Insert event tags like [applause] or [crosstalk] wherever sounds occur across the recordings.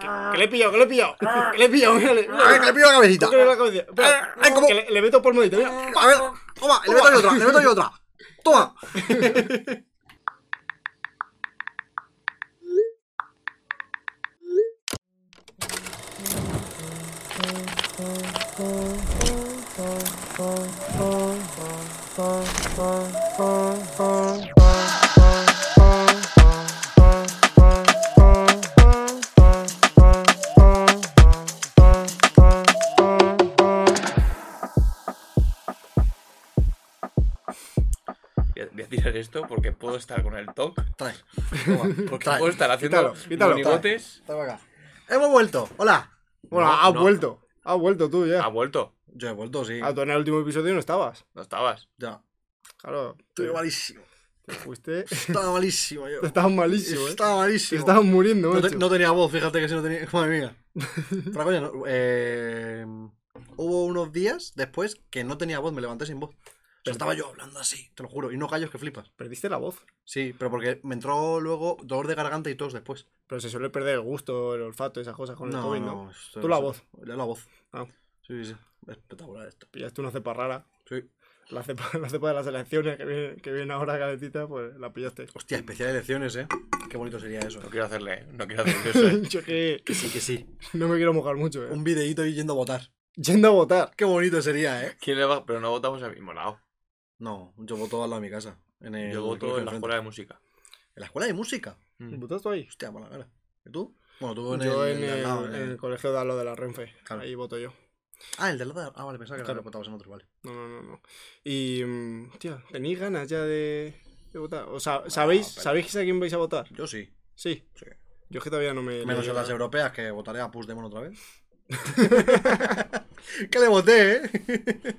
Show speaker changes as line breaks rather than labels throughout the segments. Que le he pillado, que le he pillado. [laughs] Que le he pillado, mírale. [laughs]
A ver, Ah. que le pillo la cabecita.
Que le he pillado la cabeza. Espera,
Ah, ay, ¿cómo?
que le, le meto por monito, mira.
A ver, toma, le meto yo otra, le meto yo otra. Toma.
Voy a- voy a tirar esto porque puedo estar con el TOC.
Trae.
Toma,
[laughs]
Porque
Trae.
puedo estar haciendo
Quítalo, quítalo,
monigotes.
Trae para acá. Hemos vuelto. Hola.
Bueno,
No,
has
no.
vuelto. Has vuelto tú ya.
Ah,
Ha vuelto.
Yo he vuelto, sí.
Ah, tú en el último episodio no estabas.
No estabas.
Ya.
Claro.
Estoy
te-
malísimo.
te Fuiste. [laughs]
Estaba malísimo yo.
Estabas malísimo, eh.
Estaba malísimo.
Estabas muriendo,
No, te-
macho.
no tenía voz, fíjate que si no tenía. [laughs] Madre mía. Otra coña, no, eh, hubo unos días después que no tenía voz, me levanté sin voz. O sea, estaba yo hablando así, te lo juro. Y no callos que flipas.
Perdiste la voz.
Sí, pero porque me entró luego dolor de garganta y tos después.
Pero se suele perder el gusto, el olfato, esas cosas con el COVID, ¿no?
esto-
Tú la
esto-
voz.
La, la voz.
Ah.
Sí, sí, sí. Espectacular esto.
Pillaste una cepa rara.
Sí.
La cepa, [laughs] la cepa de las elecciones que viene, que viene ahora, Galetita, pues la pillaste.
Hostia, especial elecciones, ¿eh? Qué bonito sería eso.
No quiero hacerle. No quiero hacerle eso.
[laughs]
eh.
Yo que
Que sí, que sí.
no me quiero mojar mucho, eh.
Un videíto ahí yendo a votar.
Yendo a votar.
Qué bonito sería, ¿eh?
¿Quién le va? Pero no votamos al mismo lado.
No, yo voto al lado de mi casa. En Eh, el
Yo
colegio
voto en la
enfrente.
escuela de música.
En la escuela de música.
Mm.
¿Votaste ahí?
Hostia, por la cara. ¿Y tú? Bueno, tú en
Yo
el,
en
de al
el,
lado,
en
eh.
el colegio de lo de la Renfe.
Claro.
Ahí voto yo.
Ah, el de lado. Ah, vale, pensaba que
Claro.
lo votabas en otro, vale.
No, no, no, no. Y, mm, hostia, ¿tenéis ganas ya de, de votar? O sea, ¿sabéis,
pero-
¿sabéis a quién vais a votar?
Yo sí.
Sí.
Sí.
Yo es que todavía no me...
Menos en las
no,
europeas que votaré a Puigdemont otra vez. [laughs] que le voté, ¿eh?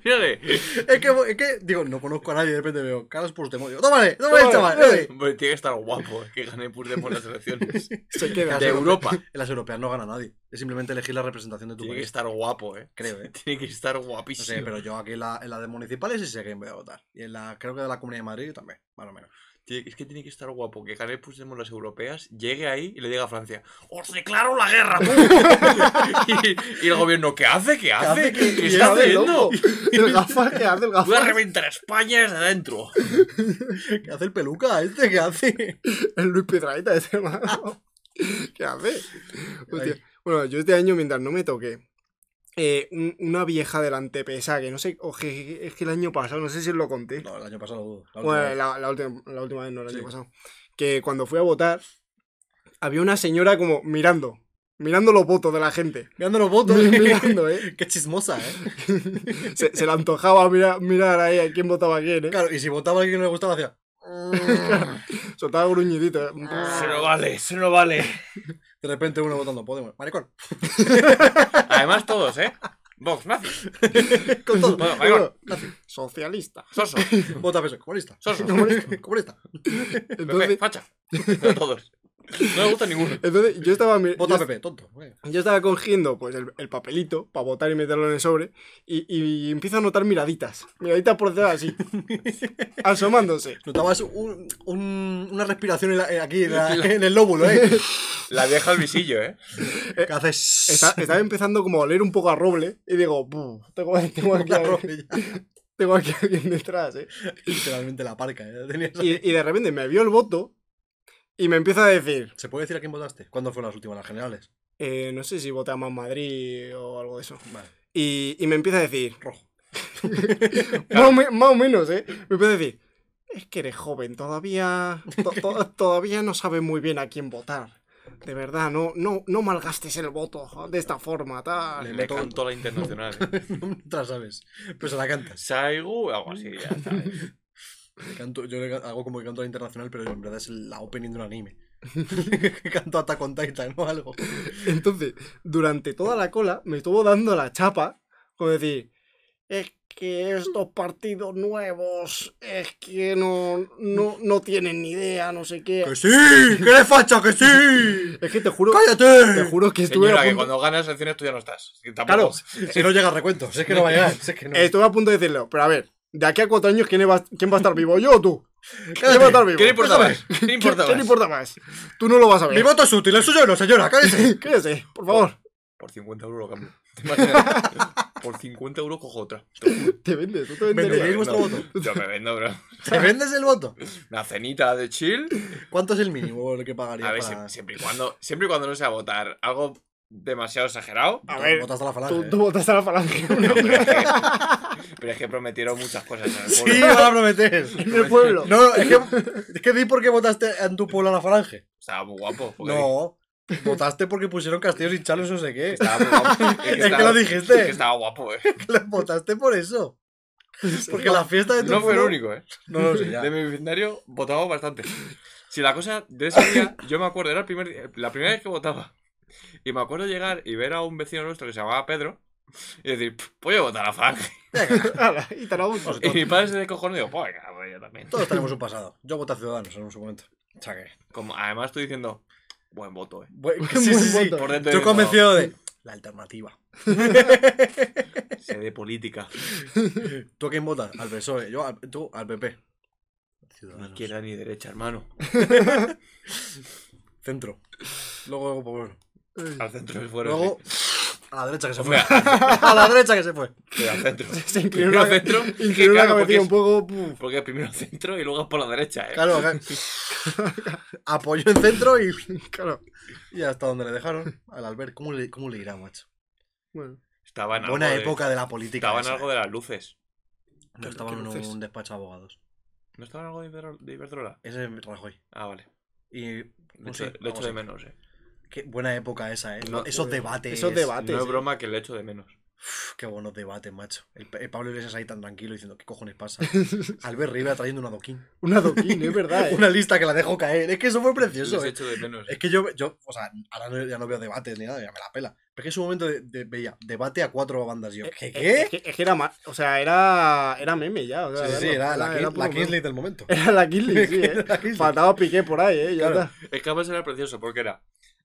Fíjate.
[laughs] es, que, es que, digo, no conozco a nadie y de repente veo Carlos Puigdemont. Yo, tómale,
Tómale,
tómale, chaval.
tómale.
eh".
Hombre, tiene que estar guapo. Es que gane Puigdemont las elecciones.
Se
[laughs]
queda.
De Europa.
En las europeas no gana nadie. Es simplemente elegir la representación de tu
Tiene que
país.
estar guapo, eh.
Creo, ¿eh?
Tiene que estar
No
guapísimo.
sé, pero yo aquí en la, en la de municipales sí sé quién voy a votar. Y en la, creo que de la Comunidad de Madrid también, más o
[laughs]
menos.
Tiene- es que tiene que estar guapo que gane Puigdemont las europeas, llegue ahí y le diga a Francia, ¡Os declaro la guerra! tú". [laughs] y, y el gobierno, ¿qué hace? ¿Qué hace? ¿Qué, qué está
hace,
[laughs]
haciendo?
loco? El gafas que hace el
Voy a
gafas.
reventar a España desde adentro.
¿Qué hace el peluca este? ¿Qué hace?
El Luis Pedraita ese, [laughs] hermano. ¿Qué hace? [laughs] Hostia. Bueno, yo este año, mientras no me toque, eh, un- una vieja del antepesa, que no sé, o que- es que el año pasado, no sé si os lo conté.
No, el año pasado lo dudo. La última
Bueno,
vez.
la, la última, la última vez, no el año
Sí.
pasado. Que cuando fui a votar, había una señora como mirando, mirando los votos de la [laughs] gente.
Mirando los votos.
mirando, ¿eh?
[laughs] Qué chismosa, ¿eh?
[laughs] Se, se le antojaba mirar, mirar ahí a quién votaba a quién, ¿eh?
Claro, y si votaba a alguien que no le gustaba, hacía.
Soltaba gruñidito. ¿eh?
Se no vale, se no vale.
De repente uno votando Podemos. Maricón. [laughs]
Además todos, ¿eh? Vox, nazis.
Con todo.
Bueno, venga,
Socialista.
soso,
Vota peso. E, Comunista.
soso,
[laughs] Comunista.
Pepe,
Entonces,
facha. A todos. No me gusta ninguno.
entonces yo estaba mi-
Vota
yo-
Pepe, tonto. Venga.
Yo estaba cogiendo pues el, el papelito para votar y meterlo en el sobre y, y empiezo a notar miraditas. Miraditas por detrás [laughs] así. asomándose.
Notabas un, un- una respiración en la- eh, aquí
[laughs]
en, la- en el lóbulo, ¿eh?
La vieja al visillo, ¿eh?
¿Qué haces?
Está- [laughs]
[laughs]
estaba empezando como a oler un poco a roble y digo, "Buh, tengo, tengo aquí,
La
a-
rodilla.
tengo aquí a alguien detrás. ¿eh?
Literalmente la parca, ¿eh? Tenías-
Y, y de repente me vio el voto y me empieza a decir,
¿Se puede decir a quién votaste? ¿Cuándo fueron las últimas, las generales? [laughs]
eh, no sé si voté a más Madrid o algo de eso.
Vale,
Y, y me empieza a decir,
rojo.
[laughs] más, o me- más o menos, ¿eh? Me empieza a decir, es que eres joven, todavía, to- to- todavía no sabes muy bien a quién votar. De verdad, no, no, no malgastes el voto de esta forma, tal.
Le canto a la internacional. ¿eh?
No te la sabes. Pero se la cantas.
[laughs] Saigu, algo así, ya está. ¿eh?
Le canto- yo le ca- hago como que canto a la internacional, pero en verdad es la opening de
[laughs]
un anime. [laughs] canto Attack on Titan o algo.
Entonces, durante toda la cola me estuvo dando la chapa como decir, es que estos partidos nuevos, es que no, no, no tienen ni idea, no sé qué.
¡Que sí! ¡Que eres facha,
[laughs]
que sí!
Es que te juro, te
¡Cállate!
juro que estuve
Señora,
a
que
punto,
cuando ganas elecciones tú ya no estás. Que tampoco-
[laughs]
Claro, si no llega el recuento, si es que no va a llegar, si es que no.
estuve a punto de decirlo, pero a ver, de aquí a cuatro años, ¿quién va, quién va a estar vivo? ¿Yo o tú? ¿Quién va a estar vivo?
¿Qué le importa
Déjame.
más? ¿Qué le
¿Qué-
importa
qué le
más?
importa más? Tú no lo vas a
Mi
ver.
voto es útil, el suyo no,
[laughs]
señora, cállese.
Cállese, por favor.
Por 50 euros lo cambio. [laughs] ¿Te imaginas? Por 50 euros cojo otra. Te juro.
Te vendes, tú te
¿Venderéis
venderías.
vuestro
No,
voto?
Yo me vendo, bro.
¿Te vendes el voto?
Una cenita de chill.
¿Cuánto es el mínimo el que pagaría
A ver,
para...
sie- siempre y cuando, siempre y cuando no sea votar algo
[laughs]
demasiado exagerado.
A
Tú
ver,
votas a la falange,
Tú,
¿eh?
tú votas a la falange
No, pero, es que, pero es que prometieron muchas cosas en el pueblo.
Sí, van a prometer.
en el pueblo.
No, no, es que, es que di por qué votaste en tu pueblo a la falange.
Estaba muy guapo. porque
No, votaste porque pusieron castillos y chalos no sé qué.
Estaba muy guapo.
Es que lo dijiste.
es que estaba guapo, eh.
[laughs] Votaste por eso. Porque la fiesta de tu
No fue el
pueblo-
único, eh.
No, no sé, ya.
De mi vecindario votaba bastante. Si la cosa de ese día, yo me acuerdo, era el primer, di- la primera vez que votaba. Y me acuerdo llegar y ver a un vecino nuestro que se llamaba Pedro y decir, "Pff, voy a votar a Frank.
Ala, y te la unto.
Pues
[laughs] Y mi padre se descojonó y digo, pues venga, voy yo también.
Todos tenemos un pasado. Yo voté a Ciudadanos en su momento. O sea que-
Como, además estoy diciendo, buen voto, eh. [laughs]
Bueno,
Buen
sí, sí, sí.
voto.
Por dentro
Yo
digo,
convencido de la alternativa.
Sé de política.
¿Tú a quién votas? Al PSOE. Yo al, tú al PP.
Ni
Ciudadanos.
izquierda ni derecha, hermano.
Centro. Luego, bueno,
Al centro se fueron.
luego a la derecha que se fue.
Hombre, al-
[laughs] a la derecha que se fue.
pero al centro.
[laughs] Se inclinó
Primero
la, [laughs]
al centro.
inclinó
que
la
claro, porque
cabecilla un
es-
poco. puf.
Porque primero al centro y luego por la derecha, eh.
Claro,
[laughs]
acá. apoyó en centro y,
[laughs] Claro.
y hasta donde le dejaron. Al Albert, ¿cómo le, cómo le irá, macho?
Bueno,
Estaba en algo
Buena
de-
época de la política.
Estaba en
esa,
algo
eh.
de las luces.
No estaba en
luces.
un despacho de abogados.
¿No estaba en algo de, Iberdro- de Iberdrola?
Ese es Rajoy.
Ah, vale.
Y.
Le
no
echo,
sé,
le echo
algo
de
así.
menos, eh.
Qué buena época esa, ¿eh?
No,
esos
joder.
debates.
Esos debates.
No es
sí.
broma que le echo de menos.
Uf, qué buenos debates, macho. El, el Pablo Iglesias ahí tan tranquilo diciendo, ¿qué cojones pasa?
[laughs]
Albert Rivera trayendo un adoquín.
Un adoquín, es verdad. ¿eh?
[laughs] Una lista que la dejo caer. Es que eso fue precioso.
Les
eh.
echo de menos.
Es que yo, yo, o sea, ahora no- ya no veo debates ni nada, ya me la pela. Pero es que en su momento de- de- veía debate a cuatro bandas.
Eh,
y Yo, ¿qué?
Es
¿Qué?
que, es que era, ma- o sea, era, era meme ya. O sea,
Sí, sí, sí,
verlo.
era la, Kin-
puro
la
meme.
Kingsley del momento.
[laughs] Era la Kinley, sí, eh.
La Kingsley.
Faltaba Piqué por ahí, eh. Ya
Claro.
está.
Es que además era precioso porque era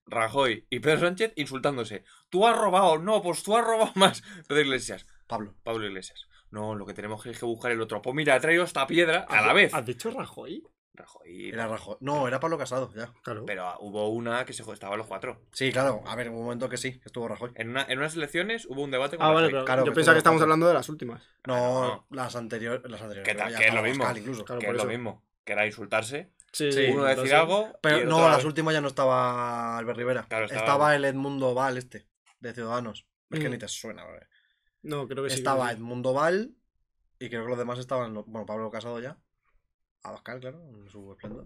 Rajoy y Pedro Sánchez insultándose. Tú has robado, no, pues tú has robado más. Pedro Iglesias,
Pablo.
Pablo Iglesias. No, lo que tenemos es que buscar el otro. Pues mira, he traído esta piedra a la vez.
¿Has dicho Rajoy?
Rajoy.
Era Rajoy. No, era Pablo Casado, ya.
Claro.
Pero hubo una que se jo- estaban los cuatro.
Sí, claro. A ver, hubo un momento que sí, que estuvo Rajoy.
En, una- en unas elecciones hubo un debate con
ah, vale,
Rajoy.
pero
claro
yo
que
pensaba
estuvo
que estábamos
Rajoy.
hablando de las últimas.
No,
no.
las anteriores. Las anteriores.
Que ta-
ya
que es lo
Pablo
mismo.
Pascal incluso.
Claro,
que
por
es lo
eso.
mismo. Que era insultarse.
Sí,
Sí,
uno decir
entonces-
algo. y
Pero
el
no,
otro-
las últimas ya no estaba Albert Rivera.
Claro,
estaba...
estaba-
el Edmundo Val, este, de Ciudadanos. Es que
Mm.
ni te suena, ¿vale?
No, creo que Pues sí.
estaba
creo que sí.
Edmundo Val y creo que los demás estaban. los- Bueno, Pablo Casado ya. Abascal, claro, en su esplendor.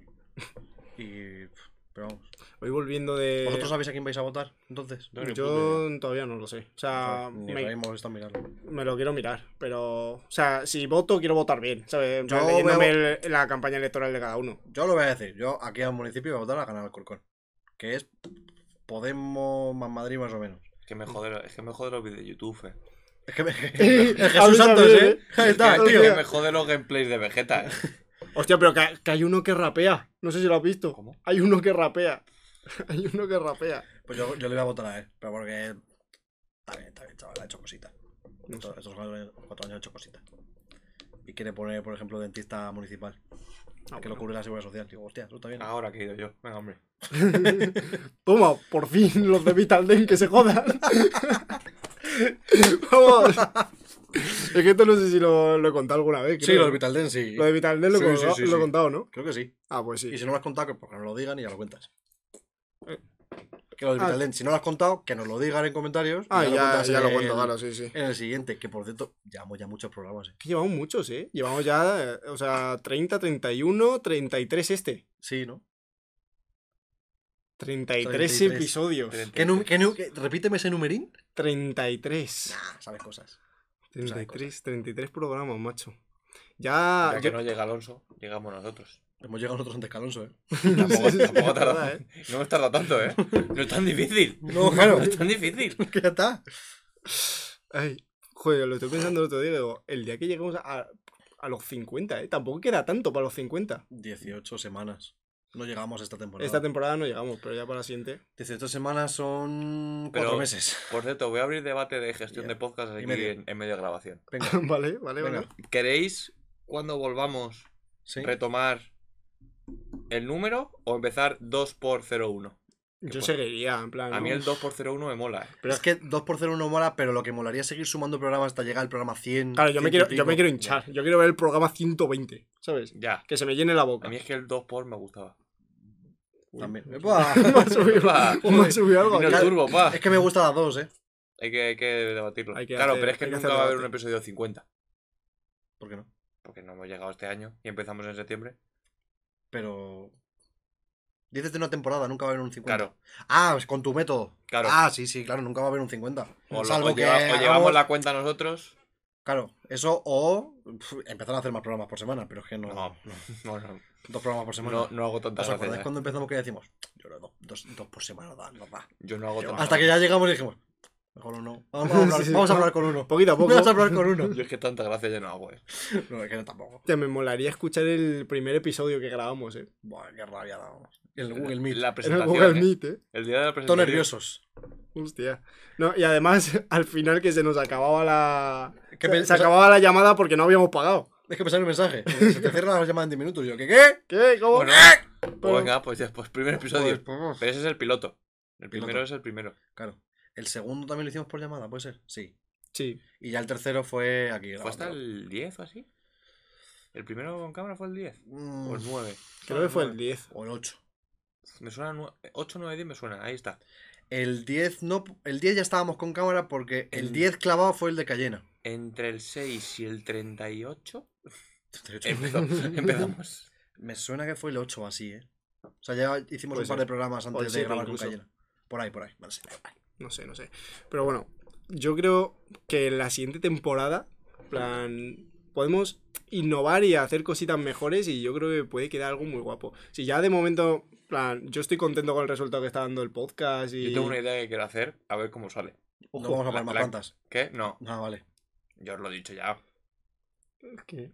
Y. pf, Pero vamos.
Hoy volviendo de.
¿Vosotros sabéis a quién vais a votar? Entonces.
No, ni puta idea.
Yo todavía no lo sé. O sea,
Ni
Ah, me-
os habéis movido a mirarlo.
Me lo quiero mirar, pero. O sea, si voto, quiero votar bien, ¿sabes? En plan,
Yo
leyéndome el- la campaña electoral de cada uno.
Yo lo voy a decir. Yo aquí al municipio voy a votar a ganar Alcorcón. Que es Podemos más Madrid, más o menos. [laughs]
Es que me jode, es que me jode los vídeos de YouTube, eh.
Es
[laughs]
que me.
Eh,
el
a mí
Jesús Santos,
también,
¿eh? Ahí [laughs] está,
Es que-
tío.
es que me jode los gameplays de Vegeta, eh.
Hostia, pero que, que hay uno que rapea. No sé si lo has visto.
¿Cómo?
Hay uno que rapea. [laughs] Hay uno que rapea.
Pues yo, yo le voy a votar a él, pero porque. Está bien, está bien, chaval, ha hecho cositas.
No
Estos, estos cuatro, años, cuatro años ha hecho cositas. Y quiere poner, por ejemplo, dentista municipal,
Ah,
que
bueno.
lo cubre la seguridad social. Digo, hostia, eso está bien.
Ahora que he ido yo. Venga, hombre.
Toma, por fin [laughs] los de Vital Dent que se jodan. [laughs] Vamos. [laughs] Es que esto no sé si lo, lo he contado alguna vez.
sí,
creo.
los Vital Den, sí.
Lo de Vital Dent lo,
Sí,
he
sí,
contado-
sí,
lo he
sí.
contado, ¿no?
Creo que sí.
Ah, pues sí.
Y si no lo has contado, que pues que nos lo digan y ya lo cuentas.
Eh.
Que los
Ah.
Vital Den, si no lo has contado, que nos lo digan en comentarios. y
Ah, ya,
cuentas
ya lo
en-
cuento, claro, sí, sí.
En el siguiente, que por cierto, llevamos ya muchos programas. eh.
Que llevamos muchos, ¿eh? Llevamos ya, eh, o sea, 30, 31, 33 este.
Sí, ¿no?
33,
33.
episodios.
¿Qué nu- qué nu- qué- repíteme ese numerín.
33.
Ah, sabes cosas.
pues
33, 33 programas, macho. Ya...
Ya que
ah, yo-
no llega Alonso, llegamos nosotros.
Hemos llegado nosotros antes que Alonso, ¿eh?
Tampoco,
[laughs] sí, sí,
tampoco
es
tarda-
verdad, ¿eh?
No me tarda tanto, ¿eh? No es tan difícil. [laughs]
No, claro.
No es tan difícil.
que ya está.
Ay, joder, lo estoy pensando el otro día. Digo, el día que lleguemos a, a los 50, ¿eh? Tampoco queda tanto para los 50.
18 semanas. No llegamos esta temporada.
Esta temporada no llegamos, pero ya para la
[laughs]
siguiente.
18 semanas son
Pero-
4 meses.
Por cierto, voy a abrir debate de gestión
Ya.
de podcast aquí
medio.
en, en medio de grabación.
Venga,
vale, vale,
Venga.
vale.
¿Queréis, cuando volvamos,
sí.
retomar el número o empezar 2 por 01?
Yo
pues,
seguiría, en plan.
A mí
¿no?
el 2 por 01 me mola. eh.
Pero es que 2 por 0 no mola, pero lo que molaría es seguir sumando programas hasta llegar al programa 100.
Claro, yo me,
100 y
quiero, yo
pico.
me quiero hinchar. Yo quiero ver el programa 120, ¿sabes?
Ya.
Que se me llene la
A
boca.
mí es que el 2 por me gustaba.
Uy. [laughs]
También.
Me
Buah.
[laughs]
ha subido,
Opa.
me ha subido algo.
Vino el
aquí.
turbo, pa.
Es que me gustan las dos, ¿eh?
Hay que, hay que debatirlo.
Hay que
claro,
hacer-
pero es que
hay que
nunca
hacer
va a haber un
debate.
episodio 50.
¿Por qué no?
Porque no hemos llegado este año y empezamos en septiembre.
Pero. Dices de una temporada, nunca va a haber un 50.
Claro,
Ah, pues con tu método.
claro.
Ah, sí, sí, claro, nunca va a haber un 50.
o, lo-
Salvo
o
que
lleva- o
hagamos-
llevamos la cuenta nosotros.
Claro, eso o pf, empezar a hacer más programas por semana, pero es que no.
No, [laughs] no, no,
Dos programas por semana.
no, no hago
¿Os
tantas
acordáis
gracias. eh.
cuando empezamos que decimos? Yo creo dos, dos, dos por semana da, nos da.
Yo no hago tantas.
Hasta que ya llegamos y dijimos, mejor uno. Vamos a
[laughs]
hablar,
Sí, sí.
vamos a hablar con uno.
Poquito a poco.
Vamos a hablar con uno.
Yo es que tantas gracias yo no hago. eh.
No, es que no
[laughs]
tampoco.
Hostia, me molaría escuchar el primer episodio que
[laughs]
grabamos, eh.
Buah, qué rabia damos. El Google Meet.
En
La
el
presentación.
Google
eh.
Meet, eh.
El día de la presentación.
Todos nerviosos.
Hostia. No, y además, [laughs] al final que se nos acababa la.
Que
se,
me-
se acababa la llamada porque no habíamos pagado.
Es que me sale un mensaje.
[laughs]
Se te cierra la llamada en 10 minutos. Y yo, ¿qué qué?
¿Qué? ¿Cómo?
Bueno, pues
Pero-
venga, pues ya, pues primer episodio.
Pues, pues,
Pero ese es el piloto. El
Piloto.
primero es el primero.
Claro. El segundo también lo hicimos por llamada, ¿puede ser? Sí.
Sí.
Y ya el tercero fue aquí.
¿Fue hasta
grabándolo.
el 10 o así? ¿El primero con cámara fue el 10?
Mm,
¿O el 9?
Creo que fue el 10.
O el 8.
Me suena 8, 9, 10 me suena. Ahí está.
El 10 no, el 10 ya estábamos con cámara porque el
El-
10 clavado fue el de Cayena.
Entre el 6 y el 38
[laughs]
empezó- empezamos.
Me suena que fue el 8 o así, ¿eh? O sea, ya hicimos
Puede
un par
ser.
de programas
el
antes de
siete
grabar
incluso.
con Cayena. Por ahí, por ahí. Vale, sí.
No sé, no sé. Pero bueno, yo creo que la siguiente temporada, en plan, podemos innovar y hacer cositas mejores y yo creo que puede quedar algo muy guapo. Si ya de momento, en plan, yo estoy contento con el resultado que está dando el podcast y...
Yo tengo una idea que quiero hacer, a ver cómo sale.
No vamos a
la-
poner más
la-
plantas.
¿Qué? No,
Ah, vale.
yo os lo he dicho ya.
¿Qué?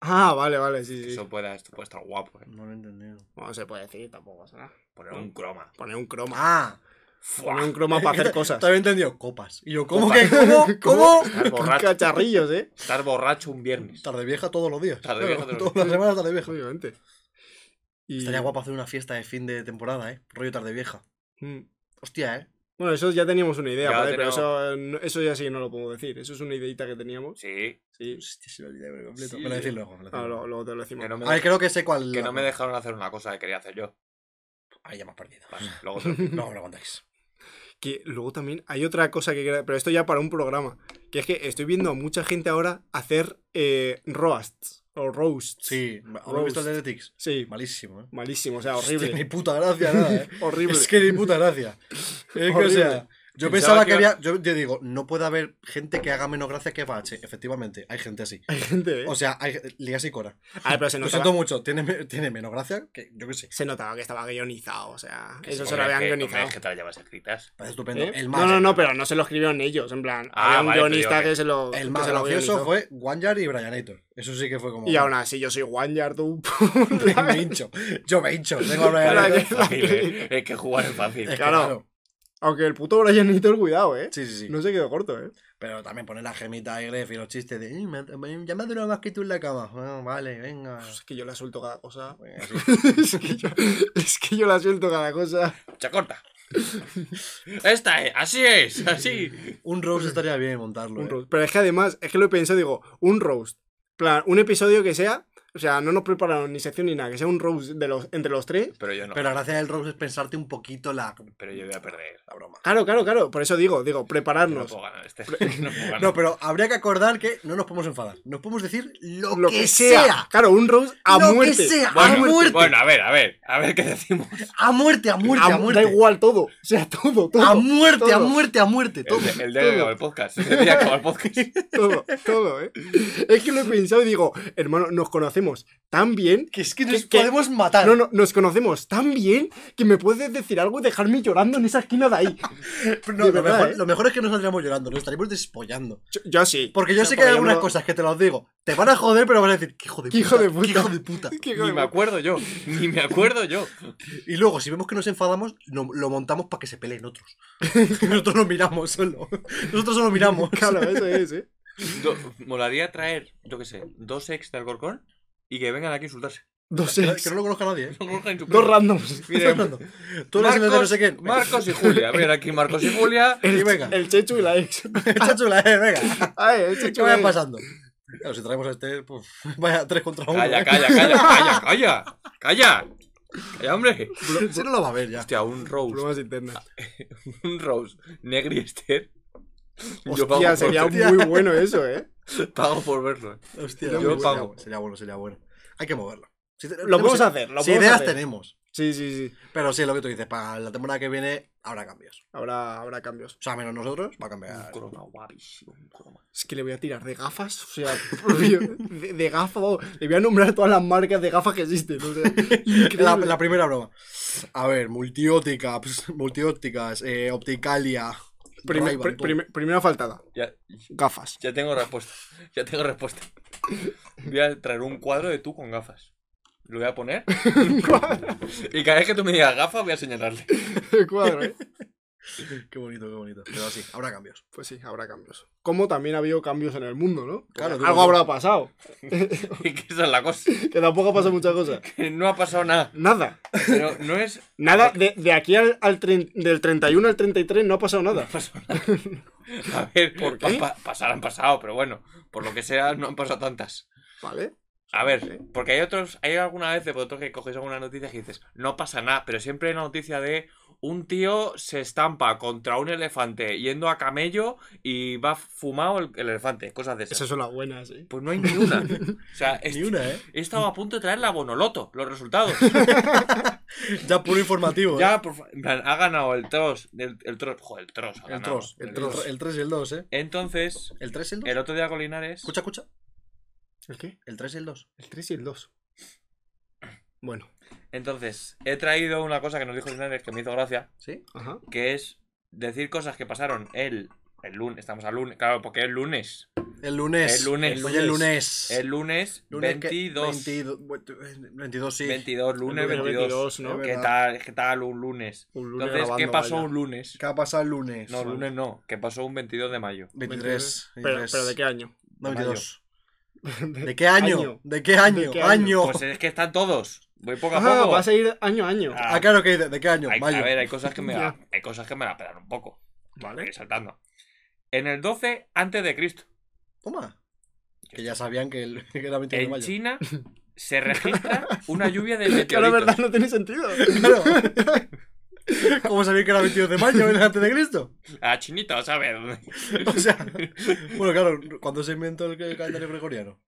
Ah, vale, vale, sí, sí.
Eso puede, esto puede estar guapo. ¿eh?
No lo he entendido.
No se puede decir, tampoco pasa nada.
Poner un croma.
Poner un croma.
Ah,
Poner un croma para hacer
[laughs]
cosas. [laughs]
también he entendido copas. Y yo, ¿cómo
Copas.
que? ¿Cómo? ¿Cómo?
[laughs]
Estar borracho,
Cacharrillos, ¿eh?
estar borracho un viernes.
Tarde vieja todos los días.
Tardevieja
Claro,
todos los
todas las semanas tarde vieja.
Obviamente. Y...
Estaría guapo hacer una fiesta de fin de temporada, ¿eh? Rollo tarde vieja.
Mm.
Hostia, ¿eh?
Bueno, eso ya teníamos una idea,
Ya
¿vale?
tenemos-
pero eso, eh, no- eso ya sí que no lo puedo decir. Eso es una ideita que teníamos.
Sí,
Sí.
Hostia, se me ha olvidado por completo.
Sí.
Me lo decís luego. me lo decís
Ah,
luego.
lo- luego te lo decimos.
que no me,
A ver, creo que sé cuál.
que no me dejaron hacer una cosa que quería hacer yo.
Ahí ya me has perdido.
Vale,
[laughs]
luego te-
No me lo contáis.
Que luego también hay otra cosa que... quería- Pero esto ya para un programa. Que es que estoy viendo a mucha gente ahora hacer eh, roasts o roasts.
Sí, ¿habéis visto el de Netflix?
Sí,
Malísimo, ¿eh?
malísimo, o sea,
Hostia, ni
horrible.
puta gracia nada, ¿eh?
[laughs] horrible.
Es que ni puta
[laughs]
gracia. Es que, o sea, yo pensaba
Pensaba que
que había. Yo, yo digo, no puede haber gente que haga menos gracia que Bache. Efectivamente, hay gente así.
Hay gente, ¿eh?
O sea, hay ligas y Cora.
A ver, pero se
Lo
notaba,
siento mucho, tiene, me- tiene menos gracia que yo que sé.
se notaba que estaba guionizado, o sea,
que
eso
sí,
se lo
hombre,
habían
que- hombre,
guionizado.
es que te la llevas escritas.
Parece estupendo.
¿Eh?
El más,
No, no, no, pero no se lo escribieron ellos, en plan,
Ah,
había un
vale, pero
guionista
yo que-
que se lo
pues el
que
más
se lo guionizó.
gracioso fue Wanyard y Brianator. Eso sí que fue como.
Y aún así, yo soy Wanyard, tú.
[laughs] me hincho. Yo me hincho. Tengo a Brian
Claro, que-
Aitor.
Es fácil, ¿eh? Es que jugar es
[laughs]
fácil.
Es que,
claro. [laughs] Aunque el puto Brian Nitor, cuidado, ¿eh?
Sí, sí, sí.
No se quedó corto, ¿eh?
Pero también poner la gemita y Gref y los chistes de "Eh, me- me- ya me ha durado más que tú en la cama. Bueno, vale, venga.
Pues Es que yo la suelto cada cosa.
Venga, sí.
[laughs] es, que yo, es que yo la suelto cada cosa.
Chacorta. Esta es, así es, así.
Un roast estaría bien montarlo.
Un
eh.
roast. Pero es que además, es que lo he pensado, digo, un roast. plan, un episodio que sea. O sea, no nos prepararon ni sección ni nada, que sea un roast de los, entre los tres.
Pero yo no.
Pero la gracia del roast es pensarte un poquito la,
Pero yo voy a perder.
la broma.
Claro, claro, claro. Por eso digo, digo,
No
prepararnos.
puedo ganar este. [laughs] No puedo ganar.
No, pero habría que acordar que no nos podemos enfadar. Nos podemos decir lo,
lo que sea. Claro, un roast a
Lo que
muerte.
sea, a
a
bueno,
muerte.
bueno, a ver, a ver. A ver qué
[laughs]
decimos.
A muerte, a muerte,
A-
a muerte.
Da igual todo. O sea, todo, todo.
a muerte, a
todo.
muerte, a
Eh,
muerte. Todo.
El, de- el día de
todo.
acabar
[laughs]
el podcast. El día de acabar el podcast.
Todo, todo, ¿eh? Es que lo he pensado y digo, hermano, nos conocemos tan bien.
Que es que
nos
nos
podemos
podemos matar.
No, no, nos conocemos tan bien que me puedes decir algo y dejarme llorando en esa esquina de ahí. de
lo,
verdad,
mejor,
¿eh?
lo mejor es que no saldríamos llorando, nos estaríamos despollando.
Yo, yo sí.
Porque yo
O sea,
sé que hay
porque
algunas
no-
cosas que te las digo, te van a joder, pero van a decir, "Qué hijo de
¡Qué
puta.
hijo de
qué hijo de
puta! [laughs]
puta.
Qué hijo
Ni
de puta.
me acuerdo yo, ni me acuerdo yo.
Y luego, si vemos que nos enfadamos, lo, lo montamos para que se
[laughs]
peleen otros. Nosotros nos miramos solo. Nosotros solo miramos.
[laughs] Claro, eso es, ¿eh?
Do- molaría traer, yo qué sé, dos ex del Alcorcón y que vengan aquí a insultarse. [laughs]
Dos
Que no-
ex,
que no lo conozca nadie,
[laughs]
¿eh?
Son Gorka y su
dos
primo.
randoms.
[laughs]
Miren,
Fernando, Tú eres el de no sé qué.
Marcos y Julia. Miren aquí Marcos y Julia.
[laughs] Y venga. [laughs]
El Chechu y la ex.
Está chula,
[laughs]
eh, venga.
Ay, el Chechu
¿Qué
y la
vaya
ex.
pasando? Claro, si traemos a este, pues [laughs] vaya tres contra uno.
Calla,
¿eh?
calla, calla, calla, calla. Calla. Calla, hombre.
Si no [laughs] lo va a ver ya.
Hostia, un Rose.
Problemas internas.
Un Rose. Negri Esther. Yo pago
Hostia,
por,
sería
Hostia.
muy bueno eso, ¿eh?
pago por verlo. eh.
Hostia,
Yo
sería
pago.
bueno, Sería bueno, sería bueno. Hay que moverlo. Si
[laughs]
te-
Lo
tenemos-
podemos hacer, lo
si
podemos
ideas
hacer.
tenemos.
Sí, sí, sí.
Pero sí, lo que tú dices, para la temporada que viene habrá cambios.
Habrá, habrá cambios.
O sea, menos nosotros, va a
Un
cambiar.
croma guapísimo. Un croma.
Es que le voy a tirar de gafas, o sea, [laughs] rollo, de, de gafas, le voy a nombrar todas las marcas de gafas que existen. O [laughs] sea, increíble.
La, la primera broma. A ver, multiótica, ps, multiópticas, eh, opticalia.
Prim-
Ray-Ban,
pri-
todo.
prim- primera faltada,
Ya,
gafas.
ya tengo respuesta. Ya tengo respuesta. Voy a traer un cuadro de tú con gafas. Lo voy
[laughs]
a poner. y cada vez que tú me digas gafas, voy a señalarle. [laughs]
[laughs] El cuadro, ¿eh?
Qué bonito, qué bonito. Pero sí, habrá cambios.
Pues sí, habrá cambios. Como también ha habido cambios en el mundo, ¿no?
Claro,
Algo
claro.
habrá pasado,
Y que esa es la cosa.
que tampoco ha pasado muchas cosas.
Que No ha pasado nada.
Nada,
Pero no es
nada, de, de aquí al, al tren- del 31 al 33 no ha pasado nada.
[laughs] A ver,
¿Por
¿por
qué?
pasar han pasado, pero bueno, por lo que sea, no han pasado tantas.
¿Vale?
A
¿Eh?
ver, porque hay otros, hay alguna vez de vosotros que cogéis alguna noticia que dices, no pasa nada, pero siempre hay una noticia de un tío se estampa contra un elefante yendo a camello y va fumado el, el elefante, cosas de esas.
Esas son las buenas, ¿eh?
Pues no hay ni una. O sea,
Ni
est-
una, ¿eh?
he estado a punto de traer la Bonoloto, los resultados.
Ya puro informativo. ¿eh?
Ya, por fa- en plan, ha ganado el Tross, el, el Tross, joder, el Tross ha
El
ganado.
3, el 3 el tres y el 2, ¿eh?
Entonces,
El 3 y el 2.
el otro día con Linares...
Escucha, escucha.
¿El qué?
El 3 y el 2.
El 3 y el 2. Bueno,
Entonces, he traído una cosa que nos dijo Linares que me hizo gracia,
¿Sí?
ajá.
que es decir cosas que pasaron el, el lunes, estamos al lunes, claro, porque es lunes,
El lunes.
El lunes.
Oye, el lunes.
el lunes,
Lunes que-
22,
22, bueno, 22, sí.
22, lunes
El lunes
22,
22, ¿no?
¿qué
Es
tal, qué tal un lunes?
Un lunes
Entonces, ¿qué
grabando,
pasó
vaya.
un lunes?
¿Qué ha pasado el lunes?
No, lunes no, que pasó un 22 de mayo.
23.
Pero,
23.
pero ¿de qué año?
No,
de
22. [laughs] ¿De qué año?
Año.
¿De qué año?
¿De qué año?
año.
Pues es que están todos, voy poco a
Ah,
poco.
vas a ir año a año. [laughs]
Ah,
Ah, claro que de, de qué año.
Hay-
Mayo.
a ver, hay cosas que me,
Ya.
la- hay cosas que me la pelan un poco,
Vale.
voy saltando. En el 12 antes de Cristo.
Toma. Que ya sabían que, el, [laughs] que era 21 de
En
mayo. [laughs]
China se registra una lluvia de
Que la verdad
meteoritos.
no tiene sentido. [laughs]
Claro. ¿Cómo sabían que era 22 de mayo el antes de Cristo?
Ah, chinito,
[laughs]
¿sabes?
O sea, bueno, claro, cuando se inventó el calendario gregoriano.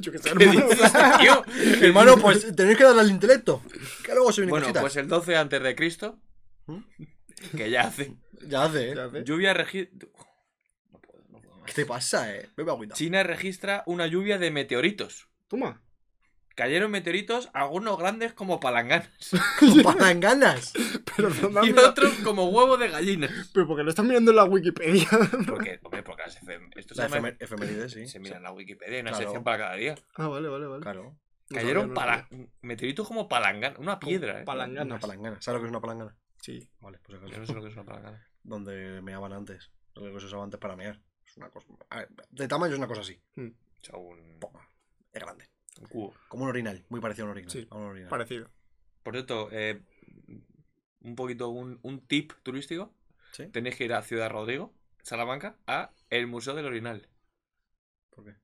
Yo qué sé,
¿Qué
hermano.
dices, tío?
[laughs] Hermano, pues tenéis que darle al intelecto. Que luego soy una
Bueno,
cosita.
pues el 12 antes de Cristo,
¿Mm?
que
[laughs]
ya hace
Ya hace, ¿eh?
Ya ves.
lluvia regi- No puedo, no puedo
¿Qué
más.
te pasa, eh? Bebe agüita. [laughs]
China registra una lluvia de meteoritos.
Toma.
Cayeron meteoritos, algunos grandes
[laughs]
como palanganas
Con palanganas.
[laughs] [laughs] Pero
y
no
otros como huevo de gallina.
Pero porque lo estás mirando en la Wikipedia. [laughs]
Porque, hombre, porque las efem- esto se,
La
llama-
efemer- efemérides, sí.
se mira en la Wikipedia, hay una
Claro.
sección para cada día.
Ah, vale, vale, vale.
Claro.
No
Cayeron
sabía, no sabía.
para... meteoritos como palanganas, una piedra, ¿eh?
Palanganas.
Una palangana. ¿Sabes lo que es una palangana?
Sí.
Vale, pues
Yo no sé lo que es una palangana.
Donde meaban antes. Lo que se usaba antes para mear. Es una cosa. a ver, de tamaño es una cosa así.
O sea, un,
Toma. Es grande.
un cubo.
Como un orinal. Muy parecido a un orinal.
Sí,
a un orinal.
Parecido.
Por cierto, eh, un poquito un, un tip turístico.
¿Sí?
Tenéis que ir a Ciudad Rodrigo, Salamanca, a el Museo del Orinal.
¿Por qué?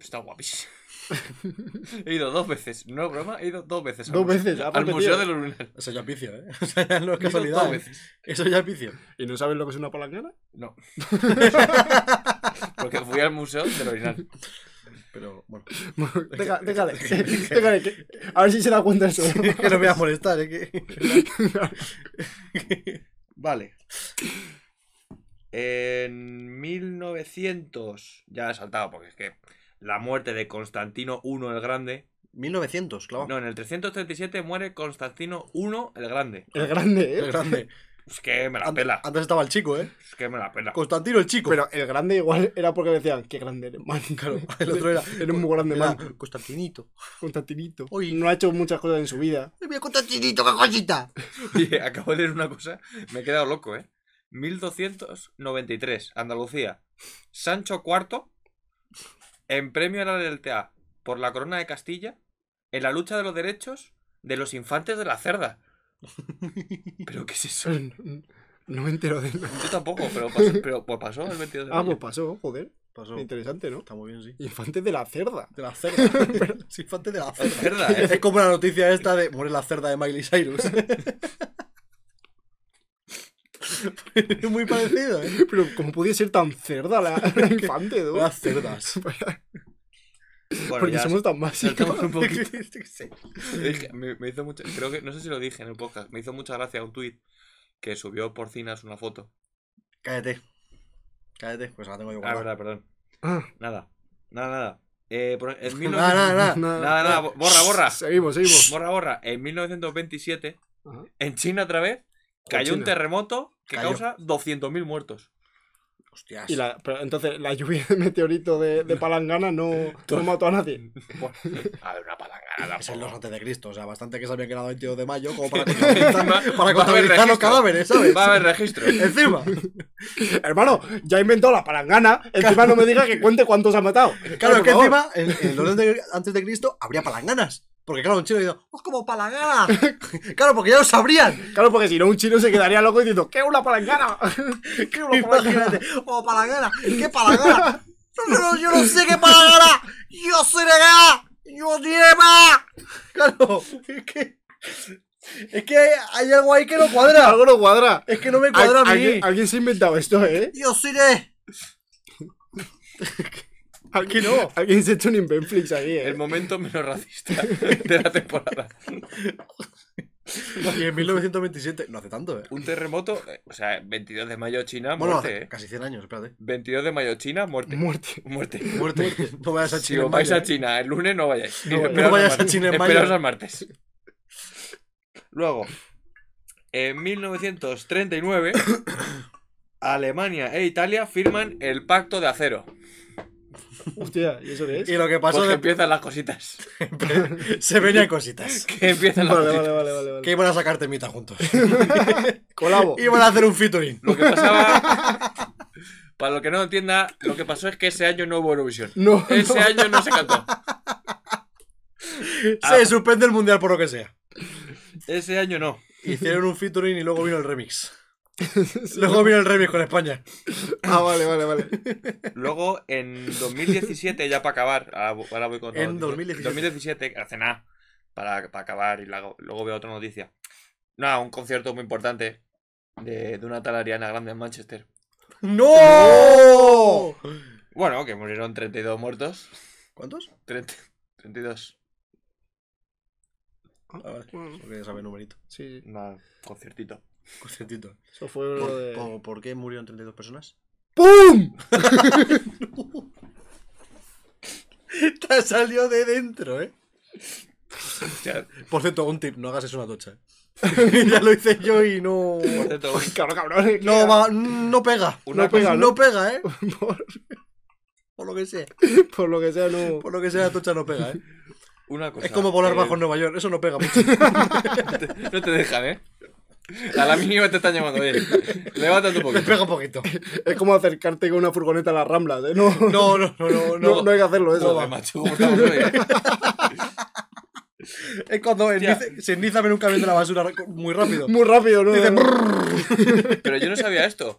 Está guapísimo. [laughs] he ido dos veces, no es broma, he ido dos veces. al
Dos
museo-
veces, Ah, pues ha
Al
repetido.
Museo del Orinal.
Eso ya es vicio, ¿eh? [laughs] O sea, ya no es
He ido
casualidad.
dos
¿eh?
veces.
Eso ya es vicio.
¿Y no sabes lo que es una [laughs] palangana?
No. Porque fui al Museo del Orinal.
Pero bueno. [laughs]
[laughs] Deja- Déjale. Déjale. que- A ver si se da cuenta eso.
Es que no me voy a molestar, ¿eh? Que...
Vale. En 1900. Ya he saltado, porque es que la muerte de Constantino I el Grande
1900, claro.
No, en el 337 muere Constantino I el Grande.
El [laughs] grande, ¿eh?
El grande.
Es que me la
An-
pela.
Antes estaba el chico, ¿eh?
Es que me la pela.
Constantino el chico.
Pero el grande igual era porque decían, qué grande eres, [laughs] man.
claro, [laughs] el otro era.
Eres muy grande,
era
man.
Constantinito.
Constantinito.
Uy.
No ha hecho muchas cosas en su vida.
¡Ay, mira, Constantinito, qué cosita!
[laughs] Oye, acabo de leer una cosa. Me he quedado loco, ¿eh? 1293, Andalucía. Sancho IV, en premio a la lealtad por la corona de Castilla, en la lucha de los derechos de los infantes de la cerda. ¿Pero qué es eso?
[laughs] No me entero de nada.
Yo tampoco, pero pasó,
[laughs]
pero, pues pasó el 22 de
Ah, pues [laughs]
mayo.
pasó, joder.
Pasó.
Interesante, ¿no?
Está muy bien, sí.
Infantes de la cerda. [laughs]
[laughs] De la cerda. Es infante de la cerda.
Cerda, ¿eh?
Es como la noticia esta de muere la cerda de Miley Cyrus. [laughs] es muy parecido, ¿eh?
Pero ¿cómo podía ser tan cerda [laughs] la, la infante, tú?
Las cerdas.
Bueno,
[laughs] Porque
ya
somos tan
[laughs]
básicos.
saltamos un poquito. Es que me, me hizo mucha- creo que, no sé si lo dije en el podcast, me hizo mucha gracia un tuit que subió Porcinas una foto.
Cállate. Cállate, pues la tengo yo
Ah,
guardada.
verdad, perdón.
[laughs] Ah,
Nada, nada, nada. Eh, por- en mil
Nada, nada, nada.
nada.
Nada, nada, bo- borra,
[laughs]
[laughs]
borra.
Seguimos, seguimos.
Borra, borra. En 1927,
Ajá.
en China otra vez, cayó un
China.
terremoto que
Cayó.
causa
[laughs]
200.000 muertos.
Hostias.
Y la, pero entonces, la lluvia de meteorito de, de Palangana no, no mató a nadie.
Bueno, a ver, una palangana.
Es el
tampoco.
los antes de Cristo, o sea, bastante que sabían que era el 22 de mayo como
[laughs]
para
Va-
contabilizar,
va a
para
haber
contabilizar los
registro.
cadáveres, [laughs] ¿sabes?
Va a
[laughs]
haber registro.
Encima,
Hermano, ya inventó la palangana. Encima no me diga que cuente cuántos ha matado.
claro, es
por
que
favor.
encima, en, en los antes de- antes de Cristo habría palanganas. Porque claro, un chino dice, ¡oh, como palangana!
[laughs]
claro, porque ya lo sabrían.
Claro, porque si no, un chino se quedaría loco diciendo, ¿qué es una palangana? ¿Qué es una palangana?
Imagínate, ¡oh, palangana! ¿Qué palangana? No, no, no, yo no sé qué palangana. Yo soy de acá. Yo lleva. Claro, es que. Es que hay, hay algo ahí que no
[laughs] [laughs]
cuadra.
Algo no cuadra.
Es que no me cuadra a mí.
Alguien, alguien se ha inventado esto, ¿eh?
Yo soy de.
Aquí no. Alguien se ha hecho un Invenflix aquí,
El
¿eh?
momento menos racista de la temporada.
Y en 1927, no hace tanto, ¿eh?
Un terremoto, eh, o sea, 22 de mayo China,
Bueno,
muerte,
hace
eh.
casi 100 años, espérate.
22 de mayo China, muerte.
Muerte.
Mm. Muerte.
Muerte. [laughs] No vayas a
Si
China.
os
en
vais
mayo,
a
¿eh?
China el lunes, no vayáis.
No vayáis.
Esperaos
No vayas
al
a China en
mar-
mayo.
esperaos al martes. [laughs] Luego, en [coughs] 1939, Alemania e Italia firman el Pacto de Acero.
Hostia, ¿y eso qué es?
Y lo que pasó
Pues
[laughs]
que
de
empiezan las cositas. [laughs]
se venían [laughs] cositas.
Que empiezan
[laughs]
las
Vale,
cositas.
vale, vale, vale.
Que
vale.
iban a sacar temita [laughs] juntos.
Colabo.
Iban a hacer un featuring.
Lo que pasaba... [laughs] Para lo que no entienda, lo que pasó es que ese año no hubo Eurovisión.
[laughs] No,
Ese
no.
año no se [laughs] cantó.
Se suspende el mundial por lo que sea.
Ese año no.
Hicieron un featuring y luego vino el [laughs] remix. Luego vino el remix con España.
Ah, vale, vale, vale.
Luego, en 2017, ya para acabar, ahora, vo- ahora voy con otra
En
noticia.
2017.
2017, hace nada, para, para acabar y luego, luego veo otra noticia. Nada, un concierto muy importante de, de una tal Ariana Grande en Manchester.
Oh.
¡No!
Bueno, que murieron 32 muertos.
¿Cuántos?
30 32.
Ah, vale.
Bueno,
Porque ya sabe el numerito.
sí, sí.
Nada, conciertito.
Conciertito.
Eso fue lo
¿Por,
de...
por, por qué murieron 32 personas? [laughs]
¡Pum!
Te salió de dentro, ¿eh?
Hostia,
Por cierto, un tip, no hagas eso una tocha. ¿eh? [laughs] ya lo hice yo y [laughs] no...
por cierto,
Cabrón, cabrón. eh,
No, va, no pega.
Una
no pega,
cosa-
¿no? pega, ¿eh?
Por,
Por lo que [laughs] sea.
por lo que sea, no...
Por lo que sea, la tocha no pega, [laughs] ¿eh?
una cosa.
es como volar
eh,
bajo en Nueva York, eso no pega [laughs] mucho.
te- no te dejan, ¿eh? A la mínima te están llamando, oye. Levántate un
Me
poquito.
pega un poquito.
Es como acercarte con una furgoneta a las ramblas, ¿eh? No, no,
No, no, no, no. no.
no, hay que hacerlo eso.
Joder, macho, ¿cómo estamos hoy, eh?
Es cuando en
Hostia.
Niza- se enniza en un camión de la basura muy rápido.
Muy rápido, ¿no?
Dice,
Pero yo no sabía esto.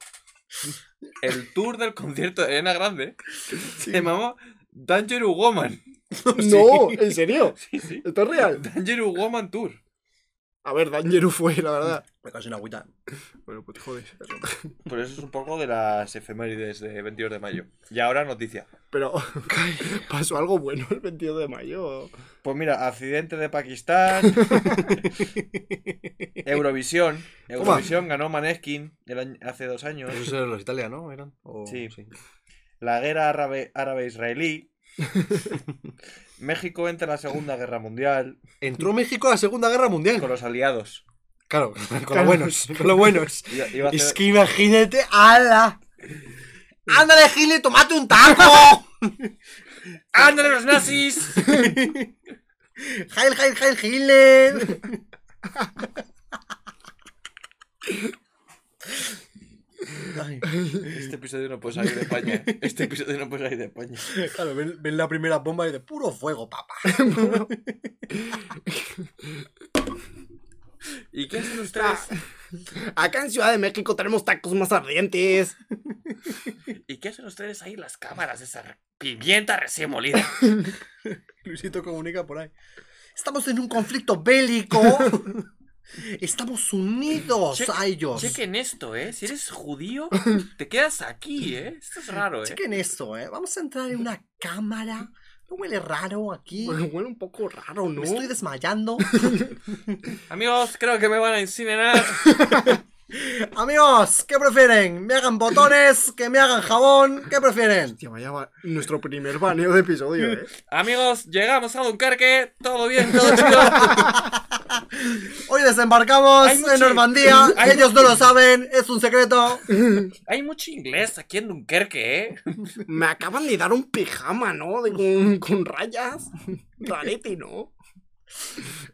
El tour del concierto de Elena Grande se llamaba Danger Woman.
[laughs] no, ¿en serio? ¿Esto es real?
Danger Woman Tour.
A ver, Dangeru fue, la verdad.
Me casi una agüita.
Bueno, pues joder.
Por eso es un poco de las efemérides de 22 de mayo. Y ahora noticia.
Pero pasó algo bueno el 22 de mayo.
Pues mira, accidente
[laughs]
de Pakistán. Eurovisión. Eurovisión ganó Maneskin el año- hace dos años.
Esos eran los italianos, ¿no? ¿Eran? O- [laughs]
Sí. La guerra árabe- árabe-israelí. México entra en la Segunda Guerra Mundial
Entró México a la Segunda Guerra Mundial.
con los aliados.
Claro, [laughs] con
Claro.
los buenos, con los buenos.
Iba- iba a
Es
hacer-
que imagínate, ¡ala! ¡Ándale, Gile, tomate un [laughs] taco!
¡Ándale los nazis!
¡Hail, Hail, Hail, Hitler!
Ay, este episodio no puede salir de España. Este episodio no puede salir de España.
Claro, ven, ven la primera bomba y de puro fuego, papá.
¿Y qué hacen ustedes?
Acá en Ciudad de México tenemos tacos más ardientes.
¿Y qué hacen ustedes ahí en las cámaras de esa re- pimienta recién molida?
Luisito comunica por ahí. Estamos en un conflicto [laughs] bélico. Estamos unidos
Cheque-
a ellos.
Chequen esto, ¿eh? Si eres judío, te quedas aquí, ¿eh? Esto es raro, ¿eh?
Chequen esto, ¿eh? Vamos a entrar en una cámara. ¿No huele raro aquí?
Bueno, huele un poco raro, ¿no?
Me estoy desmayando. [laughs]
Amigos, creo que me van a incinerar.
Amigos, ¿qué prefieren? ¿Me hagan botones? ¿Que me hagan jabón? ¿Qué prefieren?
Hostia, vaya va- nuestro primer baneo de episodio, ¿eh?
Amigos, llegamos a Dunkerque. Todo bien, todo chido.
Hoy desembarcamos
Hay mucho-
en [laughs] Normandía.
hay
Ellos no lo saben, es un secreto.
Hay mucho inglés aquí en Dunkerque, ¿eh?
Me acaban de dar un pijama, ¿no? De- con, con rayas. Rarete, ¿no?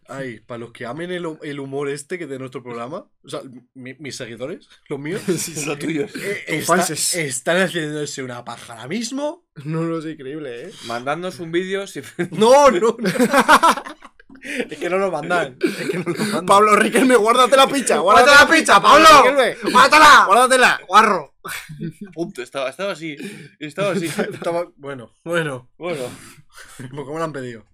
Ay, para los que amen el, el humor este que de nuestro programa, o sea, mi- mis seguidores, los [laughs] míos,
Lo tuyo.
eh,
Tus
está-
fans.
están haciéndose una paja ahora mismo.
No, no es increíble, ¿eh?
Mandándonos un vídeo. Si... [laughs]
No, [laughs] no. no. es que no lo mandan. Es que no lo mandan.
Pablo Riquelme, guárdate la picha. Guárdate
¡Guárdate la picha, Pablo!
Riquelme.
¡Mátala!
Guárdatela.
¡Guarro!
Punto, estaba, estaba así. Estaba así.
[laughs] Estaba- Bueno, bueno,
Bueno.
¿cómo lo han pedido?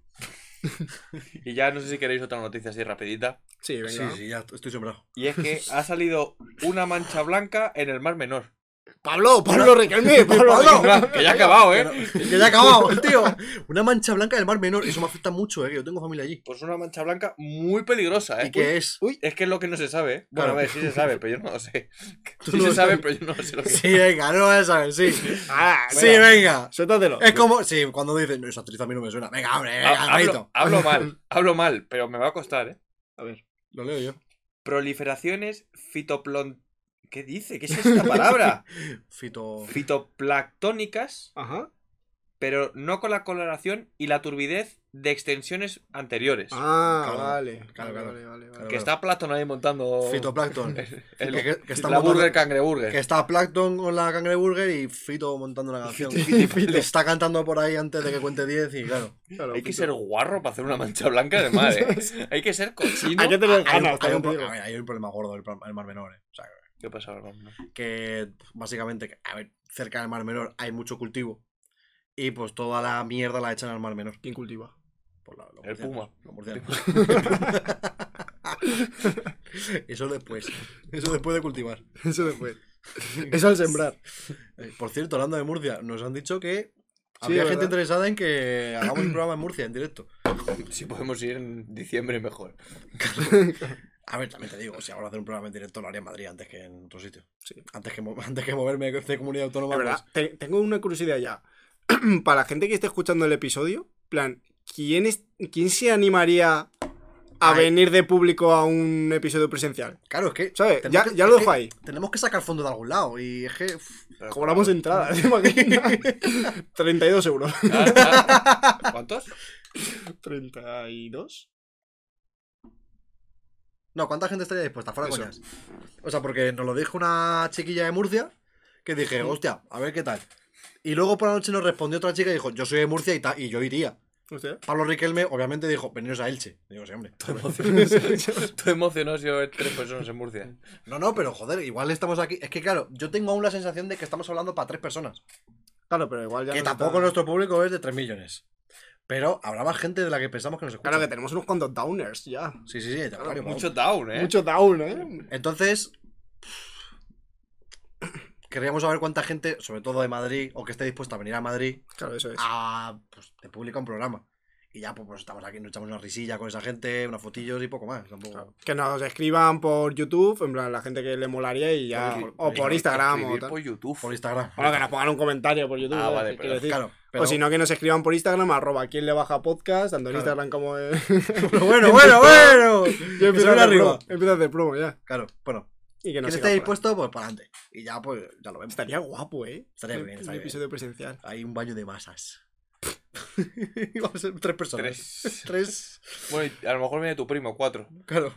Y ya no sé si queréis otra noticia así rapidita.
Sí, venga.
Sí, sí, ya estoy sembrado.
Y es que ha salido una mancha blanca en el
[laughs]
Mar Menor.
Pablo, Pablo [laughs] Riquelme. Pablo,
Pablo.
Riquelme.
Que ya ha acabado, ¿eh?
Que ya ha acabado, el [laughs] tío. Una mancha blanca del mar menor, eso me afecta mucho, eh, que yo tengo familia allí.
Pues una mancha blanca muy peligrosa, ¿eh?
¿Y qué es?
Es que es lo que no se sabe. ¿eh?
Claro.
Bueno, a ver, sí se sabe, pero yo no lo sé.
[laughs] Tú
Sí
no
se
lo
sabe,
sabes.
pero yo no lo sé lo que es.
Sí, venga, no lo vas a saber, sí.
Ah,
Sí,
venga.
venga.
Suéltatelo.
Es como, sí, cuando dicen, no, esa actriz a mí no me suena. Venga, hombre, venga,
Ha- Hablo,
hermanito. [laughs]
hablo mal, hablo mal, pero me va a costar, ¿eh?
Lo leo yo.
Proliferaciones fitoplon... ¿Qué dice? ¿Qué es esta
[laughs]
palabra?
Fito.
Fitoplanctónicas,
Ajá.
pero no con la coloración y la turbidez de extensiones anteriores.
Ah,
Claro,
vale. vale,
claro, claro.
vale, vale, vale.
Claro.
que está Platón ahí
Oh.
montando...
[laughs] Fitoplancton.
el-
que- que está
la
montando-
burger cangreburger.
Que está Plankton con la cangreburger y Fito montando una canción. [laughs] Le está cantando por ahí antes de que cuente 10 y claro.
Claro,
Hay que
pito. [laughs]
ser guarro para hacer una mancha blanca de mar, ¿eh? Hay que ser cochino.
Hay que tener
Hay un,
ganas,
hay un
también te
pro-
digo.
a ver, hay un problema gordo el, pro- el Mar Menor. eh. O sea,
¿Qué pasa, hermano?
que pues, básicamente, que, a ver, cerca del Mar Menor hay mucho cultivo y pues toda la mierda la echan al Mar Menor.
¿Quién cultiva?
Por la- los
El
murcianos,
puma.
los [laughs] murcianos. Eso después. Eso después de cultivar.
Eso después. Eso al sembrar.
Eh, Por cierto, hablando de Murcia, nos han dicho que
Sí,
había gente
¿verdad?
interesada en que
[clears throat]
hagamos un programa en Murcia en directo.
Si podemos ir en diciembre mejor.
A ver, también te digo, si ahora hacer un programa en directo lo haría en Madrid antes que en otro sitio.
Sí.
Antes que, mo- [laughs] antes que moverme de comunidad autónoma.
La verdad,
pues,
te- tengo una curiosidad ya. [clears throat] Para la gente que esté escuchando el episodio, plan, ¿quién, es, ¿quién se animaría a
Ay.
venir de público a un episodio presencial?
claro, es que.
¿Sabes?
tenemos
Ya,
que-
ya lo
es que
dejo ahí.
Tenemos que sacar fondo de algún lado y es que. uf,
Cobramos entradas, [laughs] ¿te imaginas? 32 euros. [laughs]
Claro, claro. ¿Cuántos?
¿32?
No, ¿cuánta gente estaría dispuesta? Fuera
Eso.
coñas. O sea, porque nos lo dijo una chiquilla de Murcia que dije, hostia, a ver qué tal. Y luego por la noche nos respondió otra chica y dijo, yo soy de Murcia y, ta- y yo iría.
¿Usted?
Pablo Riquelme, obviamente, dijo, veniros a Elche. Digo, sí,
[laughs]
hombre.
[laughs] Estoy emocionado si ver tres personas en Murcia.
No, no, pero joder, igual estamos aquí. Es que claro, yo tengo aún la sensación de que estamos hablando para tres personas.
Claro, pero igual ya.
que
nos
tampoco
están-
nuestro público es de tres millones. Pero habrá más gente de la que pensamos que nos escucha.
Claro que tenemos unos cuantos downers ya.
Sí, sí, sí. varios,
Mucho down, ¿eh?
Mucho down, ¿eh?
Entonces, querríamos saber cuánta gente, sobre todo de Madrid, o que esté dispuesta a venir a Madrid,
Claro, eso es.
a, pues, de público un programa. Y ya, pues, pues, estamos aquí, nos echamos una risilla con esa gente, unas fotillos y poco más. Tampoco.
Que nos escriban por YouTube, en plan, la gente que le molaría y ya.
Escri-
o por
escri-
Instagram o
escribir
tal.
por YouTube.
Por Instagram.
Bueno, que nos pongan un comentario por YouTube.
Ah,
¿sabes?
vale,
Quiero
perdón.
decir,
Claro,
Ah,
pero-
O si no, que nos escriban por Instagram, arroba quién le baja podcast, tanto en Instagram como en. [laughs]
Pero [laughs] bueno, bueno, bueno.
Yo
Que se
empiezo
ven
a hacer
arriba.
promo, empiezo a hacer promo ya.
Claro, bueno.
Y que
Quien
nos
esté dispuesto, pues para adelante. Y ya, pues, ya lo vemos.
Estaría guapo, ¿eh?
Estaría
Un-
bien,
Un
estaría bien.
episodio presencial.
Hay un baño de masas. [laughs] Vamos a ser tres personas.
Tres.
Tres.
Bueno, y a lo mejor viene tu primo, cuatro.
Claro.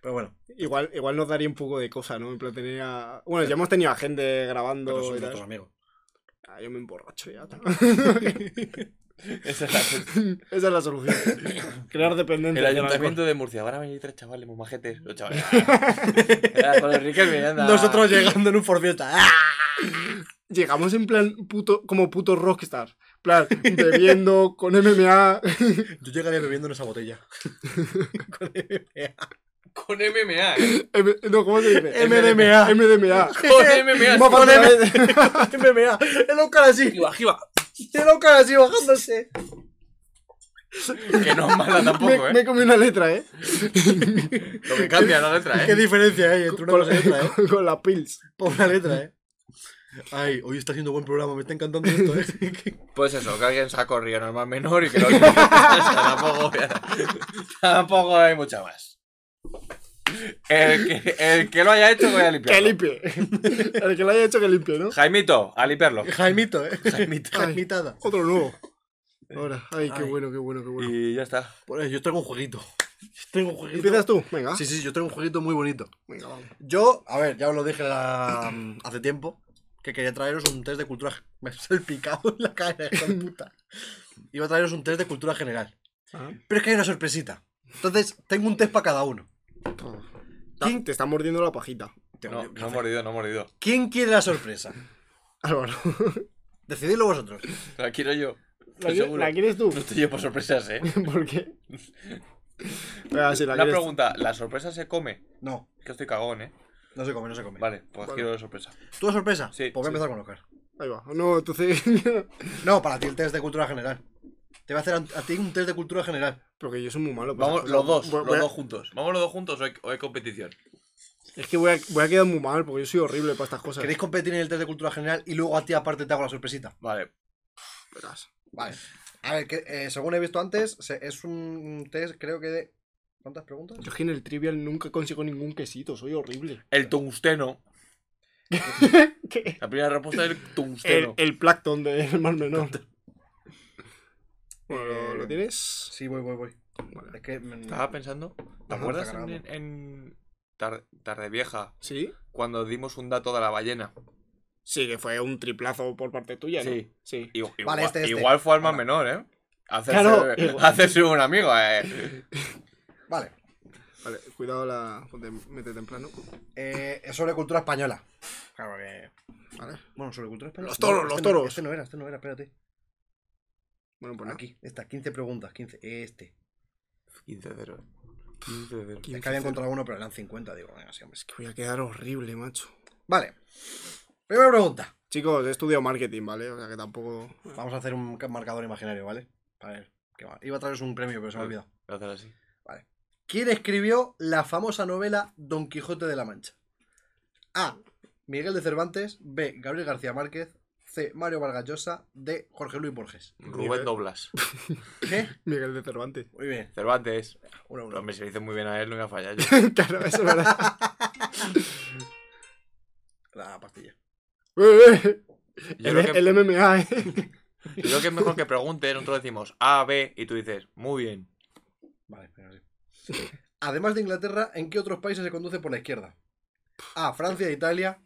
Pero bueno,
Igual, igual nos daría un poco de cosa, ¿no? En plan, tener a- Bueno, ya hemos tenido a gente grabando
pero
y tal.
somos nuestros amigos.
Ah, yo me emborracho ya. tal.
Esa es la cosa.
[laughs] Esa es la
[laughs]
solución. Crear dependencia.
El ayuntamiento de Murcia. Van a venir tres chavales muy majetes.
[laughs]
Los chavales. Ah, Con Enrique Miranda.
Nosotros llegando en un forfiesta. ¡Ah!
Llegamos en plan puto, como puto rockstar. En plan, bebiendo con MMA.
Yo llegaría bebiendo en esa botella. Con MMA.
Con
[laughs]
MMA. ¿eh?
M- no, ¿cómo se dice?
MDMA.
MDMA.
Con MMA.
Más
Con
fácil.
[laughs] MMA. El Oscar así.
Jiba, jiba.
El Oscar así bajándose.
Que no es mala tampoco,
Me, me
¿eh?
he comido una letra, ¿eh?
Lo que cambia la letra,
Qué
¿eh?
diferencia hay entre una
con,
cosa y otra, eh.
con- con la Pils.
Por una letra, eh. Ay, hoy está siendo buen programa, me está encantando esto, eh.
Pues eso, que alguien se ha corrido en el más menor y que lo [laughs] tampoco, tampoco hay mucha más. El que, el que lo haya hecho, voy a
Que
limpiarlo. [laughs]
limpie. El que lo haya hecho que limpie, ¿no?
Jaimito,
[laughs]
a limpiarlo.
[laughs] Jaimito, eh. Jaimito.
Ay.
Jaimitada.
Otro nuevo. Ahora, ay, qué
Ay.
bueno, qué bueno, qué bueno.
Eh, Y ya está.
Por eso, yo tengo un jueguito. Yo tengo un jueguito.
¿Empiezas tú? Venga.
Sí, sí, yo tengo un jueguito muy bonito.
Venga, vamos.
Yo, a ver, ya os lo dije la- hace tiempo que quería traeros un test de cultura. ge- [laughs] Me he salpicado en la [laughs] cara, hijo de puta. Iba a traeros un test de cultura general.
Ajá.
Pero es que hay una sorpresita. Entonces, tengo un test para cada uno. ¿Quién-
Te está mordiendo la pajita,
No, no he mordido, no he mordido.
¿Quién quiere la sorpresa?
Álvaro.
Decididlo vosotros.
La quiero yo.
¿La,
Estoy
qui-
seguro.
la quieres tú?
No estoy yo por sorpresas,
[laughs]
¿eh?
¿Por qué? Venga, sí, la
Una
quieres tú.
pregunta, ¿la sorpresa se come?
No,
Es que estoy cagón, ¿eh?
no se come, no se come.
Vale, pues
Vale.
quiero la sorpresa.
¿Tú la sorpresa?
Sí,
Pues voy a
sí.
empezar con Oscar.
Ahí va. No, entonces. [laughs]
No, para ti el test de cultura general. Te voy a hacer a, a ti un test de cultura general.
Porque yo soy muy malo. para
Vamos
esas
los
cosas.
dos,
Voy-
los
voy a-
dos juntos. ¿Vamos los dos juntos o hay, o hay competición?
Es que voy a, voy a quedar muy mal porque yo soy horrible para estas cosas.
¿Queréis competir en el test de cultura general y luego a ti aparte te hago la sorpresita?
Vale.
Verás.
Vale. A ver, que, eh, según he visto antes, se- es un test, creo que de. ¿Cuántas preguntas?
Yo es que en el trivial nunca consigo ningún quesito, soy horrible.
[laughs] El tungsteno. La primera respuesta es el
El,
tungsteno.
el plancton del mar menor. Bueno, ¿lo-
Eh,
¿lo tienes?
Sí, voy, voy, voy.
Vale.
Es que. mm, me-
Estaba pensando, ¿te
Ajá,
acuerdas
está
en,
cargando.
en Tar- Tardevieja
¿Sí?
cuando dimos un dato de la ballena?
Sí, que fue un triplazo por parte tuya, ¿no?
Sí.
Sí.
Igu- Igual,
Vale, este, este.
igual fue al más
Ahora.
menor, ¿eh? Hacerse,
Claro,
[laughs]
igual.
hacerse un amigo, eh.
Vale.
Vale, cuidado la. Ponte, métete en plano.
Eh, es sobre cultura española. Claro que.
Vale.
Bueno, sobre cultura española.
Los toros,
No,
los
este no-
toros.
este no era, este no era, espérate.
Bueno, pues nada.
Aquí, esta, 15 preguntas, 15. Este.
15 0. 15 0.
Es que había encontrado uno, pero eran 50, digo, venga, sí, hombre.
Es que voy a quedar horrible, macho.
Vale. Primera pregunta.
Chicos, he estudiado marketing, ¿vale? O sea que tampoco.
Vamos a hacer un ca- marcador imaginario, ¿vale? A ver, qué va. Iba a traeros un premio, pero se me ha
Vale.
olvidado.
Voy a hacer así.
¿Quién escribió la famosa novela Don Quijote de la Mancha? A. Miguel de Cervantes. B. Gabriel García Márquez. C. Mario Vargas Llosa. D. Jorge Luis Borges.
Miguel.
Rubén Doblas.
¿Qué?
Miguel de Cervantes.
Muy bien.
Cervantes.
Uno, a uno.
Pero me se le hizo muy bien a él, no iba a fallar yo.
[laughs] claro, eso es verdad. [laughs]
La pastilla.
Eh, eh, [laughs]
Yo
el,
creo, que,
el MMA, ¿eh?
yo creo que es mejor que preguntes, nosotros decimos A, B, y tú dices, muy bien.
Vale, venga, sí. [laughs] Además de Inglaterra, ¿en qué otros países se conduce por la izquierda? A. Francia e Italia.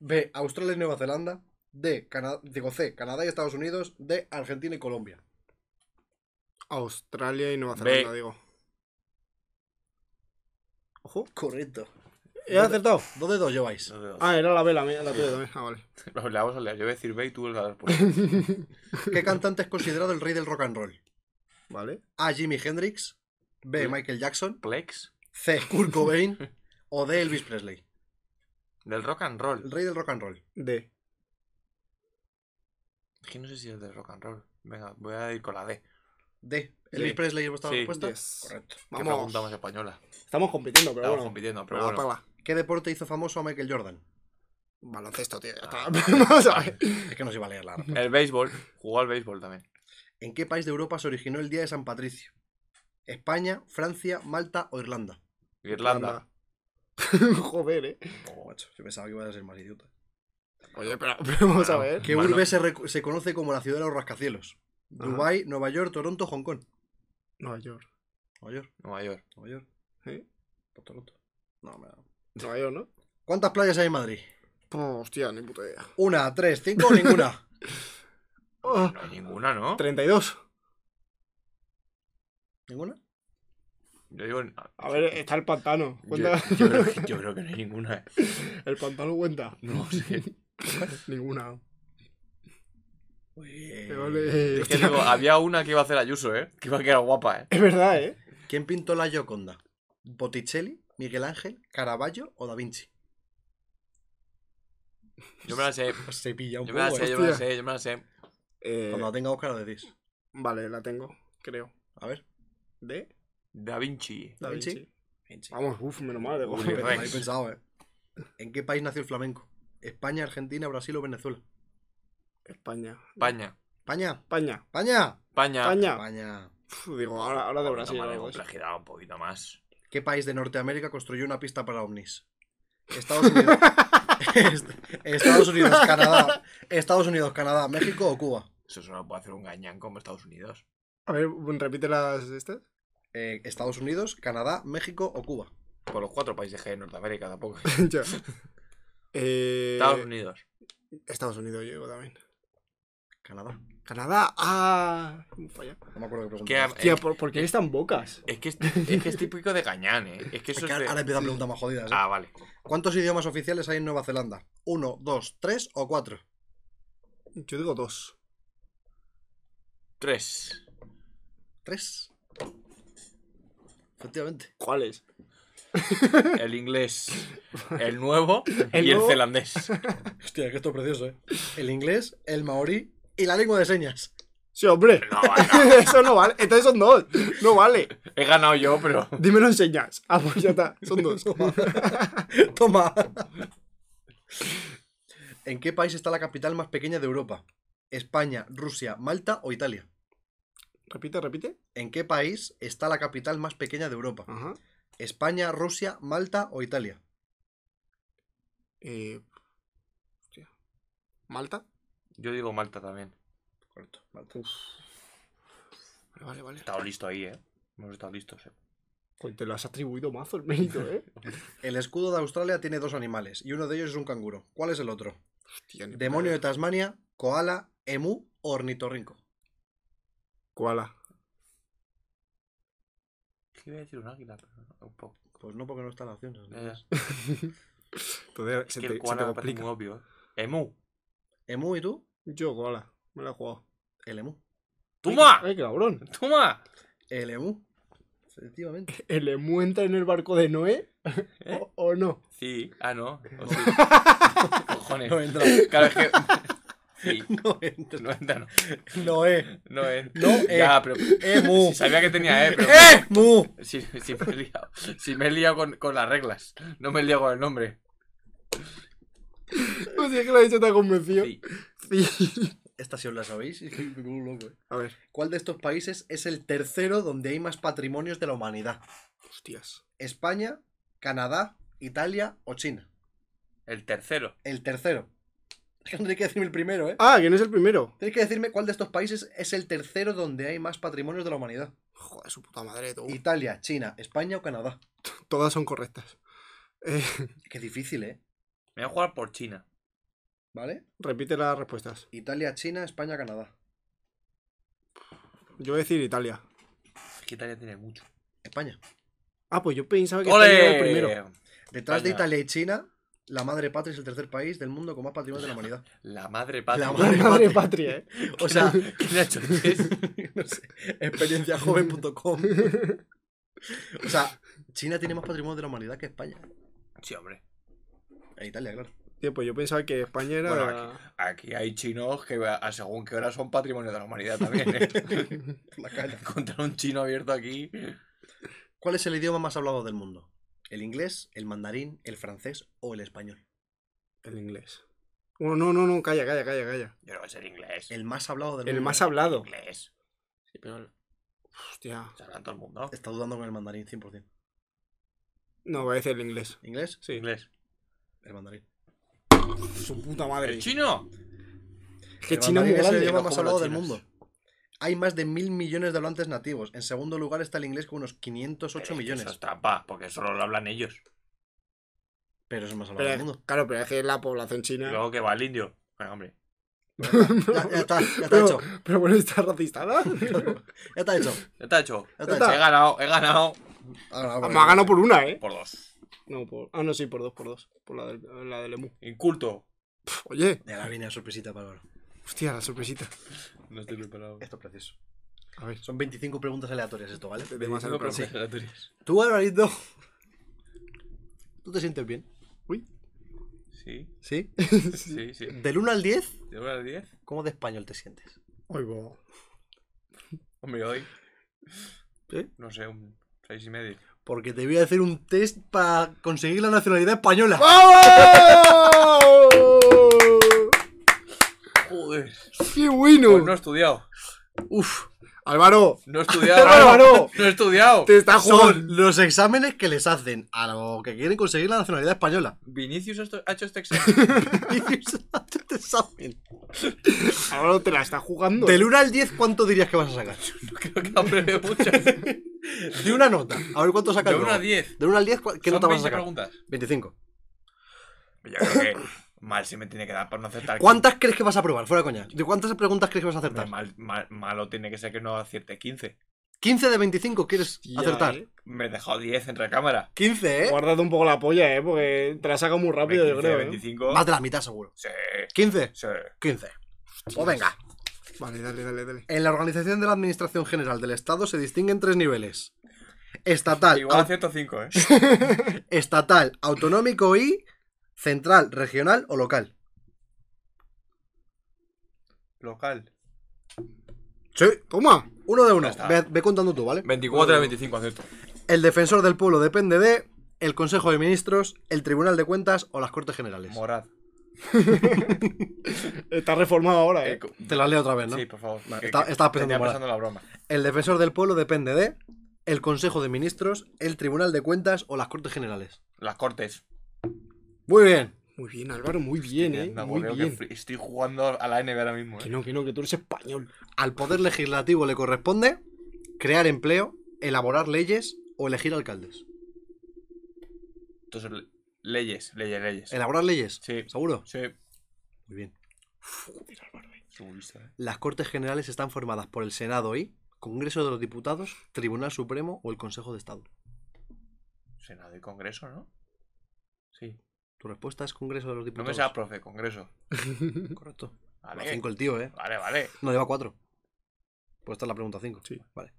B. Australia y Nueva Zelanda. D. Cana- digo C. Canadá y Estados Unidos. D. Argentina y Colombia.
Australia y Nueva
Ve.
Zelanda, digo. Ojo.
Correcto.
¿He acertado?
¿Dónde dos lleváis?
No, no, no.
Ah, era la vela, mía, la tuya también. Ah,
[laughs]
vale.
Le vamos a leer, yo voy a decir B y tú el la respuesta.
¿Qué cantante es considerado el rey del rock and roll?
Vale.
A. Jimi Hendrix. B.
Mm.
Michael Jackson.
Plex
C. Kurt Cobain. O D. Elvis Presley.
del rock and
El
roll.
rey del rock and roll.
D.
Es que no sé si es del rock and roll. Venga, voy a ir con la D.
D. Elvis
D.
Presley es vuestra
Sí.
respuesta.
Yes.
Correcto.
Qué pregunta más
Vamos.
española.
Estamos compitiendo, pero
Estamos
bueno.
compitiendo, pero
Venga,
bueno.
apaga.
¿Qué deporte hizo famoso a Michael Jordan?
Baloncesto, tío. ya
Ah,
está. [laughs] Vamos a ver.
Es que no se iba a leer la respuesta.
El béisbol. Jugó al béisbol también.
¿En qué país de Europa se originó el Día de San Patricio? ¿España, Francia, Malta o Irlanda?
Irlanda.
[laughs] Joder, eh.
Oh, macho, yo pensaba que iba a ser más idiota.
Oye, pero, pero vamos a
Claro.
ver.
¿Qué
Bueno.
urbe se, recu- se conoce como la ciudad de los rascacielos?
Ajá.
Dubái, Nueva York, Toronto, Hong Kong.
Nueva York.
Nueva York,
Nueva York.
Nueva York.
¿Sí?
Pues Toronto. No, me da-
Nueva York, ¿no?
¿Cuántas playas hay en Madrid?
Oh,
Puh, hostia, ni puta idea.
Una, tres, cinco o [laughs] ninguna.
Oh,
No, ninguna, ¿no?
32.
¿Ninguna?
Yo digo.
A ver, está el pantano.
yo,
Cuenta.
yo creo que, yo creo que no hay ninguna. eh.
[laughs] El pantano
[laughs]
cuenta.
No
[laughs]
sé.
Ninguna.
Uy.
Ole,
Eh, Es que
hostia.
digo, había una que iba a hacer Ayuso, ¿eh? Que iba a quedar guapa, ¿eh?
Es verdad, ¿eh?
¿Quién pintó la Gioconda? ¿Botticelli, Miguel Ángel, Caravaggio o Da Vinci?
Yo me la sé.
Se pilla un
Yo me la
poco,
sé,
¿eh?
yo me la
hostia.
sé, yo me la sé.
Eh,
Cuando la tenga Oscar lo decís.
Vale, la tengo, creo.
A ver.
¿De?
Da Vinci.
Da Vinci.
Vamos, uff, menos mal. eh.
Uy,
joder.
Lo habéis
Rex.
pensado, ¿eh? ¿En qué país nació el flamenco? ¿España, Argentina, Brasil o Venezuela?
España.
Paña.
¿España?
España.
¿España?
Paña.
España.
España.
Uf, digo, ahora, ahora de
Bueno,
Brasil.
vale,
algo así.
complejidad un poquito más.
¿Qué país de Norteamérica construyó una pista para ovnis? Estados [laughs] Unidos. Est- Estados Unidos, Canadá. Estados Unidos, Canadá, México o Cuba.
Eso solo puede hacer un gañán como Estados Unidos.
A ver, repite las estas. [laughs]
Eh, Estados Unidos, Canadá, México o Cuba.
Por los cuatro países que hay en
[laughs]
Norteamérica tampoco.
Ya. Eh,
Estados Unidos.
Estados Unidos llego también.
Canadá.
Canadá. Ah. Falla.
No me acuerdo qué
Que,
pregunta.
eh,
Hostia, ¿por, por qué eres tan bocas?
es, que es, es que es típico de gañán, ¿eh? Es que
Es
eso
que
es de-
ahora empiezan preguntas más jodidas. ¿eh?
Ah, vale.
¿Cuántos idiomas oficiales hay en Nueva Zelanda? ¿Uno, dos, tres o cuatro?
Yo digo dos.
[laughs]
Tres.
Tres. Efectivamente.
¿Cuáles?
El inglés.
[laughs]
El nuevo
El
y el
nuevo.
zelandés.
Hostia, que esto es precioso, ¿eh? El inglés, el maorí y la lengua de [laughs] señas.
Sí, [laughs] hombre.
No, vale.
Eso no vale. Entonces son dos. No vale.
He ganado yo, pero.
Dímelo en señas. Ah, pues ya está. Son dos.
Toma. ¿En qué país está la capital más pequeña de Europa? ¿España, Rusia, Malta o Italia?
repite, repite.
¿En qué país está la capital más pequeña de Europa?
Ajá.
¿España, Rusia, Malta o Italia?
Eh, hostia. ¿Malta?
Yo digo Malta también.
Correcto, Malta.
Uf. Vale, vale, vale.
Estado listo ahí, ¿eh? Hemos estado listos. ¿eh?
Joder, te lo has atribuido mazo el mérito, ¿eh?
El escudo de Australia tiene dos animales y uno de ellos es un canguro. ¿Cuál es el otro?
Hostia, ni puta
Demonio de
idea.
Tasmania, koala, emu o ornitorrinco.
Koala.
¿Qué iba a decir un águila? Pero no, un poco.
Pues no, porque no está la opción.
Ya, ya.
Entonces
Es
se
que
te,
el
se te
koala me parece
complica.
muy obvio. ¿eh? Emu.
¿Emu y tú?
Yo, koala. Me la he jugado.
El emu.
¡Toma!
Ay,
[laughs]
cabrón.
¡Toma!
El emu. Efectivamente.
¿El emu entra en el barco de Noé?
¿Eh?
¿O, o no?
Sí.
[laughs]
Ah, no. O sí. Cojones.
No entra.
Claro, es
[laughs]
que. Sí.
[laughs] No entra.
No entra, no.
No eh.
No es.
No es.
Ya, pero.
Emu.
[laughs] Sí, sabía que tenía E, pero.
[laughs] ¡Emu!
Sí, [laughs] sí me he liado. Sí me he liado con, con las reglas. No me he liado con el nombre.
O sea, que lo he dicho tan convencido.
Sí.
Sí. [laughs]
Esta sí os la sabéis. Me pongo un loco, eh.
A ver.
¿Cuál de estos países es el tercero donde hay más patrimonios de la humanidad?
Hostias.
¿España, Canadá, Italia o China?
El tercero.
El tercero. [laughs] Es que no tenéis que decirme el primero, ¿eh?
Ah, que no es el primero.
Tenéis que decirme cuál de estos países es el tercero donde hay más patrimonios de la humanidad.
Joder, su puta madre, tú.
Italia, China, España o Canadá.
Todas son correctas. Eh, [laughs]
Qué difícil, ¿eh?
Me voy a jugar por China.
¿Vale?
repite las respuestas.
Italia, China, España, Canadá.
Yo voy a decir Italia.
Es que Italia tiene mucho.
España.
Ah, pues yo pensaba que España era el [laughs] primero.
¡Ole!
Detrás de
España.
Italia y China, la madre patria es el tercer país del mundo con más patrimonio de la humanidad.
La madre patria.
La
La
madre
madre
patria.
patria, ¿eh?
[laughs] O sea,
¿Quién ha hecho esto?
no sé, experienciajoven.com. O sea, China tiene más patrimonio de la humanidad que España.
Sí, hombre.
E Italia, claro.
tiempo. pues Yo pensaba que España era.
Bueno, Aquí hay chinos que a a según qué hora son patrimonio de la humanidad
[laughs]
también. ¿eh?
La caña.
Encontrar un chino abierto aquí.
¿Cuál es el idioma más hablado del mundo? ¿El inglés, el mandarín, el francés o el español?
[laughs] El inglés. Bueno, no, no, no, calla, calla, calla, calla.
Yo no voy a ser inglés.
El más hablado del mundo.
El más hablado.
Inglés. Sí, pero
Hostia.
se habla en todo el mundo.
Está dudando con el mandarín 100%.
No, va a decir el inglés.
¿Inglés?
Sí.
Inglés.
El mandarín.
Su puta madre.
Pues
¡El chino!
Que
el
chino muy
mandarín es el
grande.
idioma
no
más
como los
hablado del
chinos.
mundo. Hay más de mil millones de hablantes nativos. En segundo lugar está el inglés con unos 508
Pero es que
millones.
Eso es trampa, porque solo lo hablan ellos.
Pero es el más hablado del
Pero,
mundo.
claro, pero es que la población [laughs]
Y
china.
luego que va el indio. Bueno, hombre.
[laughs] Ya, ya está, ya está
pero,
hecho.
pero bueno, está racista, ¿no?
Ya está hecho.
Ya está hecho.
Ya está
está.
He ganado, he ganado.
Ahora,
Me
bueno,
ha ganado por una, ¿eh?
Por dos.
No, por... Ah, no, sí, por dos, por dos. Por la del, la del emu.
Inculto.
Pf, Oye,
Ya viene la sorpresita para ahora.
hostia, la sorpresita.
No estoy preparado.
Esto es precioso.
A ver,
Son 25 preguntas aleatorias esto, ¿vale?
de más al
Tengo
programa.
preparatoria.
Tú, Alvarito. ¿Tú te sientes bien?
Sí,
¿Sí?
sí, [laughs] sí.
Del 1 al 10,
¿De 1 a 10?
¿cómo de español te sientes?
Oigo.
Hombre, hoy.
¿Sí?
No sé, un 6 y medio.
Porque te voy a hacer un test para conseguir la nacionalidad española.
¡Vamos!
Joder.
¡Qué bueno!
Pues no he estudiado.
Uf. Álvaro,
[laughs] No he estudiado.
Álvaro.
No he estudiado.
te
ah,
está
Son
jugando.
los exámenes que les hacen a los que quieren conseguir la nacionalidad [laughs] española.
Vinicius ha estu- ha hecho este examen. [laughs]
Te examen.
Álvaro te la está jugando.
Del 1 al 10, ¿cuánto dirías que vas a [laughs] sacar?
Creo que aprende [laughs] mucho. De
De una nota. A ver cuánto sacas.
1
luego.
a 10.
Del 1 al 10, ¿cuál- ¿qué
Son
nota vas a
20
sacar?
preguntas.
25.
Yo creo que mal se me tiene que dar para no acertar.
¿Cuántas crees que vas a probar? Fuera coña. ¿De cuántas preguntas crees que vas a
Hombre,
acertar?
mal- mal- malo tiene que ser que no acierte 15.
15 de 25 quieres
Hostia,
acertar.
eh.
Me he dejado 10 en recámara.
15, ¿eh?
Guárdate un poco la polla, eh, porque te la saca muy rápido, yo
15,
creo. ¿eh?
25.
Más de la mitad seguro.
Sí,
15,
sí.
15. O venga.
Vale, dale, dale, dale.
En la organización de la Administración General del Estado se distinguen tres niveles. Estatal,
Igual
au-
105, ¿eh?
estatal, autonómico y central, regional o local.
Local.
Sí, toma.
Uno de uno.
Ya está.
Ve, ve contando tú, ¿vale?
24 de 25 acierto.
El defensor del pueblo depende de el Consejo de Ministros, el Tribunal de Cuentas o las Cortes Generales.
Morad.
Está reformado ahora, eh.
Eco.
Te las leo otra vez, ¿no?
Sí, por favor.
Vale,
Que-
está-
que-
estaba pensando
tenía
en Morad.
pensando la broma.
El defensor del pueblo depende de el Consejo de Ministros, el Tribunal de Cuentas o las Cortes Generales.
Las cortes.
Muy bien.
Muy bien, Álvaro, muy bien, eh.
Anda,
Muy
boleo, que
bien.
fri- estoy jugando a la NBA ahora mismo. ¿eh?
Que no, que no, que tú eres español.
Al poder legislativo le corresponde crear empleo, elaborar leyes o elegir alcaldes.
Entonces, le- leyes, leyes, leyes.
¿Elaborar leyes?
Sí.
¿Seguro?
Sí.
Muy bien.
Joder, Álvaro. eh.
Qué budista, ¿eh?
Las Cortes Generales están formadas por el Senado y Congreso de los Diputados, Tribunal Supremo o el Consejo de Estado.
Senado y Congreso, ¿no? Sí.
Tu respuesta es Congreso de los
No me
Diputados.
seas profe, Congreso.
Correcto.
Vale.
Va cinco el tío, ¿eh?
Vale, vale.
No, lleva cuatro. Pues esta es la pregunta cinco.
Sí.
Vale.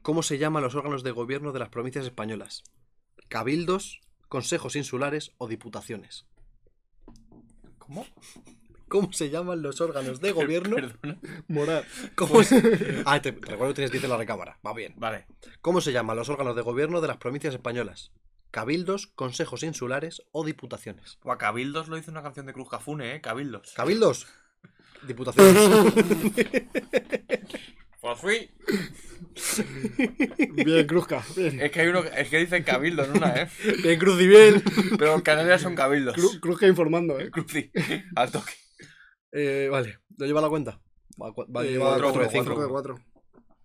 ¿Cómo se llaman los órganos de gobierno de las provincias españolas? ¿Cabildos, consejos insulares o diputaciones?
¿Cómo?
¿Cómo se llaman los órganos
[laughs]
de gobierno?
[laughs] Perdona.
[laughs] Moral.
¿Cómo se- [laughs] Ah, te, te recuerdo que tienes 10 en la recámara. Va bien.
Vale.
¿Cómo se llaman los órganos de gobierno de las provincias españolas? ¿Cabildos, consejos insulares o diputaciones?
Buah, Cabildos lo hizo una canción de Cruz Cafune, ¿eh? Cabildos.
¿Cabildos?
[laughs]
Diputaciones.
Pues fui.
Bien, Cruzca. Bien.
Es que hay uno que- es que dicen Cabildos en una, ¿eh?
Bien, Crucibel.
Pero en Canarias son Cabildos.
Cru- Cruzca informando, eh.
[laughs]
Cruci. Al toque.
Eh, vale. ¿Lo lleva la cuenta? Va, cua- va,
Eh,
lleva
cuatro,
cuatro de
cuatro,
cinco.
[laughs] cuatro.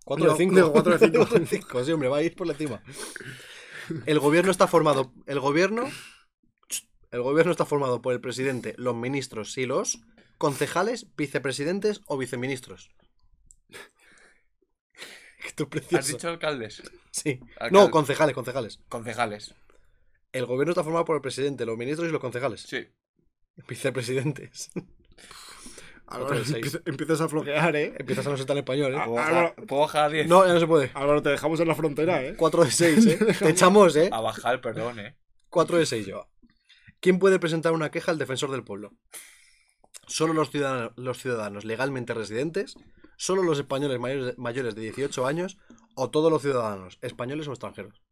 Cuatro de
Digo,
cinco.
digo, cuatro de cinco.
[laughs] Cuatro cinco, sí, hombre, va a ir por la cima. El gobierno está formado. El gobierno. El gobierno está formado por el presidente, los ministros y los concejales, vicepresidentes o viceministros. Esto es
Has
precioso.
dicho alcaldes.
Sí.
Alcalde.
No, concejales, concejales.
Concejales.
El gobierno está formado por el presidente, los ministros y los concejales.
Sí.
Vicepresidentes.
Álvaro,
Cuatro de seis.
empie- empiezas a floquear, eh.
[laughs] Empiezas a no ser tan español, ¿eh?
¿Puedo bajar, puedo bajar a 10?
No, ya no se puede.
Álvaro, te dejamos en la frontera, eh.
[laughs] 4 de 6, ¿eh? Te echamos, ¿eh?
A bajar, perdón, ¿eh?
4 de 6 lleva. ¿Quién puede presentar una queja al defensor del pueblo? Solo los ciudadanos, los ciudadanos legalmente residentes, solo los españoles mayores, mayores de 18 años o todos los ciudadanos, españoles o extranjeros.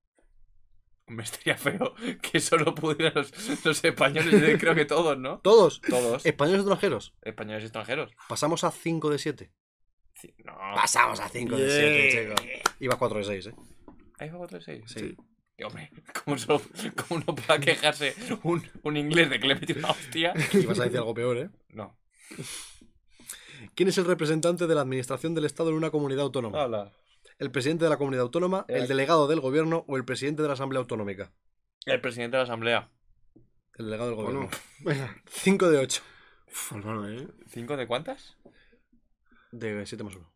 Me estaría feo que solo pudieran los, los españoles, yo creo que todos, ¿no?
Todos,
Todos.
españoles o extranjeros.
Españoles y extranjeros.
Pasamos a 5 de 7.
Sí, No.
Pasamos a 5 de 7, chicos. Ibas 4 de 6, ¿eh?
Ahí va otro seis.
Sí.
Y, Hombre, ¿cómo, solo- cómo no pueda quejarse un, un inglés de que le metió una hostia?
Ibas a decir algo peor, ¿eh?
No.
¿Quién es el representante de la administración del Estado en una comunidad autónoma?
Hola.
¿El presidente de la comunidad autónoma,
Eh.
el delegado del gobierno o el presidente de la asamblea autonómica?
El presidente de la asamblea.
El delegado del
Bueno,
gobierno.
venga.
5 de 8.
Uf, Álvaro, ¿eh?
¿Cinco de cuántas?
De 7 más 1.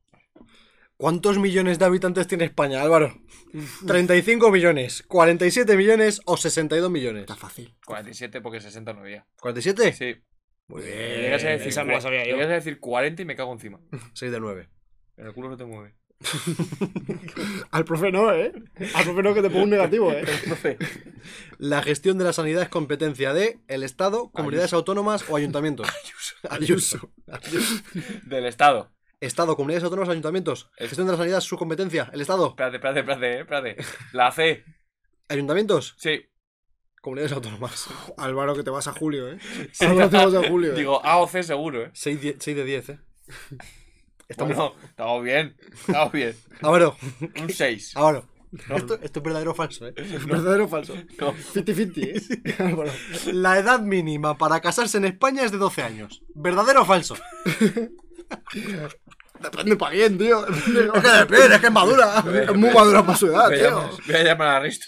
¿Cuántos millones de habitantes tiene España, Álvaro? ¿35 millones, 47 millones o 62 millones?
Está fácil.
47 porque 60 no había.
¿47?
Sí.
Eh,
Muy
Me Eh, llegas a
bien.
decir,
esa me la sabía yo.
me llegas a decir 40 y me cago encima.
6 de 9.
En el culo no
[laughs]
te mueve.
Al profe no, ¿eh? Al profe no, que te pongo un negativo, ¿eh? [laughs]
La gestión de la sanidad es competencia de el Estado, comunidades autónomas o
[laughs]
ayuntamientos. Ayuso.
Del Estado.
Estado, comunidades autónomas, ayuntamientos.
Es-
Gestión de la sanidad es su competencia. El Estado,
Espérate, espérate, espérate, eh, espérate. La C.
ayuntamientos,
Sí.
comunidades autónomas.
Álvaro, que te vas a julio, ¿eh? Álvaro, te [laughs] vas a julio. ¿eh?
Digo, A o C seguro, ¿eh?
6 de 10,
[laughs]
eh. Estamos...
Bueno, estamos bien. Estamos bien. [laughs]
Álvaro,
Un 6.
Álvaro. Esto, esto es verdadero o falso, eh.
¿Verdadero o falso?
No.
50-50, ¿eh? [laughs] Álvaro.
La edad mínima para casarse en España es de 12 años. ¿Verdadero o falso?
Depende para quién, tío. [laughs] Depende-
[laughs] que depende, es que es madura.
Es muy madura para su
Ah,
edad,
Voy a
tío.
llamar- voy a llamar a Risto.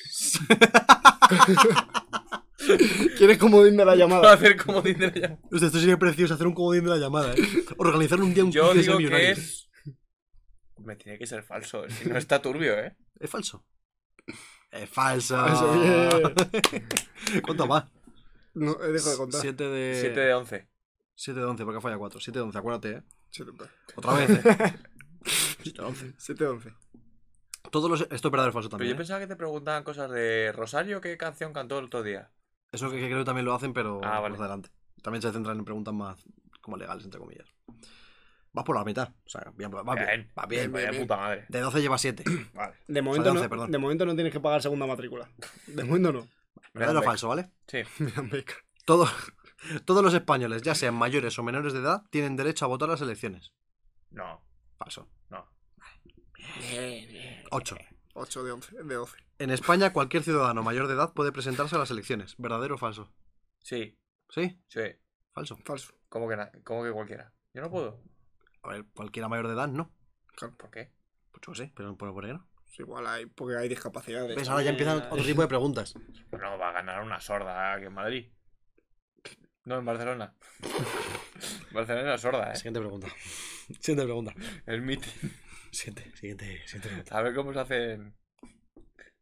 ¿Quieres comodín de la
Voy
[laughs]
a
llamada?
hacer como dice la llamada.
[laughs] Hostia, esto sería precioso hacer un comodín de la llamada, eh. Organizar un día un
Yo
quiz de
digo que
millonarios.
es. Me tiene que ser falso. Si no está turbio, ¿eh?
Es falso. Es falso.
Eso, bien.
[laughs] ¿Cuánto va?
No, eh, dejo de contar.
7 de...
7 de 11.
7 de 11, porque falla 4. 7 de 11, acuérdate, ¿eh?
Siete, pa-
Otra [laughs] vez. eh. 7 de 11.
7-11.
Todos los... Esto es verdadero o falso
Pero
también.
yo
¿eh?
pensaba que te preguntaban cosas de Rosario, ¿qué canción cantó el otro día?
Eso que, que creo que también lo hacen, pero
Ah, vale.
más adelante. También se centran en preguntas más como legales, entre comillas. Vas por la mitad. O sea, bien, va bien.
Bien.
Va bien.
Vaya puta madre.
De 12 lleva 7.
Vale.
De momento,
11,
no,
perdón.
de momento no tienes que pagar segunda matrícula. De momento no.
Verdadero o falso, ¿vale? [laughs]
Sí.
Me dan beca.
Todos, [laughs] todos los españoles, ya sean mayores o menores de edad, tienen derecho a votar las elecciones.
No,
Falso.
no.
8.
8 de 11, de 12.
En España, cualquier ciudadano mayor de edad puede presentarse a las elecciones. ¿Verdadero o falso?
Sí,
¿Sí?
sí.
Falso.
Falso.
Como que, na- como que cualquiera. Yo no puedo.
A ver, cualquiera mayor de edad, no.
¿Por qué?
Pues yo qué sé, pero por, por qué no.
Es igual hay, porque hay discapacidades.
¿Ves? Pues Ahora ya empiezan otro tipo de preguntas.
No, va a ganar una sorda aquí en Madrid. No, en Barcelona.
[laughs]
Barcelona es sorda, ¿eh?
Siguiente pregunta. [laughs] Siguiente pregunta.
El meeting.
Siguiente, siguiente, siguiente pregunta.
A ver cómo se hacen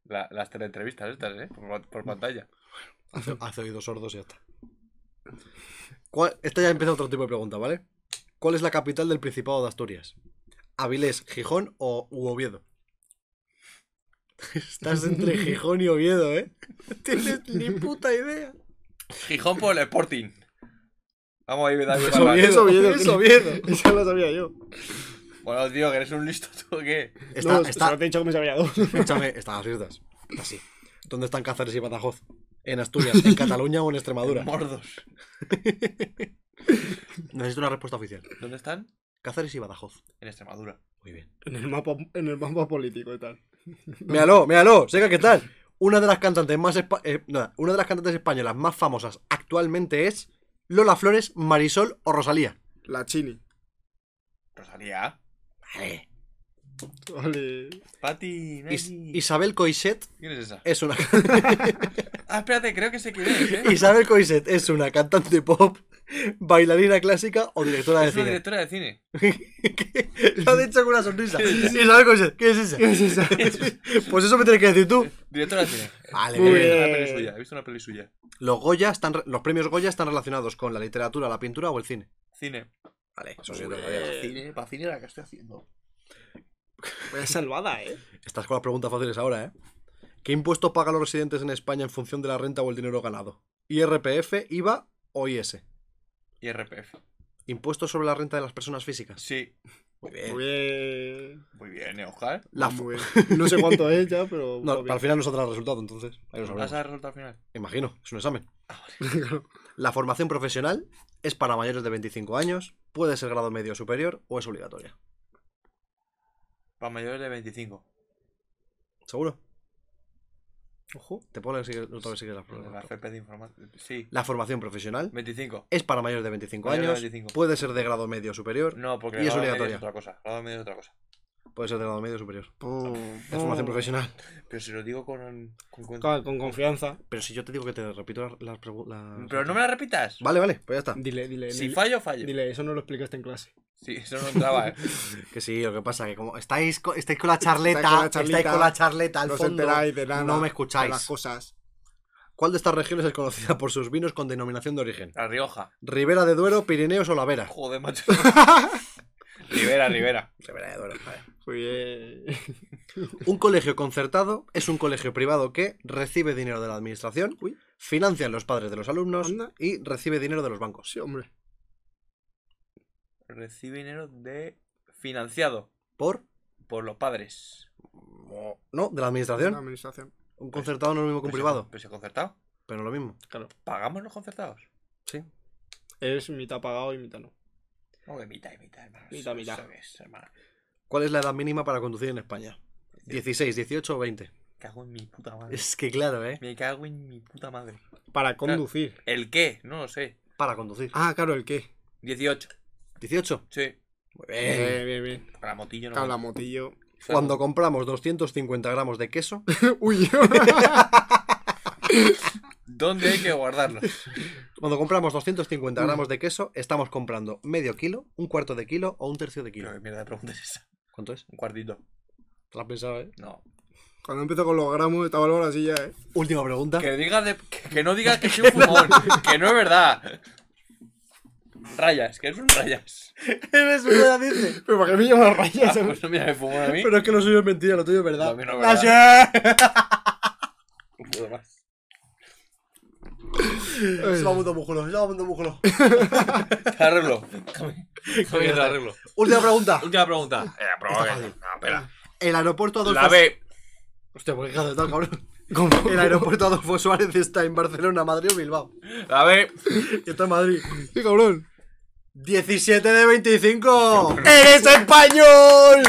la- las teleentrevistas estas, ¿eh? Por, por pantalla.
Hace, hace oídos sordos y ya está. ¿Cuál- esta ya empieza otro tipo de pregunta, ¿vale? ¿Cuál es la capital del Principado de Asturias? ¿Avilés, Gijón o u Oviedo? [laughs] Estás [laughs] entre Gijón y Oviedo, ¿eh? No tienes ni puta idea.
Gijón por el Sporting. Vamos ahí, David.
Es Oviedo,
Es Oviedo,
es
tío. [laughs]
Oviedo.
Esa lo sabía yo.
Bueno, tío, que eres un listo [laughs] tú, o ¿qué?
Está,
no,
está,
Solo te he dicho que me sabía dos.
escúchame, están las islas. Está así. ¿Dónde están Cáceres y Badajoz? ¿En Asturias, en Cataluña o en [laughs] Extremadura?
Mordos.
Necesito una respuesta oficial.
¿Dónde están?
Cáceres y Badajoz.
En Extremadura.
Muy bien.
[laughs] En el mapa, en el mapa político y tal.
Míralo, míralo, seca qué [laughs] tal. Una de las cantantes más espa- eh, nada, una de las cantantes españolas más famosas actualmente es Lola Flores, Marisol o Rosalía.
La Chini.
Rosalía.
Ole.
Pati.
Is-
Nani.
Isabel Coixet
¿Quién es esa?
es una [laughs]
Ah, espérate, creo que sé quién es, ¿eh?
Isabel Coixet es una cantante pop, bailarina clásica o directora de
Es una
cine.
directora de cine.
Lo ha dicho con una sonrisa. Isabel Coixet, ¿qué es esa? [laughs] pues eso me tienes que decir tú.
Directora de cine.
Vale,
He
Muy
bien.
visto una
bien.
peli suya. He visto una peli suya.
Los Goya están re- los premios Goya están relacionados con la literatura, la pintura o el cine.
Cine. Eh,
Vale, eso sí es verdadero.
Cine, para cine la que estoy haciendo.
Pues
Vaya salvada, ¿eh?
Estás con las preguntas fáciles ahora, ¿eh? ¿Qué impuesto pagan los residentes en España en función de la renta o el dinero ganado? IRPF, IVA o IS.
Y RPF.
Impuestos sobre la renta de las personas físicas.
Sí. Muy bien.
Muy Pues bien.
Muy bien, ¿eh, Oscar?
La fu-
Muy [laughs] bien. No sé cuánto es ya, pero.
No,
va bien.
al final nos saldrá el resultado, entonces. Ahí lo
¿Vas
sabremos.
a dar resultado final?
Imagino, es un examen.
[laughs] Claro.
La formación profesional es para mayores de 25 años, puede ser grado medio o superior o es obligatoria.
Para mayores de 25.
¿Seguro?
Ojo.
Te ponen sigue- otra vez sigue la
Los de La
pregunta.
FP de informática. Sí.
La formación profesional
25.
es para mayores de 25
Mayores de
años,
25.
puede ser de grado medio o superior,
No, porque
Y es
grado medio
obligatoria.
es otra cosa. Grado medio es otra cosa.
puede ser de grado medio o superior.
Pum,
La formación
pum.
profesional.
Pero si lo digo con. con- con-
Claro, con confianza.
Pero si yo te digo que te repito las la, preguntas.
Pero no me la repitas.
Vale, vale, pues
[laughs]
ya está.
Dile, dile.
Si
dile,
fallo, fallo.
dile, eso no lo explicaste en clase.
Sí, eso no entraba, ¿eh?
Que sí, lo que pasa es que como estáis con, estáis con la charleta,
Estáis con la charlita,
estáis con la charleta al
no os
fondo,
enteráis de nada.
no me
de las
escucháis.
cosas.
¿Cuál de estas regiones es conocida por sus vinos con denominación de origen?
La Rioja.
¿Ribera de Duero, Pirineos o La Vera?
Joder, macho. Rivera, Rivera.
Ribera de Duero, vale.
Muy bien.
Un colegio concertado es un colegio privado que recibe dinero de la administración,
Uy.
financian los padres de los alumnos
Anda.
y recibe dinero de los bancos.
Sí, hombre.
Recibe dinero de. Financiado
¿Por?
por los padres.
No, de la
La
administración.
administración.
Un concertado no es lo mismo que un
Pues
Pero se-
privado,
Pero se concertado.
pero lo mismo.
¿Pagamos los concertados?
Sí.
Es mitad pagado y mitad no.
No, que mitad y mitad, hermano.
Mitad,
Eso-
mitad.
eso es, hermano.
¿Cuál es la edad mínima para conducir en España? 16, 18 o 20.
Me cago en mi puta madre.
Es que claro, ¿eh?
Me cago en mi puta madre.
Para conducir.
¿El qué? No lo sé.
Para conducir.
Ah, claro, el qué.
18.
18.
Sí.
Muy
Eh, Bien, bien, bien.
Porque la motillo no.
Claro, la motillo.
Cuando compramos 250 gramos de queso,
[laughs] Uy,
¿Dónde hay que guardarlo?
cuando compramos 250
Mm.
gramos de queso, estamos comprando medio kilo, un cuarto de kilo o un tercio de
Pero
kilo.
qué mierda de pregunta es esa.
¿Cuánto es?
Un cuartito.
¿Te lo has pensado, eh?
No.
cuando empiezo con los gramos, estaba ahora sí ya, ¿eh?
Última pregunta. [laughs]
Que diga de- que, que no digas que soy un fumón. que no es verdad. Rayas, que eres un rayas.
Eres una dice.
Pero ¿para qué me llaman
Ah,
rayas? eh?
pues no me llames fumón a mí.
Pero es que lo suyo es mentira, lo tuyo es verdad.
Lo mío no es Un puto más.
Se va apuntando músculo, se va apuntando músculo.
Te arreglo. Déjame que te arreglo.
Última pregunta.
Última pregunta. Eh,
Está
prueba.
fácil.
No, espera.
El aeropuerto Adolfo...
La B.
Hostia, pues, ¿por qué has acertado, cabrón?
¿Cómo?
El aeropuerto Adolfo Suárez está en Barcelona, Madrid o Bilbao.
La B.
Y está en Madrid.
Sí, cabrón.
17 de 25.
¡Eres español!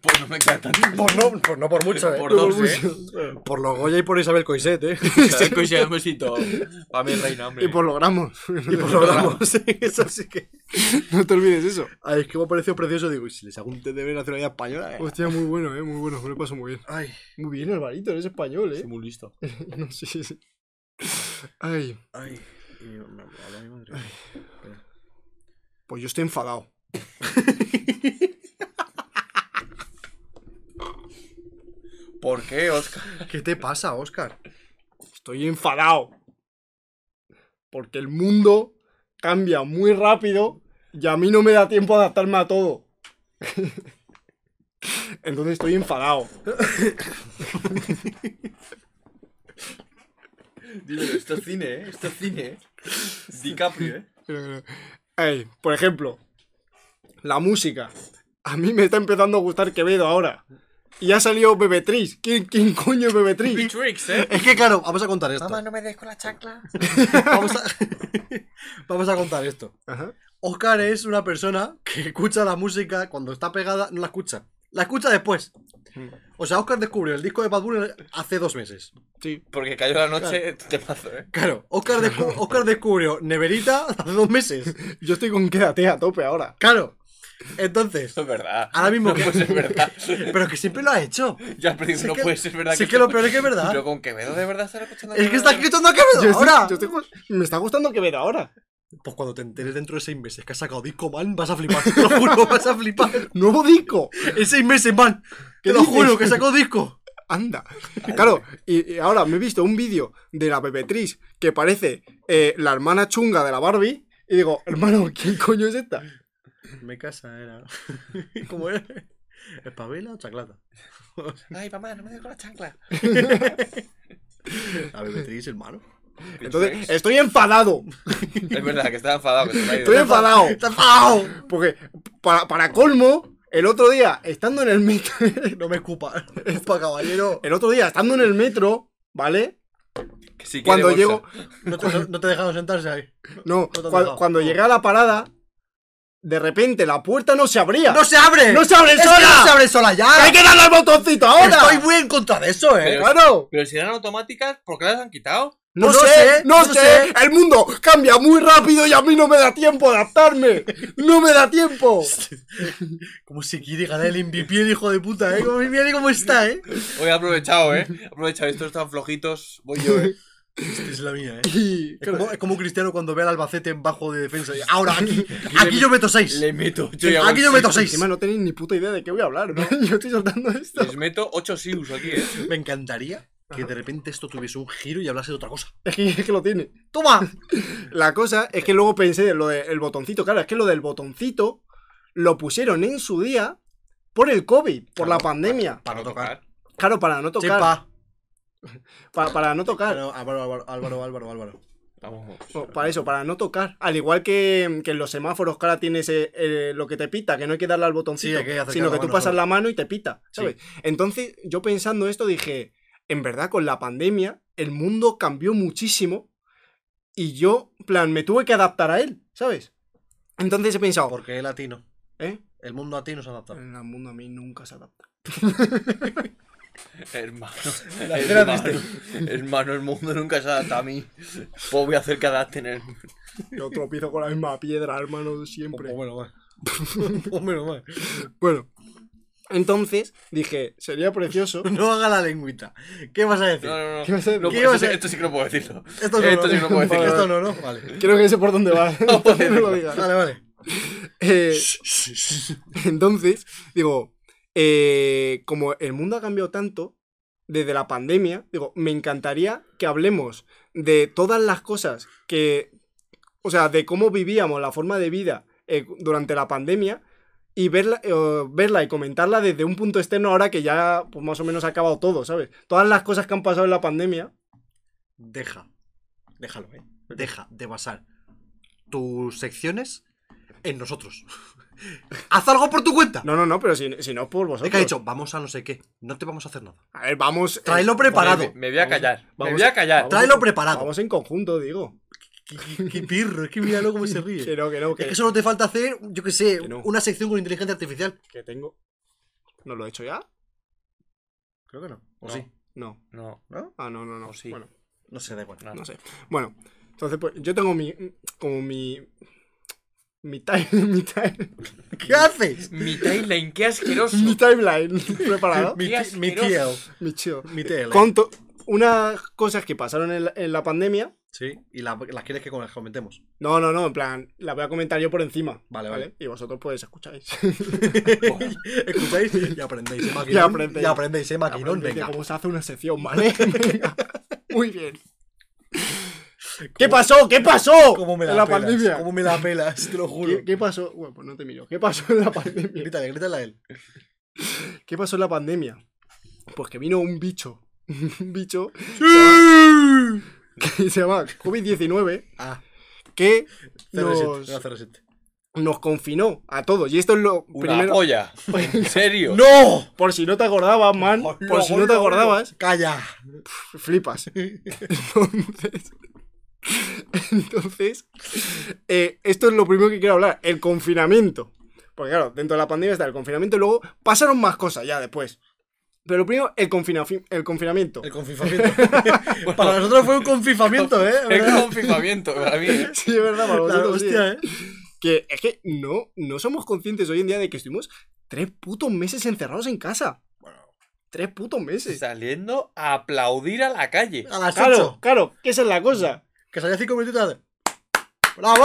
Pues no me encanta.
Por no, por, no por mucho, eh.
Por dos, eh.
Por los Goya y por Isabel Coiset,
[laughs]
eh.
Isabel Coixet, un besito. Para mí, reina, hombre.
Y por los gramos.
Y por los gramos, [laughs] sí, eso sí que.
[laughs] No te olvides eso.
Ay, es que me ha parecido precioso. Digo, y si les hago un test de nacionalidad española, eh.
Hostia, muy bueno, ¿eh? Muy bueno, me lo paso muy bien.
Ay,
Muy bien, Alvarito, eres español,
Soy
¿eh?
muy listo.
[laughs] No, sí, sí, sí. Ay,
ay. Y me- me- me habla mi madre.
pues yo estoy enfadado.
¿Por qué, Oscar?
¿Qué te pasa, Oscar?
Estoy enfadado. Porque el mundo cambia muy rápido y a mí no me da tiempo a adaptarme a todo. [laughs] Entonces estoy enfadado.
Dilo, esto es cine, ¿eh? Esto es cine, ¿eh? DiCaprio, ¿eh?
Ey, por ejemplo, la música. A mí me está empezando a gustar Quevedo ahora. Y ha salido Bebetriz. ¿Quién, quién coño es Bebetriz?
Tricks, ¿eh?
Es que claro, vamos a contar esto.
no me des con la chancla.
[laughs] Vamos a, vamos a contar esto.
Ajá.
Oscar es una persona que escucha la música cuando está pegada, no la escucha. La escucha después.
Mm.
O sea, Oscar descubrió el disco de Bad Bunny hace dos meses.
Sí.
Porque cayó la noche, te paso, ¿eh?
Claro, Oscar, descu- Oscar descubrió Neverita hace dos meses.
Yo estoy con quédate a tope ahora.
Claro. Entonces,
Eso es verdad.
ahora mismo
[laughs] No
que.
puede ser verdad.
[laughs] Pero que siempre lo ha hecho.
Ya al principio
Si
no
que-
puede ser verdad.
si que lo peor es que es verdad.
Pero con Quevedo de verdad estará escuchando.
[laughs] Es que está
Quevedo.
escuchando a Quevedo
Yo estoy-
ahora.
yo estoy con- me está gustando Quevedo ahora.
Pues cuando te enteres dentro de seis meses que has sacado disco man, vas a flipar. Te lo [laughs] juro, vas a flipar.
Nuevo disco.
En seis meses, man. Te
¿Qué
lo
dices?
juro, que sacó disco.
Anda. Claro, y, y ahora me he visto un vídeo de la Bebetriz que parece eh, la hermana chunga de la Barbie. Y digo, hermano, ¿quién coño es esta?
[laughs] Me casa era. [laughs] ¿Cómo es? ¿Espabela o chaclata?
Ay, mamá, no me des con la chancla.
La bebetriz, hermano.
Entonces, estoy enfadado.
Es verdad que estaba enfadado. Que se me ha ido.
Estoy enfadado.
¡Está enfadado! [laughs]
Porque, para, para colmo, el otro día, estando en el metro. [laughs]
No me escupa. [laughs] Escupa, caballero.
El otro día, estando en el metro, ¿vale?
Que sí que
Cuando
[laughs]
de
llego.
bolsa.
No te, no te dejaron sentarse ahí.
No,
te han
cua-
dejado.
cuando llegué a la parada, de repente la puerta no se abría.
¡No se abre!
¡No se abre
¡Es que
sola!
no se abre sola ya!
¡Hay que darle al botoncito ahora!
Estoy muy en contra de eso, eh.
Pero-
¡Claro!
Pero si eran automáticas, ¿por qué las han quitado?
No,
No
sé,
sé,
no,
no
sé.
sé.
El mundo cambia muy rápido y a mí no me da tiempo de adaptarme. No me da tiempo.
Como si quiere ganar el MVP, el hijo de puta, eh. Como, mira cómo está, eh.
Hoy he aprovechado, ¿eh? He aprovechado. Estos están flojitos. Voy yo, ¿eh?
Esta es la mía, eh.
Y-
Es como, es como Cristiano cuando ve al Albacete en bajo de defensa. y, Ahora [laughs] aquí, aquí yo meto 6.
Le meto. Yo ya voy.
Aquí yo meto
Sí,
6.
Encima no tenéis ni puta idea de qué voy a hablar. ¿no? [laughs] Yo estoy soltando esto.
Les meto 8 sius aquí, ¿eh?
Me encantaría que de repente esto tuviese un giro y hablase de otra cosa.
Es que, es que lo tiene.
[laughs] ¡Toma!
La cosa es que luego pensé en lo del botoncito. Claro, es que lo del botoncito lo pusieron en su día por el COVID, por la pandemia.
Para no tocar.
Claro, para no tocar.
Chepa.
Pa- para no tocar.
Bueno, Álvaro, Álvaro, Álvaro, Álvaro, Álvaro.
Vamos.
O Pues, Para eso, para no tocar. Al igual que, que en los semáforos, cara, tienes eh, eh, lo que te pita, que no hay que darle al botoncito,
Sí, hay que acercar
sino
la
que tú
mano,
pasas
claro.
la mano y te pita, ¿sabes? Entonces, yo pensando esto dije, en verdad, con la pandemia, el mundo cambió muchísimo y yo, en plan, me tuve que adaptar a él, ¿sabes? Entonces he pensado,
Porque es latino.
¿eh?
El mundo latino se adapta.
En el mundo a mí nunca se adapta.
Hermano.
escena
Hermano, hermano, el mundo nunca se adapta a mí. Pues voy a hacer que adapten el.
[laughs] Yo tropiezo con la misma piedra, hermano, siempre.
Pues menos mal. [laughs] Pues menos mal.
Bueno, entonces dije, sería [laughs] precioso.
No haga la
[laughs]
lengüita. ¿Qué vas a decir?
No, no, no.
¿Qué vas a-
No,
qué
esto,
vas a-
sí- esto sí que no puedo decirlo.
Esto no,
Esto sí que no puedo
Vale,
decirlo.
Esto no, ¿no? Vale.
Creo que sé por dónde
[laughs]
va. [laughs] Entonces no lo digas.
Vale, vale.
Eh, Entonces, digo, eh, como el mundo ha cambiado tanto desde la pandemia, digo, me encantaría que hablemos de todas las cosas que, o sea, de cómo vivíamos la forma de vida eh, durante la pandemia y verla, eh, verla y comentarla desde un punto externo ahora que ya pues más o menos ha acabado todo, ¿sabes? Todas las cosas que han pasado en la pandemia.
Deja. Déjalo, ¿eh? Deja de basar tus secciones en nosotros. [laughs] Haz algo por tu cuenta.
No, no, no, pero si, si no es por
Es
vosotros.
que ha dicho, vamos a no sé qué. No te vamos a hacer nada.
A ver, vamos. eh,
Tráelo preparado.
Me, me voy a callar.
vamos-
me voy a callar.
vamos-
Tráelo preparado.
Vamos en conjunto, digo.
Qué, qué- qué pirro, es [laughs] que míralo cómo se
[laughs]
ríe.
Que no, que no, que-
Es que solo te falta hacer, yo qué sé,
Que no.
una sección con inteligencia artificial.
que tengo. ¿No lo he hecho ya?
Creo que no. O
No.
sí.
No.
No,
Ah, no, no, no.
O sí.
Bueno,
No sé, da igual.
no.
no sé. Bueno, entonces pues yo tengo mi. como mi. Mi, time, [laughs] mi, time-
[laughs] ¿Qué haces?
Mi timeline, qué
[laughs]
asqueroso.
mi timeline preparado.
Mi,
Qué
ti- mi
asqueroso.
TL.
mi chido.
Mi TL.
Conto unas cosas que pasaron en la, en la pandemia.
Sí, y la- las quieres que con- [laughs] comentemos.
No, no, no, en plan, las voy a comentar yo por encima.
Vale, vale.
Y vosotros pues escucháis. [laughs]
¿Escucháis? [laughs] Y aprendéis, ¿eh, maquinón?
Y aprendéis.
Y aprendéis, ¿eh, maquinón?
Aprendéis de
Venga.
cómo se hace una sección, [laughs] ¿vale? Venga. Muy bien. ¿Qué
¿Cómo-
pasó? ¿Qué pasó?
¿Cómo me
en
la,
la
pelas?
pandemia.
¿Cómo me la pelas? Te lo juro.
¿Qué, qué pasó? Bueno, pues no te miro. ¿Qué pasó
[laughs]
en la pandemia?
Grítale, grítale a él.
¿Qué pasó en la pandemia? Pues que vino un bicho. [laughs] Un bicho que se llama COVID-19
Ah,
que
CR7.
nos, nos confinó a todos. Y esto es lo
Una
primero.
polla. En serio.
¡No!
Por si no te acordabas, man. Por si no te acordabas,
¡Calla!
flipas. [laughs] Entonces. Entonces. eh, esto es lo primero que quiero hablar. El confinamiento. Porque claro, dentro de la pandemia está el confinamiento y luego pasaron más cosas ya después. Pero lo primero, el, confinafi- el confinamiento.
El confifamiento. [laughs] Para nosotros fue un confifamiento, ¿eh?
Es
¿Verdad?
como un fifamiento para mí. ¿eh?
[laughs] Sí, es verdad, para
La
vosotros, sí,
hostia, ¿eh?
Que es que no, no somos conscientes hoy en día de que estuvimos tres putos meses encerrados en casa. Tres putos meses.
Saliendo a aplaudir a la calle.
A las
Claro,
8.
claro, que esa es la cosa.
Que salía 5 minutitos tarde. ¡Bravo!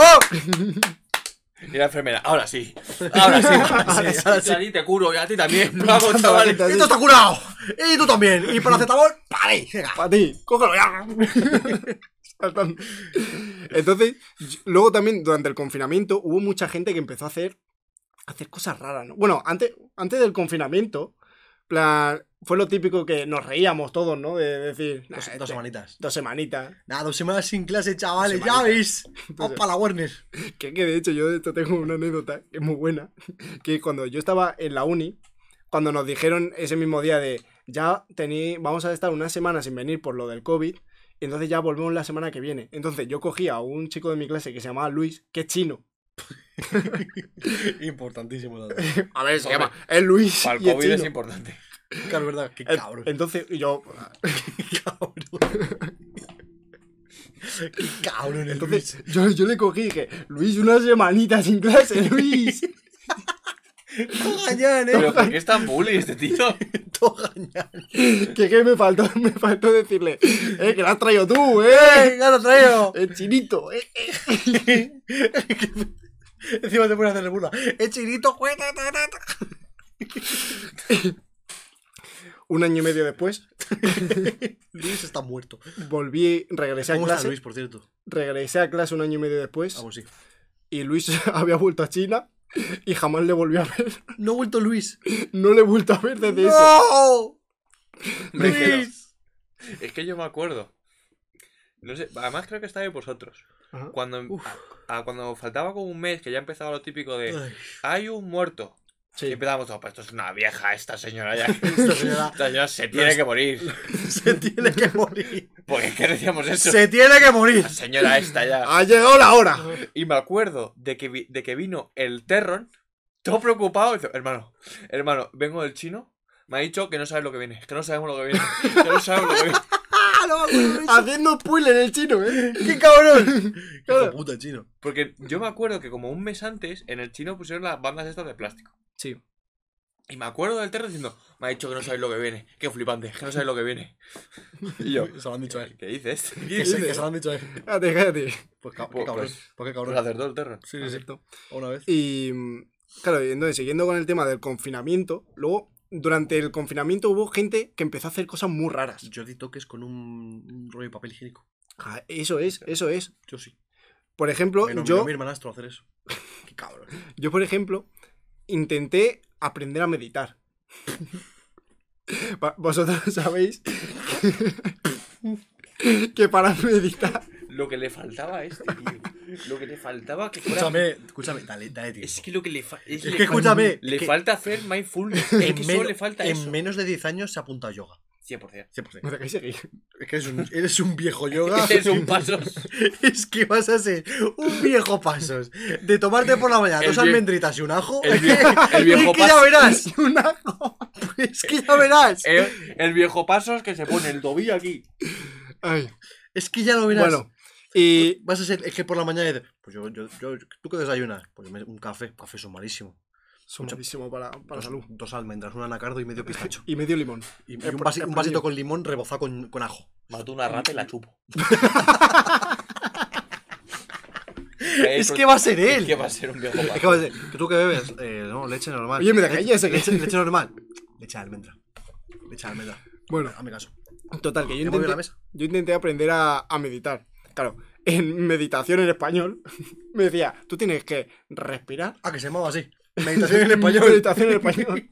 Y la enfermera, ahora sí. Ahora sí. ahora sí,
ahora sí.
a ti te curo y a ti también. Bravo,
chavales.
chavales.
¡Y tú estás curado! ¡Y tú también! ¡Y
[laughs]
para acetamol,
Ah,
¡pare! Venga.
Para ti, cógelo
[laughs]
ya. Saltando. Entonces, yo- luego también durante el confinamiento hubo mucha gente que empezó a hacer, a hacer cosas raras. ¿no? Bueno, antes, antes del confinamiento, plan, fue lo típico que nos reíamos todos, ¿no? De decir, "Nah,
Dos,
este-
dos semanitas.
Dos semanitas.
Nada, dos semanas sin clase, chavales,
Dos
ya
semanitas.
veis. Vamos
Entonces-
para
[laughs]
la Warner.
Que, que de hecho yo de esto tengo una anécdota que es muy buena. [laughs] Que cuando yo estaba en la uni, cuando nos dijeron ese mismo día de ya tení, vamos a estar una semana sin venir por lo del COVID, entonces ya volvemos la semana que viene. Entonces yo cogí a un chico de mi clase que se llamaba Luis, que es chino.
Importantísimo. [laughs] dato.
A ver, se
Hombre.
llama. Es Luis.
Para el
y es
COVID es
chino.
importante.
Claro, es verdad, qué
En-
cabrón.
Entonces yo.
cabrón. qué cabrón, el Luis.
Entonces yo, yo le cogí y dije, Luis, una semanita sin clase, [laughs] Luis.
Todo gañán, eh.
Pero ¿por qué es tan bully este tío?
Todo gañán.
que, que me faltó, [laughs] me faltó decirle, eh, que la has traído tú, [laughs] eh.
¡Venga, lo traigo!
El chinito, eh. eh".
[laughs] Encima te pones a hacerle burla. ¡Eh, chinito, juega! ta, ta, ta!
Un año y medio después,
Luis está muerto.
volví, regresé a
¿Cómo está
clase.
Luis, por cierto?
Regresé a clase un año y medio después.
Ah, pues sí.
Y Luis [laughs] había vuelto a China y jamás le volví a ver. [laughs]
No ha vuelto Luis.
No le he vuelto a ver desde eso.
¡No!
Me dijeron,
Luis.
Es que yo me acuerdo. No sé, además creo que estaba de vosotros.
Ajá.
Cuando, a- a cuando faltaba como un mes, que ya empezaba lo típico de
Ay,
hay un muerto.
Sí.
Y empezamos, "Oh, pues esto es una vieja, esta señora ya.
Esta señora
[laughs] Esta señora se tiene que morir.
se [laughs] tiene que morir.
[laughs] Porque
[laughs]
es que decíamos eso.
Se tiene que morir.
La señora esta
Ah.
ya.
Ha llegado la hora.
Y me acuerdo de que, vi- de que vino el Terron, todo preocupado. y dice, hermano, hermano, vengo del chino. Me ha dicho que no sabes lo que viene, que no sabemos lo que
[laughs]
viene, que no sabemos lo que viene.
¡Ah, no! Luis.
Haciendo spoiler el chino, eh.
¡Qué cabrón!
Claro.
¡Qué puta chino!
Porque yo me acuerdo que como un mes antes, en el chino pusieron las bandas estas de plástico.
Sí.
Y me acuerdo del terror diciendo, me ha dicho que no sabéis lo que viene, que flipante, que no sabéis lo
[laughs]
que viene. Y yo,
Se lo han dicho a él.
¿qué dices? ¿Qué
Que
dices?
se,
[laughs]
que se lo han dicho a él.
Cállate, cállate.
Pues ca- qué
Pues-
cabrón.
pues-
Pues qué
Pues
cabrón.
acertó el terror.
Sí, sí, sí.
Acepto.
Una vez.
Y mm, claro, y entonces siguiendo con el tema del confinamiento, luego durante el confinamiento hubo gente que empezó a hacer cosas muy raras.
Yo di toques con un, un rollo de papel higiénico.
Ah, Eso es, eso es.
Yo sí.
Por ejemplo,
Me nominó
yo,
mi hermanastro a hacer eso. [laughs] Qué cabrón.
yo, por ejemplo, intenté aprender a meditar. [laughs] Va- Vosotros [laughs] sabéis que- [laughs] que para meditar [laughs]
Lo que le faltaba a este, tío. Lo que le
[laughs]
faltaba que fuera...
Escúchame, escúchame, dale, dale, tío.
Es que lo que le falta... Es,
Es
le-
que escúchame.
Le
que
falta hacer mindfulness. Es que
en
solo
men-
le falta
En
eso.
menos de 10 años se apunta a yoga.
100%.
[laughs] 100%.
me dejáis seguir [laughs]
Es que eres un, eres un viejo yoga.
Ese [laughs] es un paso.
[laughs] Es que vas a ser un viejo pasos. De tomarte por la mañana
El
dos
vie-
almendritas y un ajo. [laughs]
el viejo- el viejo
es que ya
pas-
verás.
un ajo.
Es que ya verás.
El, el viejo paso es que se pone el tobillo aquí.
Ay,
Es que ya lo verás.
bueno y
Vas a ser, es que por la mañana dices, pues yo, yo, yo, ¿tú qué desayunas? Pues yo me- un café, café son malísimo.
son malísimo para, para la
Dos,
salud
dos almendras, un anacardo y medio [laughs] pistacho.
y medio limón
Y, y
Eh,
un,
por-
vasi-
eh,
un
por
vasito
ello.
con limón rebozado con, con ajo.
Mato una rata y la [laughs] chupo. es
es que va a ser él.
Es que va a ser un viejo
Es
paso.
que va a ser- ¿Tú qué bebes? Eh, no, leche normal.
Oye, me da caña
leche,
ese que-
leche, leche normal. [laughs] Leche de almendra. Leche de [laughs] almendra.
bueno
Hazme caso.
total que yo
¿Ya movió la
intenté,
mesa?
yo intenté aprender a, a meditar claro en meditación en español [laughs] me decía tú tienes que respirar
Ah, que se llamaba así. Meditación [laughs] en español.
[laughs] Meditación en
[laughs]
español.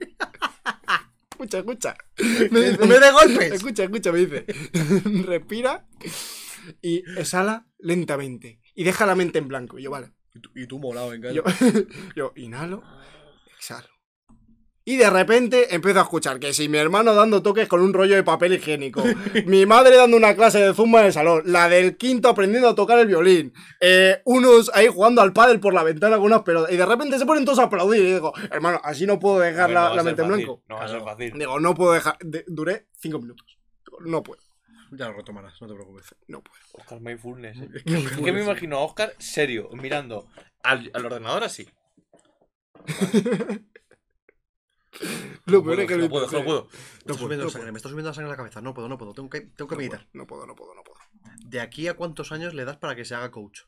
escucha, escucha. Me dice-
¡No de golpes!
escucha, escucha, me dice. [laughs] Respira y exhala lentamente. Y deja la mente en blanco. Y yo, vale.
Y tú, y tú molado, en casa.
Yo, [laughs] yo inhalo, exhalo. Y de repente empiezo a escuchar que si mi hermano dando toques con un rollo de papel
[laughs]
higiénico, mi madre dando una clase de zumba en el salón, la del quinto aprendiendo a tocar el violín, eh, unos ahí jugando al pádel por la ventana con unas pelotas, y de repente se ponen todos a aplaudir. Y digo, hermano, así no puedo
A
dejar
ver, no
la,
va a
la
ser
mente en
fácil,
blanco.
No va a ser fácil.
Digo, no puedo dejar. de- duré cinco minutos. Digo, No puedo,
Ya lo retomarás, no te preocupes.
no puedo.
Oscar Mindfulness. ¿eh?
Es que
Es que me imagino a Oscar serio, mirando al, al ordenador así.
Lo
No
peor
puedo,
es que
no
lo
puedo,
intenté.
no puedo.
Me está subiendo
no
la sangre, me está subiendo la sangre a la cabeza. No puedo, no puedo. Tengo que, tengo que meditar.
No puedo, no puedo, no puedo.
¿De aquí a cuántos años le das para que se haga coach?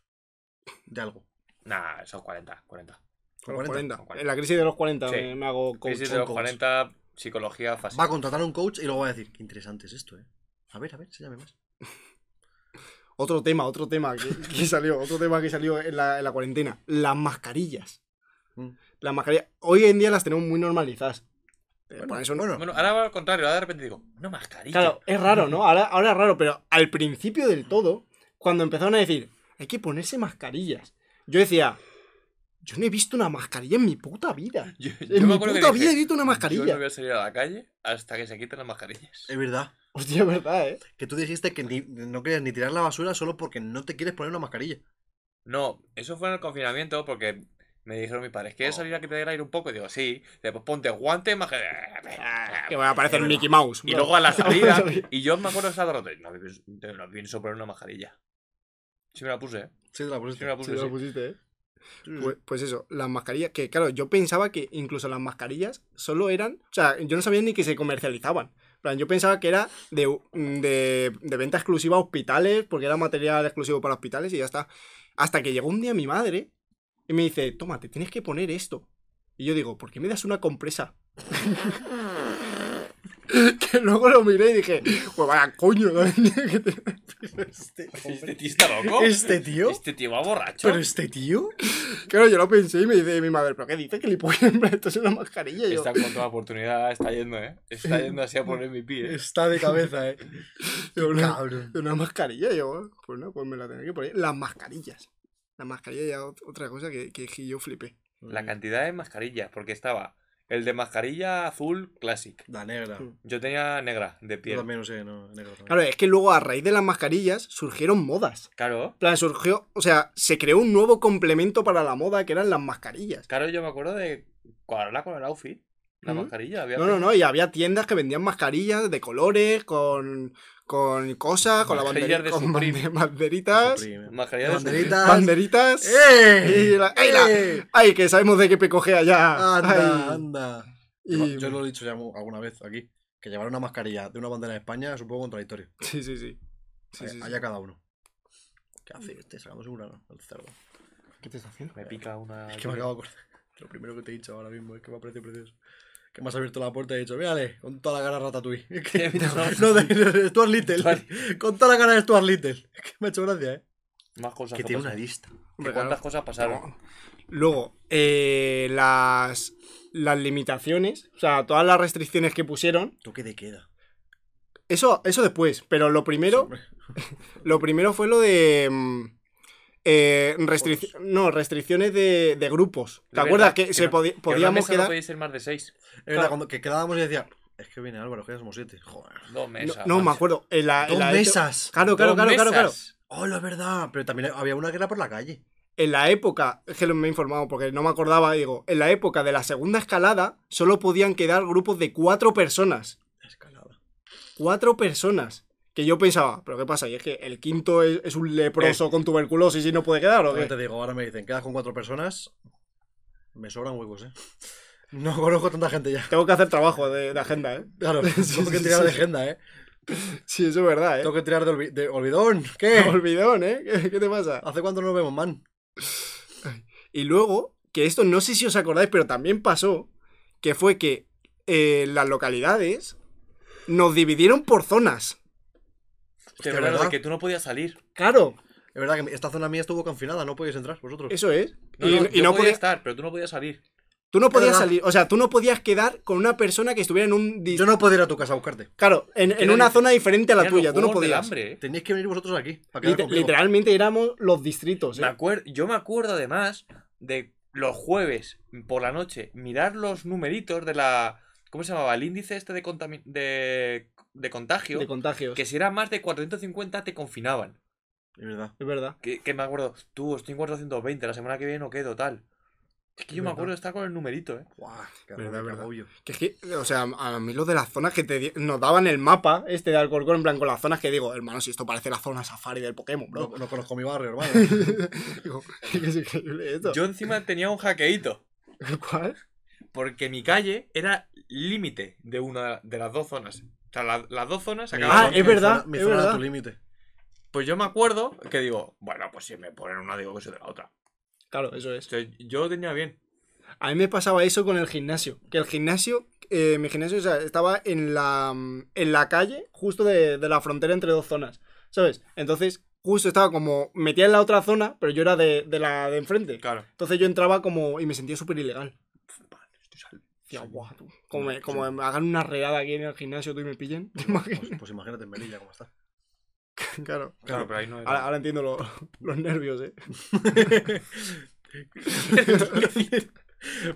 De algo.
Nah, son 40, 40.
A
¿Con
los 40.
40?
con 40.
En la crisis de los 40
Sí.
me, me hago coach.
Crisis de los
coach.
40, psicología fácil.
Va a contratar a un coach y luego va a decir, qué interesante es esto, eh. A ver, a ver, se llame más.
Otro tema, otro tema que, [laughs] que salió, otro tema que salió en la, en la cuarentena. Las mascarillas.
Mm.
Las mascarillas. Hoy en día las tenemos muy normalizadas. Eh, Te pones un-
bueno.
[laughs]
Mm.
Bueno, ahora va al contrario, ahora de repente digo, una mascarilla.
Claro, es raro, ¿no? Ahora, ahora es raro, pero al principio del todo, cuando empezaron a decir, hay que ponerse mascarillas, yo decía, yo no he visto una mascarilla en mi puta vida.
[laughs]
[laughs]
Yo, yo
En
me
mi
acuerdo que
puta
dije,
vida he visto una
Yo
mascarilla. Eh.
no voy a salir a la calle hasta que se quiten las mascarillas.
Es verdad.
Hostia, es verdad, ¿eh?
Que tú dijiste que ni- no querías ni tirar la basura solo porque no te quieres poner una mascarilla.
No, eso fue en el confinamiento porque me dijeron mis padres,
Oh.
¿quieres salir a que te dé el aire un poco? Y digo, sí. Después ponte
[laughs]
guantes, mascarilla.
Que va a aparecer
es
un
verdad.
Mickey Mouse.
Ah, Y
bro.
luego
[laughs]
a la
Vamos
salida.
a ver.
y yo me acuerdo de esa derrota. No, no, no pienso poner una mascarilla. Sí me la puse, ¿eh?
Sí, te la
Sí
pusiste.
me la
Sí,
puse,
lo
sí.
pusiste, ¿eh?
Sí, sí.
Pues, pues eso, las mascarillas, que claro, yo pensaba que incluso las mascarillas solo eran, o sea, yo no sabía ni que se comercializaban. En plan, Yo pensaba que era de, mm, de, de venta exclusiva a hospitales, porque era material exclusivo para hospitales y ya está. Hasta que llegó un día mi madre y me dice, toma, te tienes que poner esto. Y yo digo, ¿por qué me das una
[laughs]
compresa? [laughs] que luego lo miré y dije, pues vaya coño, [laughs] que te-
Este
[laughs] ¿Este
hombre.
tío está loco?
¿Este tío?
Este tío va borracho.
¿Pero este tío?
Claro, yo lo pensé y me dice mi madre, ¿pero qué dices? Que le ponen esto es una mascarilla. Y yo,
Está con toda oportunidad, está yendo, ¿eh? Está yendo así a poner mi pie. ¿eh?
Está de cabeza, [laughs] eh.
yo, una,
Cabrón.
de una mascarilla. Yo, pues no, pues me la tenía que poner. Las mascarillas. La mascarilla ya ot- otra cosa que, que yo flipé.
La cantidad de mascarillas, porque estaba el de mascarilla azul classic.
La negra.
Sí.
Yo tenía negra de
Yo
piel.
también no sé, no, negra. también.
Claro, es que luego a raíz de las mascarillas surgieron modas.
Claro,
En plan, surgió, o sea, se creó un nuevo complemento para la moda que eran las mascarillas.
claro, yo me acuerdo de cuadrarla con el outfit. La
Ujú.
mascarilla, había
No, no, no, y había tiendas que vendían mascarillas de colores, con, con cosas, con la
Mascarillas
banderi-
de
con
Supreme.
bande- banderitas.
Supreme.
Mascarilla de
Banderitas.
Banderitas.
¡Eh!
Y la- ¡Ay, la-
¡Eh!
¡Ay, que sabemos de qué PCOGEA ya!
Anda,
Ay,
anda.
y-
Yo lo he dicho ya mu- alguna vez aquí. Que llevar una mascarilla de una bandera de España es un poco contradictorio.
Sí, sí, sí. Sí,
allá,
sí, sí.
allá cada uno. ¿Qué hace este? Sacamos un grano al cerdo.
¿Qué te está haciendo?
Me pica una.
Es que me acabo de acordar. [laughs] Lo primero que te he dicho ahora mismo es que me ha parecido precioso. Que me has abierto la puerta y he dicho, mírale, con toda la cara ratatouille. [laughs] Es que,
Mira,
no, de, de- de Stuart Little.
Stuart.
Con toda la cara de Stuart Little. [laughs] Es que me ha hecho gracia, ¿eh?
Más cosas
Que
que
tiene una
pasan.
lista.
Que cuántas cosas pasaron.
No. Luego, eh, las, las limitaciones, o sea, todas las restricciones que pusieron,
Toque de queda.
eso, eso después, pero lo primero, lo primero fue lo de... mm, eh, restric- no, restricciones de, de grupos. ¿Te
De
acuerdas
verdad,
que, se
no-
podi-
que en una
podíamos
mesa no
quedar?
podéis ser más de seis.
Es verdad, cuando que quedábamos y decía, es que viene Álvaro, que ya somos siete. Joder.
Dos
No,
mesas.
no, me
macho.
acuerdo. en la- en
Dos
la eto-
mesas.
Claro, claro,
Dos
claro, claro, claro.
mesas.
Oh, la verdad. Pero también había una que era por la calle.
En la época, es que lo- me he informado porque no me acordaba, digo, en la época de la segunda escalada solo podían quedar grupos de cuatro personas.
Escalada.
cuatro personas. Que yo pensaba, ¿pero qué pasa? Y es que el quinto es, es un
Eh.
leproso con tuberculosis y no puede quedar, ¿o
Ahora
qué?
te digo, ahora me dicen, quedas con cuatro personas. Me sobran huevos, eh. No conozco tanta gente ya.
Tengo que hacer trabajo de, de agenda, ¿eh? [laughs]
Claro,
Sí,
tengo que
sí,
tirar de
sí.
agenda, eh.
Sí, eso es verdad, ¿eh?
Tengo que tirar de, olvi- de olvidón. ¿Qué?
[laughs] Olvidón, ¿eh? ¿Qué, qué te pasa?
¿Hace cuánto no nos vemos, man?
Y luego, que esto no sé si os acordáis, pero también pasó, que fue que eh, las localidades nos dividieron por zonas.
De
Hostia,
verdad, lo de
¿verdad?
que tú no podías salir.
Claro,
Es verdad que mi- esta zona mía estuvo confinada, no podíais entrar vosotros.
eso es.
No,
y
no,
y
yo
no
podía
podías-
estar, pero tú no podías salir.
tú no podías
verdad.
salir, o sea, tú no podías quedar con una persona que estuviera en un... di-
Yo no podía ir a tu casa a buscarte.
Claro, en, en
Era
una
dif-
zona diferente a la
Eran los
tuya, tú no
juegos del
podías.
hambre, ¿eh?
Teníais que venir vosotros aquí. Para quedar
Liter-
conmigo.
literalmente éramos los distritos. ¿eh?
Me acuer- Yo me acuerdo además de los jueves por la noche mirar los numeritos de la. ¿Cómo se llamaba? El índice este de, contami- de... de contagio.
de contagios.
que si era más de 450 te confinaban.
Es verdad.
Es verdad.
Que, que me acuerdo, tú, estoy en 420, la semana que viene no quedo tal. Es que yo me
¿Verdad?
acuerdo de estar con el numerito, ¿eh?
Guau, qué
Verdad,
rabia, qué
verdad.
agobio.
Que es que, o sea, a mí lo de las zonas que te di- nos daban el mapa, este de Alcorcón, en plan con las zonas que digo, hermano, si esto parece la zona safari del Pokémon,
No,
bro.
no conozco mi barrio, hermano.
[laughs] Digo, [laughs] es increíble esto.
Yo encima tenía un hackeíto.
[laughs] ¿Cuál?
Porque mi calle era límite de una de las dos zonas. O sea, la- las dos zonas
Mi
Ah,
acababan.
zona-
es
mi
verdad,
zona- Mi
es
zona era
verdad.
tu límite.
Pues yo me acuerdo que digo, bueno, pues si me ponen una, digo que soy de la otra.
Claro, eso
O
es.
sea, yo lo tenía bien.
A mí me pasaba eso con el gimnasio. Que el gimnasio, eh, mi gimnasio o sea, estaba en la, mm, en la calle, justo de, de la frontera entre dos zonas, ¿sabes? Entonces, justo estaba como metía en la otra zona, pero yo era de, de la de enfrente.
Claro.
Entonces yo entraba como y me sentía súper ilegal.
Estoy sal-
Hostia, guau, tú. Como, me, como me hagan una redada aquí en el gimnasio, tú y me pillen. [laughs] ¿Te imaginas?
Pues, pues imagínate en Melilla
[laughs]
cómo está.
Claro.
Claro, pero ahí no
Ahora, ahora entiendo lo- [laughs] los nervios, eh.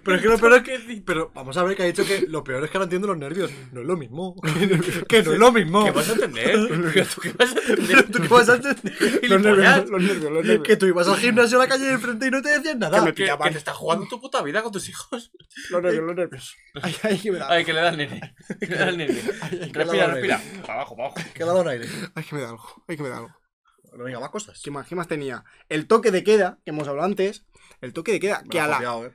Pero es que lo peor es que. Pero vamos a ver que ha dicho que lo peor es que ahora entiendo los nervios. No es lo mismo.
[laughs]
que no es lo mismo.
¿Qué vas
[laughs]
a entender? ¿Tú qué vas a entender?
¿Tú qué vas a entender?
Los nervios,
Gilipollas.
los nervios, los nervios.
Que tú ibas al gimnasio a la calle de enfrente y no te decían nada.
Que me
Que,
Ya,
que
vale.
te estás jugando tu puta vida con
[laughs]
tus hijos.
Los nervios, los nervios. Ay, ay, que me da.
Ay, que le da al nene.
[laughs]
Que le da al nene. Respira,
al nene.
respira. Para abajo, para abajo.
Que ha dado un aire.
Ay, que me da algo. Ay, que me da algo.
Bueno, venga, más cosas.
¿Qué más, qué más tenía? El toque de queda, que hemos hablado antes. El toque de queda,
Me
que
lo
a,
has
la-
copiado, eh.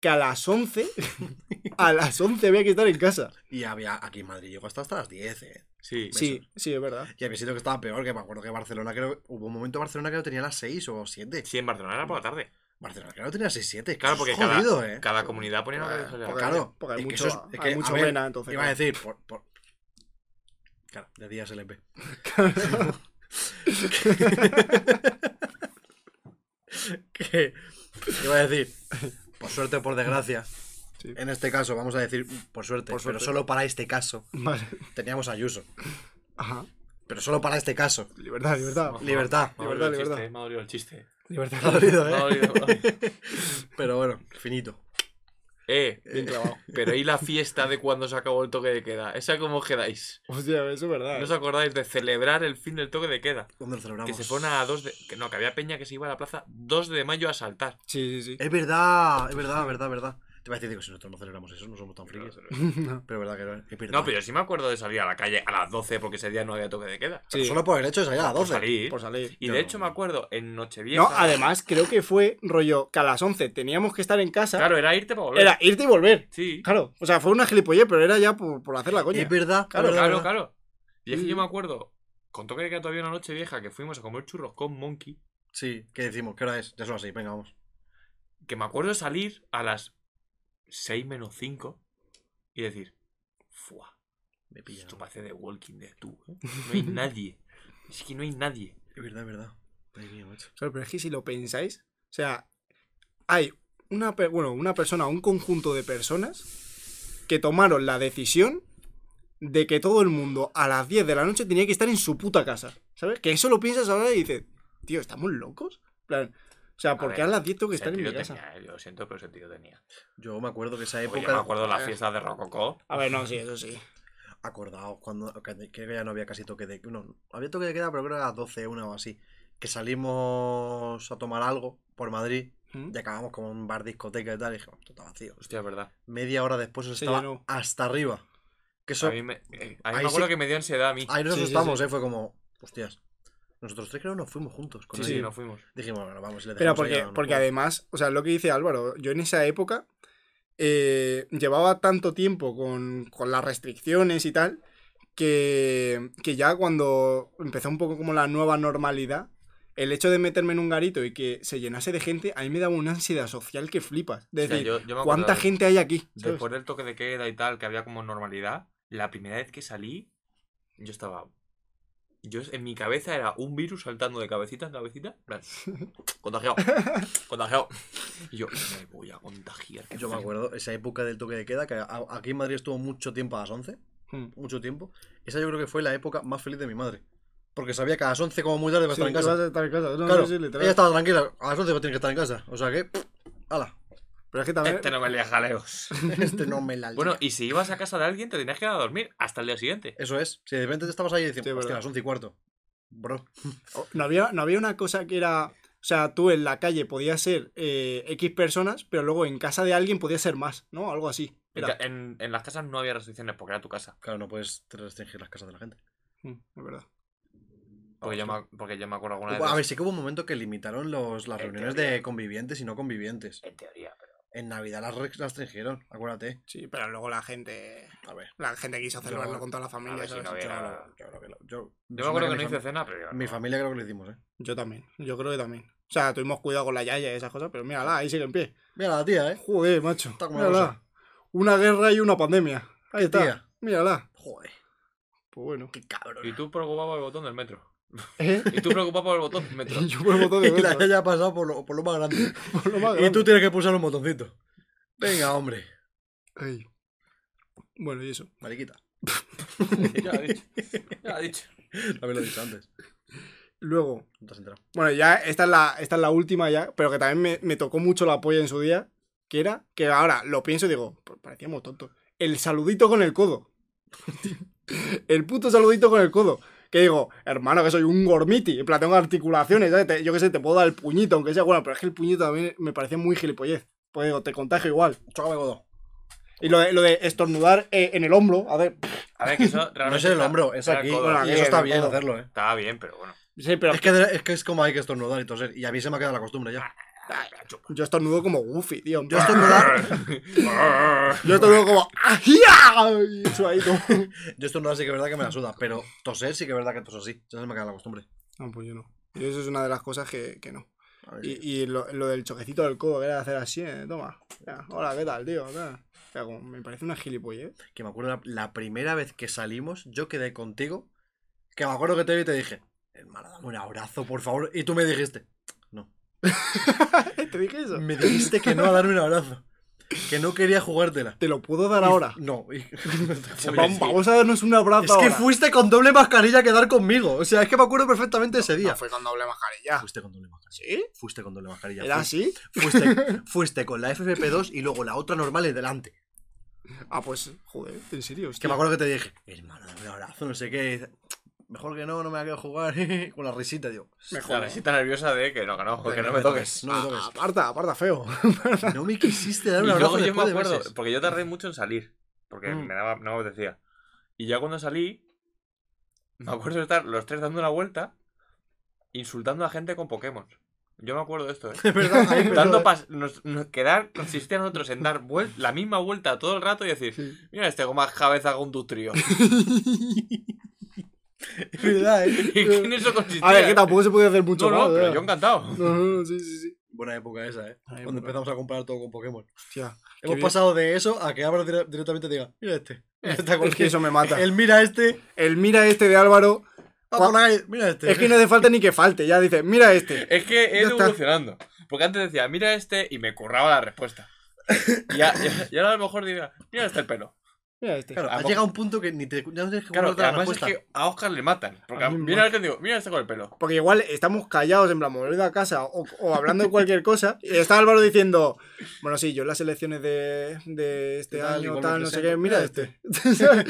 que a las 11. [laughs] a las 11 había que estar en casa.
Y había aquí en Madrid llegó hasta, hasta las 10, eh.
Sí.
Sí, sí, es verdad.
Y había sido que estaba peor, que me acuerdo que Barcelona creo. Hubo un momento en Barcelona que lo tenía a las 6 o 7.
Sí, en Barcelona era por la tarde.
Barcelona creo que lo tenía a 6, 7.
Claro, porque cada,
jodido, eh.
cada comunidad ponía una
Claro,
regla.
Pues
Porque
claro,
porque hay
es que
mucho-
eso es- es
hay
que,
mucho
a ver,
vena, entonces,
Iba a
claro.
decir, por, por- Claro, de día se les
[laughs]
ve. que iba a decir, por suerte o por desgracia.
Sí.
En este caso, vamos a decir, por suerte,
Por suerte.
pero solo para este caso.
[laughs] Vale.
Teníamos a Ayuso,
Ajá.
pero solo para este caso.
Libertad, libertad.
Libertad.
Me ha dolido el
Libertad,
chiste, Me ha dolido el chiste.
Me ha dolido,
Me ha
¿eh? [laughs]
dolido.
Pero bueno, finito.
Eh,
[laughs] Bien clavado.
pero ¿y la fiesta de cuando se acabó el toque de queda? ¿Esa cómo os quedáis?
Hostia, eso es verdad.
¿No os
eh.
acordáis de celebrar el fin del toque de queda?
¿Dónde lo
Que
celebramos?
se pone a dos de... que no, que había peña que se iba a la plaza 2 de mayo a saltar.
Sí, [laughs] sí, sí.
Es verdad, es verdad, verdad, verdad. Te voy a decir que si nosotros no celebramos eso, no somos tan frikis.
No.
Pero es verdad que no, es verdad.
No, pero yo sí me acuerdo de salir a la calle a las 12 porque ese día no había toque de queda.
Sí,
Solo por el hecho de salir a las
Por
12.
salir.
por salir.
Y
Yo
de
no.
hecho me acuerdo en Nochevieja.
No, además creo que fue rollo que a las 11 teníamos que estar en casa.
Claro, era irte para volver.
era irte y volver.
Sí.
Claro, o sea, fue una gilipollez, pero era ya por, por hacer la coña.
Es verdad,
Claro,
es verdad,
Claro,
es verdad.
claro. Y es que
Sí.
yo me acuerdo, con toque de queda todavía una noche vieja, que fuimos a comer churros con Monkey,
Sí, ¿qué decimos? ¿Qué hora es? Ya son las 6, venga, vamos.
que me acuerdo salir a las 6 menos 5 y decir, ¡fua!
Me pillan.
Esto parece de Walking Dead, tú.
[laughs]
¿eh? No hay nadie. Es que no hay nadie.
Es verdad, es verdad. Ay, mío, macho.
Claro, pero es que si lo pensáis, o sea, hay una, per- bueno, una persona, un conjunto de personas que tomaron la decisión de que todo el mundo a las 10 de la noche tenía que estar en su puta casa. ¿Sabes? Que eso lo piensas ahora y dices, tío, ¿estamos locos? En plan, o sea, ¿por qué a
ver,
las 10 tengo que estar en mi
Sentido
casa?
tenía, eh, yo lo siento, pero sentido tenía.
Yo me acuerdo que esa
Porque
época.
yo me acuerdo de las fiestas de Rococó.
A ver, no, sí, eso sí.
Acordaos cuando. que- Creo que ya no había casi toque de. No, había toque de queda, pero creo que a las 12, una o así. Que salimos a tomar algo por Madrid
¿Mm?
y acabamos con un bar discoteca y tal. Y dije, esto está vacío.
Hostia, es verdad.
Media hora después
Se
estaba
llenó.
hasta arriba. Que eso.
A mí me, eh, a mí
Ahí
me acuerdo
sí-
que me dio ansiedad a mí.
Ahí nos
Sí, sí,
asustamos,
sí.
¿eh? Fue como, hostias. Nosotros tres creo que nos fuimos juntos. Con
Sí,
alguien.
sí, no fuimos.
Dijimos, bueno, vamos, le
Pero
dejamos ahí
porque,
a- no
porque
puedo.
además, o sea, lo que dice Álvaro, yo en esa época eh, llevaba tanto tiempo con, con las restricciones y tal, que, que ya cuando empezó un poco como la nueva normalidad, el hecho de meterme en un garito y que se llenase de gente, a mí me daba una ansiedad social que flipas. De
O sea,
decir,
yo- yo me acuerdo
¿cuánta
de-
gente hay aquí? ¿Sabes?
Después del toque de queda y tal, que había como normalidad, la primera vez que salí, yo estaba. Yo en mi cabeza era un virus saltando de cabecita en cabecita. en [laughs] plan, Contagiado. Contagiado. Y yo, me voy a contagiar. qué
Yo me
frío".
acuerdo, esa época del toque de queda, que a- aquí en Madrid estuvo mucho tiempo a las 11,
Mm.
mucho tiempo. Esa yo creo que fue la época más feliz de mi madre. Porque sabía que a las 11 como muy tarde iba a
Sí,
estar en casa.
vas a estar en casa. No, no,
Claro,
sí, literal.
ella estaba tranquila, a las 11 va a tener que estar en casa. O sea que, pff, ala,
[laughs] Pero es que también...
Este no me lía jaleos.
este no me la lía.
Bueno, y si ibas a casa de alguien, te tenías que ir a dormir hasta el día siguiente.
[laughs] Eso es, si de repente te estabas ahí y decimos,
Sí,
hostia,
verdad.
a las 11 y cuarto. Bro,
O- No había, no había una cosa que era. O sea, tú en la calle podías ser eh, X personas, pero luego en casa de alguien podías ser más, ¿no? Algo así.
En,
Era-
ca- eh. en- en las casas no había restricciones porque era tu casa.
claro, no puedes restringir las casas de la gente.
Mm, es verdad.
Porque yo, me, porque yo me acuerdo alguna vez.
Hubo- A ver, sí que hubo un momento que limitaron los, las
En
reuniones
teoría.
de convivientes y no convivientes.
En teoría, pero.
En Navidad las re- restringieron, acuérdate.
Sí, pero luego la gente.
A ver,
La gente quiso celebrarlo con toda la
a
familia.
ver si
¿sabes?
no
yo,
era-
yo creo que lo- yo-
Yo me acuerdo que
mi
no hice
fam-
cena, pero.
Mi
no.
familia creo que lo hicimos, ¿eh?
Yo también. Yo creo que también. O sea, tuvimos cuidado con la yaya y esas cosas, pero mírala, ahí sigue en pie.
Mira la tía, ¿eh?
Joder, macho.
Está como la
Mírala.
cosa.
Una guerra y una pandemia. Ahí está.
Tía.
Mírala.
Joder,
Pues bueno.
qué cabrón.
Y tú preocupado por el botón del metro.
[laughs] ¿Eh?
Y tú preocupado por el botón
[laughs]
del metro.
Yo por el botón de
[laughs] Y la
vuelta,
tía ha pasado por lo, por
[laughs]
lo más grande.
por Pues lo más
y tú
grande.
tienes que pulsar un botoncito. Venga, hombre.
Ay. Bueno, y eso.
Mariquita.
Ya lo he dicho. Ya lo he dicho.
También lo he dicho antes.
Luego,
No te has enterado.
bueno, ya esta es la, esta es la última ya, pero que también me, me tocó mucho la polla en su día, que era, que ahora lo pienso y digo, "Pues parecíamos tontos. El saludito con el codo. [laughs] el puto saludito con el codo. Que digo, hermano, que soy un gormiti, en plan, tengo articulaciones, ¿sabes? Te- yo qué sé, te puedo dar el puñito, aunque sea bueno, pero es que el puñito también me parece muy gilipollez. Pues digo, te contagio igual.
Chócame codo.
Y lo de, lo de estornudar eh, en el hombro, a ver,
A ver, que eso realmente.
No es en el
está-
hombro, es
era el
aquí.
codo.
Bueno,
aquí
y eso está
el
bien
codo.
hacerlo, eh.
Estaba bien,
[laughs]
pero Ah. bueno. [laughs]
sí, pero
Es que, es que es como hay que estornudar y toser. Y a mí se me ha quedado la costumbre ya.
yo estornudo como Goofy, tío.
Yo estornudar,
[laughs] Yo estornudo como... ¡Ajía! Y eso ahí como...
yo estornudar sí que es verdad que me la suda, pero toser sí que es verdad que toso así. Ya se me ha quedado la costumbre.
No, pues yo no. Yo eso es una de las cosas que, que no.
A ver,
Y, y lo, lo del choquecito del codo, que era de hacer así, eh, toma. Ya, hola, ¿qué tal, tío? Tal. O sea, como, me parece una gilipollez. [laughs]
Que me acuerdo la, la primera vez que salimos, yo quedé contigo. Que me acuerdo que te vi y te dije, hermano, dame un abrazo, por favor. Y tú me dijiste, no.
¿Te dije eso?
Me dijiste que no a darme un abrazo. Que no quería jugártela.
Te lo puedo dar
[laughs]
ahora.
No. y-
Pues vam- Vamos a darnos un abrazo
Es que
ahora.
fuiste con doble mascarilla a quedar conmigo. O sea, es que me acuerdo perfectamente ese
No,
día.
fue con doble mascarilla.
Ah, Fuiste con doble mascarilla.
Ah, ¿Sí?
Fuiste con doble mascarilla.
¿Era así? [laughs]
Fuiste, fuiste con la FFP2 y luego la otra normal en delante.
Ah, pues, joder, en serio.
Que
hostia.
me acuerdo que te dije, hermano, dame un abrazo, no sé qué. y dice, Mejor que no, no me ha quedado jugar. [laughs] Con la risita, digo.
Mejor.
La risita nerviosa de que no, que no, que no me toques.
No me
Ah,
toques. ah,
aparta, aparta,
[laughs]
feo. [laughs]
No me quisiste dar
Y
un
luego
abrazo.
yo me
después de
acuerdo,
meses. [laughs]
porque yo tardé mucho en salir, porque
Mm.
me daba, no me apetecía. Y ya cuando salí, me acuerdo de estar los tres dando una vuelta, insultando a gente con Pokémon. Yo me acuerdo
[laughs]
de esto, ¿eh?
Es verdad, ahí empezó,
Dando
eh.
pas- nos, nos- quedar, consistía en nosotros en dar vuel- la misma vuelta todo el rato y decir,
Sí.
mira este con más cabeza con
[laughs]
tu trío.
Es verdad,
[laughs] ¿Y
eh.
en eso consistía?
A ver, que tampoco se puede hacer mucho
no, no,
más,
pero
¿verdad?
yo encantado.
[laughs] No, no, no, sí, sí, sí.
Buena época esa, eh.
Ay,
Cuando
bueno.
empezamos a comparar todo con Pokémon.
Hostia, qué
Hemos
bien.
pasado de eso a que Álvaro dire- directamente diga, mira este. Mira este a
Es que
cualquier-
eso me mata.
Él mira este,
El mira este de
[laughs]
Álvaro
va por la calle, mira este.
es que no hace falta ni que falte. Ya dice, mira este.
Es que he
Ya
ido
está.
evolucionando. Porque antes decía, mira este, y me curraba
[laughs]
la respuesta. Y, a- y a- y ahora a lo mejor diría, mira este el pelo.
Mira este.
Claro,
a
has
poco-
llegado a un punto que ni te, ya no tienes que
Claro,
guardarte la
además
respuesta.
es que a Oscar le matan. Porque
A
a
mí me
mira este, digo, mira este con el pelo.
Porque igual estamos callados, en plan, me voy a casa o, o hablando de cualquier cosa. Y está Álvaro diciendo, bueno, sí, yo en las elecciones de, de este
Tal,
año,
igual me
tal, no sé
presento.
qué, mira
Mira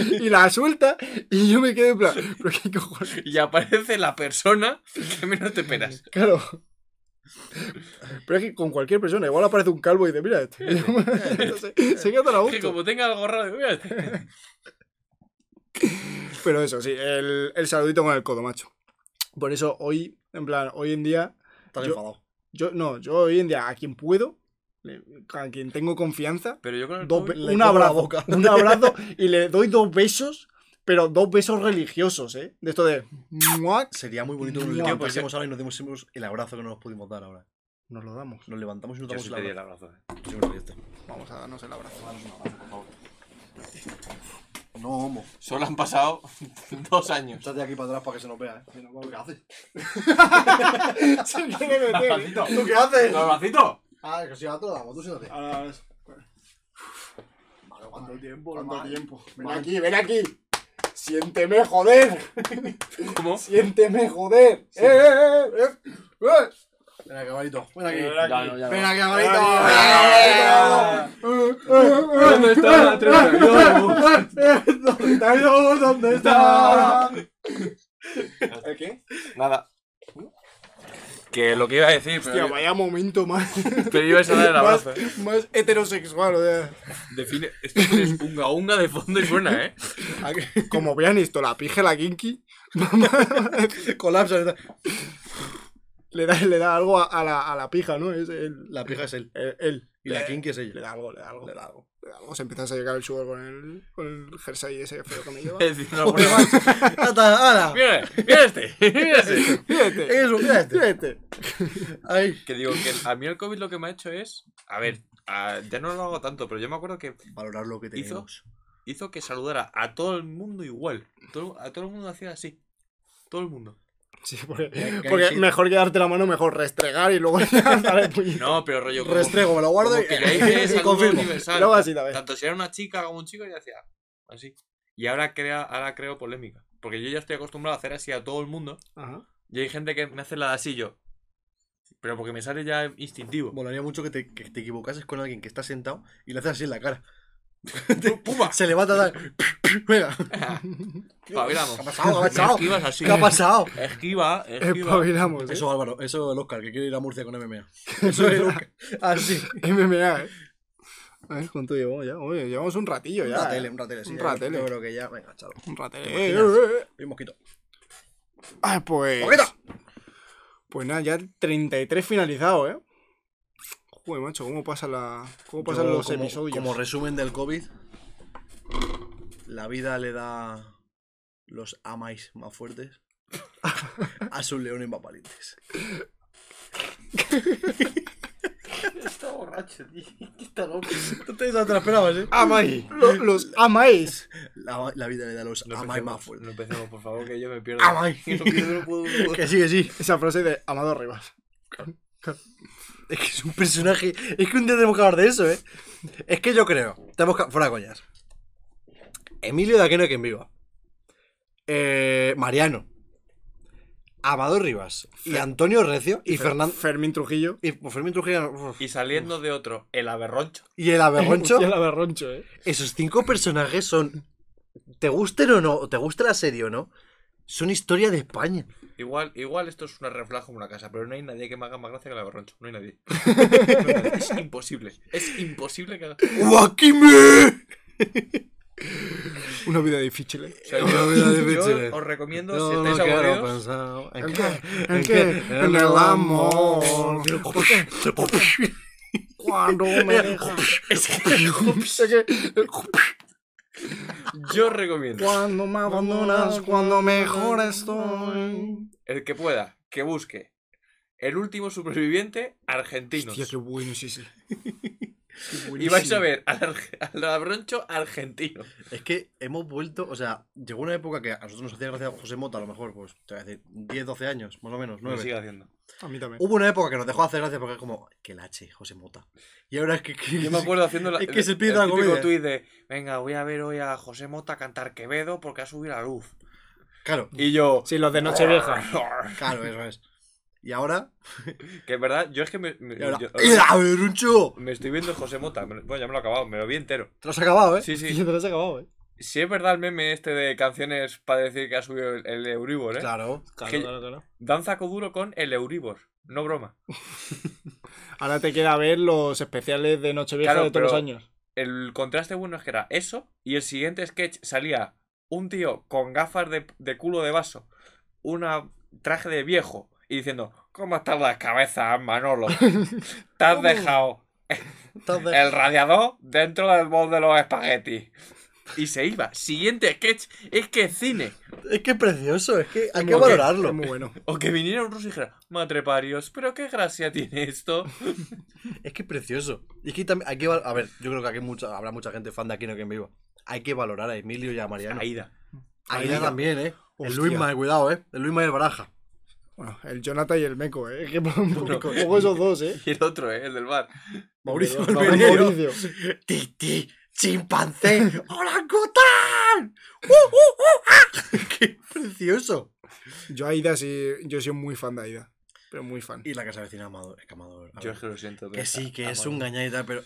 este. [laughs] y la suelta y yo me quedo en plan, pero qué cojones.
Y aparece la persona que menos te esperas.
Claro. Pero es que con cualquier persona, igual aparece un calvo y dice, mira este. Entonces, [laughs] se queda tan a
Que
gusto.
como tenga algo raro, digo, mira este.
Pero eso, sí, el, el saludito con el codo, macho. Por eso hoy, en plan, hoy en día
Estás
yo-
enfadado.
Yo, no, yo hoy en día a quien puedo, le- a quien tengo confianza,
Pero yo con el
dos
COVID-
be-
le
un
como la
abrazo,
boca.
[laughs] un abrazo y le doy dos besos, pero dos besos religiosos, ¿eh? De esto de muac,
Sería muy bonito que nos
Tío,
pues
levantásemos ahora y nos dimos el abrazo que no nos pudimos dar ahora.
nos lo damos.
Nos levantamos y nos
Yo
damos
sí
el
te di el
abrazo.
abrazo. eh.
Yo creo que este.
Vamos a darnos el [laughs] abrazo.
No, homo.
Solo han pasado [laughs] dos años.
Échate aquí para atrás para que se nos vea, eh. ¿Qué haces?
Se quiere meter, ¿eh?
¿Tú qué haces?
¿Los bracitos?
Ah, que si va todo, vamos, tú siéntate.
Ahora, es-
Vale, ¿Cuánto tiempo?
¿Cuánto
hermano?
tiempo? Ven
Vale.
aquí, ven aquí. Siénteme, joder.
¿Cómo?
Siénteme, joder. Eh, eh, eh, eh, eh.
Ven aquí, Alvarito. Ven aquí.
Ven aquí.
Ya no, ya no.
Ven aquí, Alvarito.
¿Dónde está la treta? Yo-
¿Dónde está yo? ¿Dónde está? ¿El qué?
Nada. Que lo que iba a decir,
Hostia,
pero,
vaya momento más,
[laughs] pero ibas a dar el
[laughs] más,
abrazo. eh.
más heterosexual. O sea.
Define, esto es unga unga de fondo y suena, ¿eh?
Como vean esto, la pija, la [laughs] kinky,
Colapsa.
le da, le da algo a, a la, a la pija, ¿no? Es el,
La pija es él.
el- él.
Y la
Le-
kinky es
Le
[laughs] ella.
da algo, le da algo.
Le da algo.
Le da algo. Se empieza a secar el sudor con el, con el jersey ese feo que me
[laughs]
lleva.
Eh,
[laughs]
Es decir, no, bueno,
¡Ata, ala!
mira, mira este, [laughs]
[laughs]
mira este.
Fíjate,
Eso, mira este.
fíjate.
Ay.
Que digo que a mí el COVID lo que me ha hecho es. A ver, a- ya no lo hago tanto, pero yo me acuerdo que
Valorar lo que tenemos.
hizo que saludara a todo el mundo igual. Todo- a todo el mundo hacía así. Todo el mundo.
Sí, porque,
que
porque
sí.
mejor que darte la mano, mejor restregar y luego [laughs] ya dar el puñito.
No, pero rollo como.
Restrego, me lo guardo
como
y,
[laughs]
que ya hice
y
saludo
confirmo.
universal.
Luego así, la vez.
Tanto si era una chica como un chico, yo decía. así. Y ahora, crea, ahora creo polémica. Porque yo ya estoy acostumbrado a hacer así a todo el mundo.
Ajá.
Y hay gente que me hace la de así yo. Pero porque me sale ya
[laughs]
instintivo.
Molaría mucho que te, que te equivocases con alguien que está sentado y le haces así en la cara.
[laughs] ¡Pumba!
Se levanta tal. Venga.
[laughs]
[laughs]
Espabilamos.
¿Qué ha pasado? ¿Qué ha pasado?
Esquivas así.
¿Qué ha pasado?
Esquiva, esquiva.
Espabilamos, ¿eh?
Eso, Álvaro, eso el Oscar, que quiere ir a Murcia con MMA. [laughs] Eso es el Ah, Oscar. Así.
MMA, ¿eh? A ver, ¿cuánto llevamos ya? Oye, llevamos un ratillo
Un
ya.
ratele,
¿eh?
un ratele, sí.
Un
ya,
ratele.
Yo creo que ya, venga, chao.
Un ratele.
¿Te
Eh,
imaginas?
eh, eh.
Y un mosquito.
Ah, pues.
¡Mosquito!
Pues nada, ya 33 finalizado, ¿eh? Joder, macho, ¿cómo pasa la. ¿Cómo pasan
Yo,
los
como,
episodios?
Como resumen del COVID, la vida le da los amais más [laughs] fuertes a sus leones más valientes.
Está borracho, tío. [laughs] Está loco.
No te, no te lo esperabas, ¿eh?
¡Amai! Lo- los amáis.
La, la vida le da los
No
amais más
empecemos,
fuertes.
no empecemos, por favor, [laughs] que yo me pierdo.
Amai.
Yo no puedo- no puedo.
Que sí, que sí.
Esa frase de Amado Rivas.
[laughs] Es que es un personaje. Es que un día tenemos que hablar de eso, ¿eh? Es que yo creo. Tenemos que. Fuera coñas. Emilio de Aquino quien viva. Eh, Mariano. Amador Rivas. Y Antonio Recio. Y Fernando.
Fermín Trujillo.
Y pues, Fermín Trujillo. uf.
Y saliendo de otro, el aberroncho.
Y el aberroncho,
Hostia, la berroncho, ¿eh?
esos cinco personajes son. Te gusten o no, o te gusta la serie o no, son historia de España.
Igual, igual esto es una refleja como una casa, pero no hay nadie que me haga más gracia que el aberroncho. No hay nadie. No hay nadie. Es imposible. Es imposible que haga. O
¡Wakime!
Una vida difícil, ¿eh?
sea,
No,
[laughs] yo,
no, no,
yo
difíciles.
os recomiendo, si
No, no
estáis
quiero
aburridos,
pensar.
¿En qué? ¿En qué? En el amor. [laughs] Cuando me dejas.
es que- [laughs]
Es que-
yo os recomiendo
Cuando me abandonas, cuando mejor estoy.
el que pueda que busque el último superviviente argentino.
Hostia, qué bueno sí, sí.
Y vais a ver al, arge- al aberroncho argentino.
Es que hemos vuelto, o sea, llegó una época que a nosotros nos hacía gracia José Mota, a lo mejor, pues, te voy a decir, 10, 12 años, más o menos,
Me
9.
sigue haciendo.
A mí también.
Hubo una época que nos dejó hacer gracia porque es como, que el H, José Mota. Y ahora es que. que-
[laughs] Yo me acuerdo haciendo la,
Es que se pide la
típico
comedia.
tuit de Venga, voy a ver hoy a José Mota cantar Quevedo porque ha subido la luz.
Claro,
Y yo...
Sí, los de Nochevieja.
claro, eso es. Y ahora.
[laughs] Que es verdad, yo es que me, me-
Y ahora.
yo-
¡Eh, aberruncho!
me estoy viendo José Mota. Me lo- Bueno, ya me lo he acabado, me lo vi entero.
Te lo has acabado, ¿eh?
Sí, sí.
[laughs] Ya te lo has acabado, ¿eh?
Si es verdad el meme este de canciones para decir que ha subido el, el Euribor, ¿eh?
Claro.
Claro,
Que-
claro, claro.
Danza Coduro con el Euribor. No broma.
Ahora te queda ver los especiales de Nochevieja
Claro,
de todos los
pero-
años.
El contraste bueno es que era eso y el siguiente sketch salía un tío con gafas de, de culo de vaso, un traje de viejo y diciendo, ¿cómo están las cabezas, Manolo? Te has dejado
Entonces.
el radiador dentro del bol de los espaguetis. Y se iba. Siguiente sketch. Es que es cine.
Es que es precioso, es que hay
Es
que
muy-
valorarlo.
es Muy bueno.
O que viniera un ruso y dijera, madre parios, pero qué gracia tiene esto.
Es que es precioso. Y es que también hay que val- A ver, yo creo que aquí mucha, habrá mucha gente fan de Aquino que en vivo. Hay que valorar a Emilio y a Mariano. Ahí,
Aida.
Aida.
también, ¿eh? El
Hostia.
Luis Mae, cuidado, ¿eh? El Luis Mae Baraja.
Bueno, el Jonathan y el Meco, ¿eh? [laughs] Que poco esos dos, ¿eh?
Y el otro, ¿eh? el del bar.
Mauricio
Pero-
Almería.
Mauricio.
¡Titi! [laughs] ¡Chimpancé! [laughs] ¡Orangután! ¡Uh, uh, uh, ah! ¡Qué precioso!
Yo Aida sí, yo soy muy fan de Aida. Pero muy fan.
Y la casa vecina Amador. Es que Amador. a
Yo
ver,
es que lo siento.
que sí, que es un gañán y tal, pero.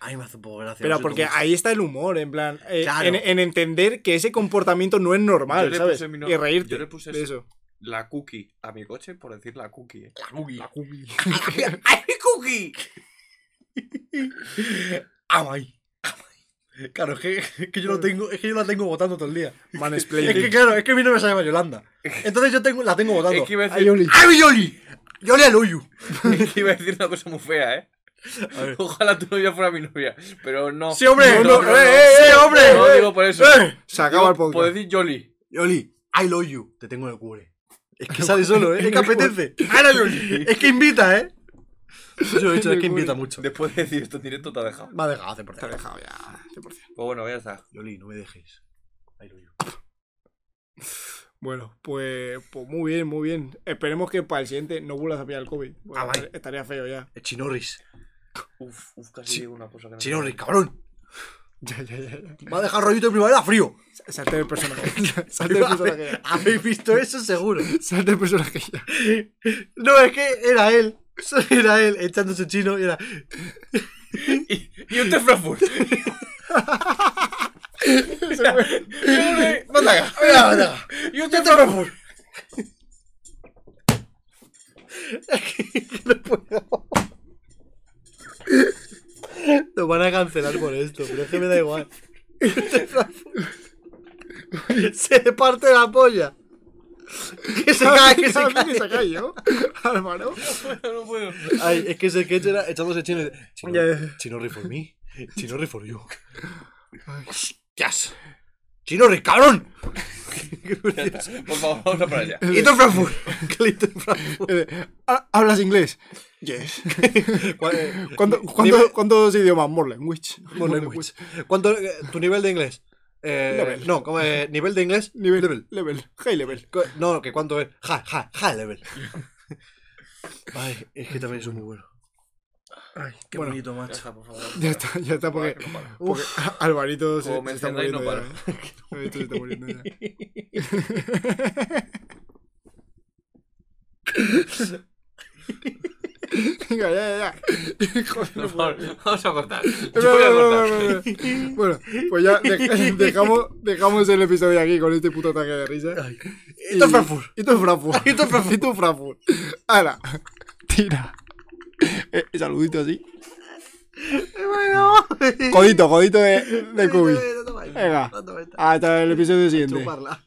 Ay, me hace un poco gracia. no
Pero
sé
porque
tú.
ahí está el humor, en plan, eh,
Claro.
en, en entender que ese comportamiento no es
Yo
normal,
le
¿sabes?
puse mi no-
Y reírte
yo le puse
de
eso.
eso.
La cookie a mi coche por decir la cookie. ¿eh?
La Gugi.
¡Ay, mi
[laughs]
cookie!
Amai. Amai. Claro, es que, es que yo lo tengo, es que yo la tengo votando todo el día. Es
Mansplaining.
que claro, es que a mí no me llama Yolanda. Entonces yo tengo, la tengo votando.
Es que iba a
Ay,
decir,
Oli.
¡Ay, Yoli! ¡Yoli al Oyu!
[laughs] es que iba a decir una cosa muy
[laughs]
fea, ¿eh? Ojalá tu novia fuera mi novia. Pero no.
¡Sí, hombre!
No,
No,
no, no, no.
¡Eh, eh, eh, hombre!
No
Eh,
digo por eso.
eh.
Se acaba el
Digo, Por
podcast.
decir Jolly.
Yoli, I love you. Te tengo en el cubre. Es que sale solo, ¿eh? Es que apetece.
¡Ahora Jolly! [laughs]
Es que invita, ¿eh? Yo lo he dicho, es [laughs]
cubre.
que invita mucho.
Después de decir esto en directo te ha dejado.
Me ha dejado hace por
Te ha dejado
favor.
ya, 100%.
Pues bueno, ya está.
Yoli, no me dejes. I love you.
Bueno, pues, pues muy bien, muy bien. Esperemos que para el siguiente no vuelvas a pillar el COVID. porque
Ah, vale.
Estaría feo ya. [laughs]
Eh, Chinorris.
Uf, uf, casi
Sí.
digo una cosa que no.
Chinorris, cabrón.
Ya, ya, ya. ya.
Va a dejar rollito de primavera frío.
Salte del [laughs] personaje. Salte del
[laughs]
personaje. [laughs] ya.
Habéis visto eso seguro.
Salte del personaje ya.
[laughs] No, es que era él. [laughs] Era él echándose chino y era.
Y, [laughs] y un
[laughs]
Tefrafur. Manda acá.
Mira, mira,
Y un
yo te
Tefrafur.
lo juro. Es que [laughs] no puedo. Nos van a cancelar por esto, pero es que me da igual. Se le parte la polla. Que se cae, que se
Que se
cae.
cae, ¿no? Álvaro.
No puedo.
Ay, es que ese sketch era echándose chino. y dice, Chino,
Ya.
chino re for me. Chino re for you.
Ay.
¡Hostias! ¡Chino re [laughs] cabrón!
Por favor, vamos a para allá.
Clayton [laughs] Frankfurt. Clayton Frankfurt.
Eh, ¿ha- ¿Hablas inglés? [laughs] Yes.
Eh, [laughs] ¿Cuál-
¿Cuánto-
Dime-
cuánto- ¿Cuántos idiomas? More language.
More language. ¿Cuánto, eh, ¿Tu nivel de inglés? Eh,
Level.
No, como, eh, nivel de inglés.
Nivel. Level. Level. High level.
Co- No, que cuánto es. Ja, ja, ja, [laughs] level. Ay, es que también soy muy bueno. Ay, qué
Bueno.
bonito,
Ya
macho.
está, por favor.
Ya está, ya está, porque,
No paro.
porque Á- [laughs] Alvarito se,
Como
se
me
está
encendáis,
muriendo
no
ya.
[laughs]
Alvarito se está muriendo ya. [laughs] Venga, ya, ya, ya. Joder,
Por
no puedo.
favor, Vamos a cortar. Yo
Espera,
voy a
espera,
cortar.
espera, espera. Bueno, pues ya dej- dejamos, dejamos el episodio aquí con este puto ataque de risa.
Ay. Esto es Frankfurt. [laughs]
Y tú Frankfurt.
Esto es Frankfurt.
Y tú Frankfurt. Ala. Tira. Eh, saludito así.
Bueno.
Codito, codito de, de Cubi.
No te vayas,
Venga.
no te vayas.
Hasta el episodio siguiente.
Chuparla.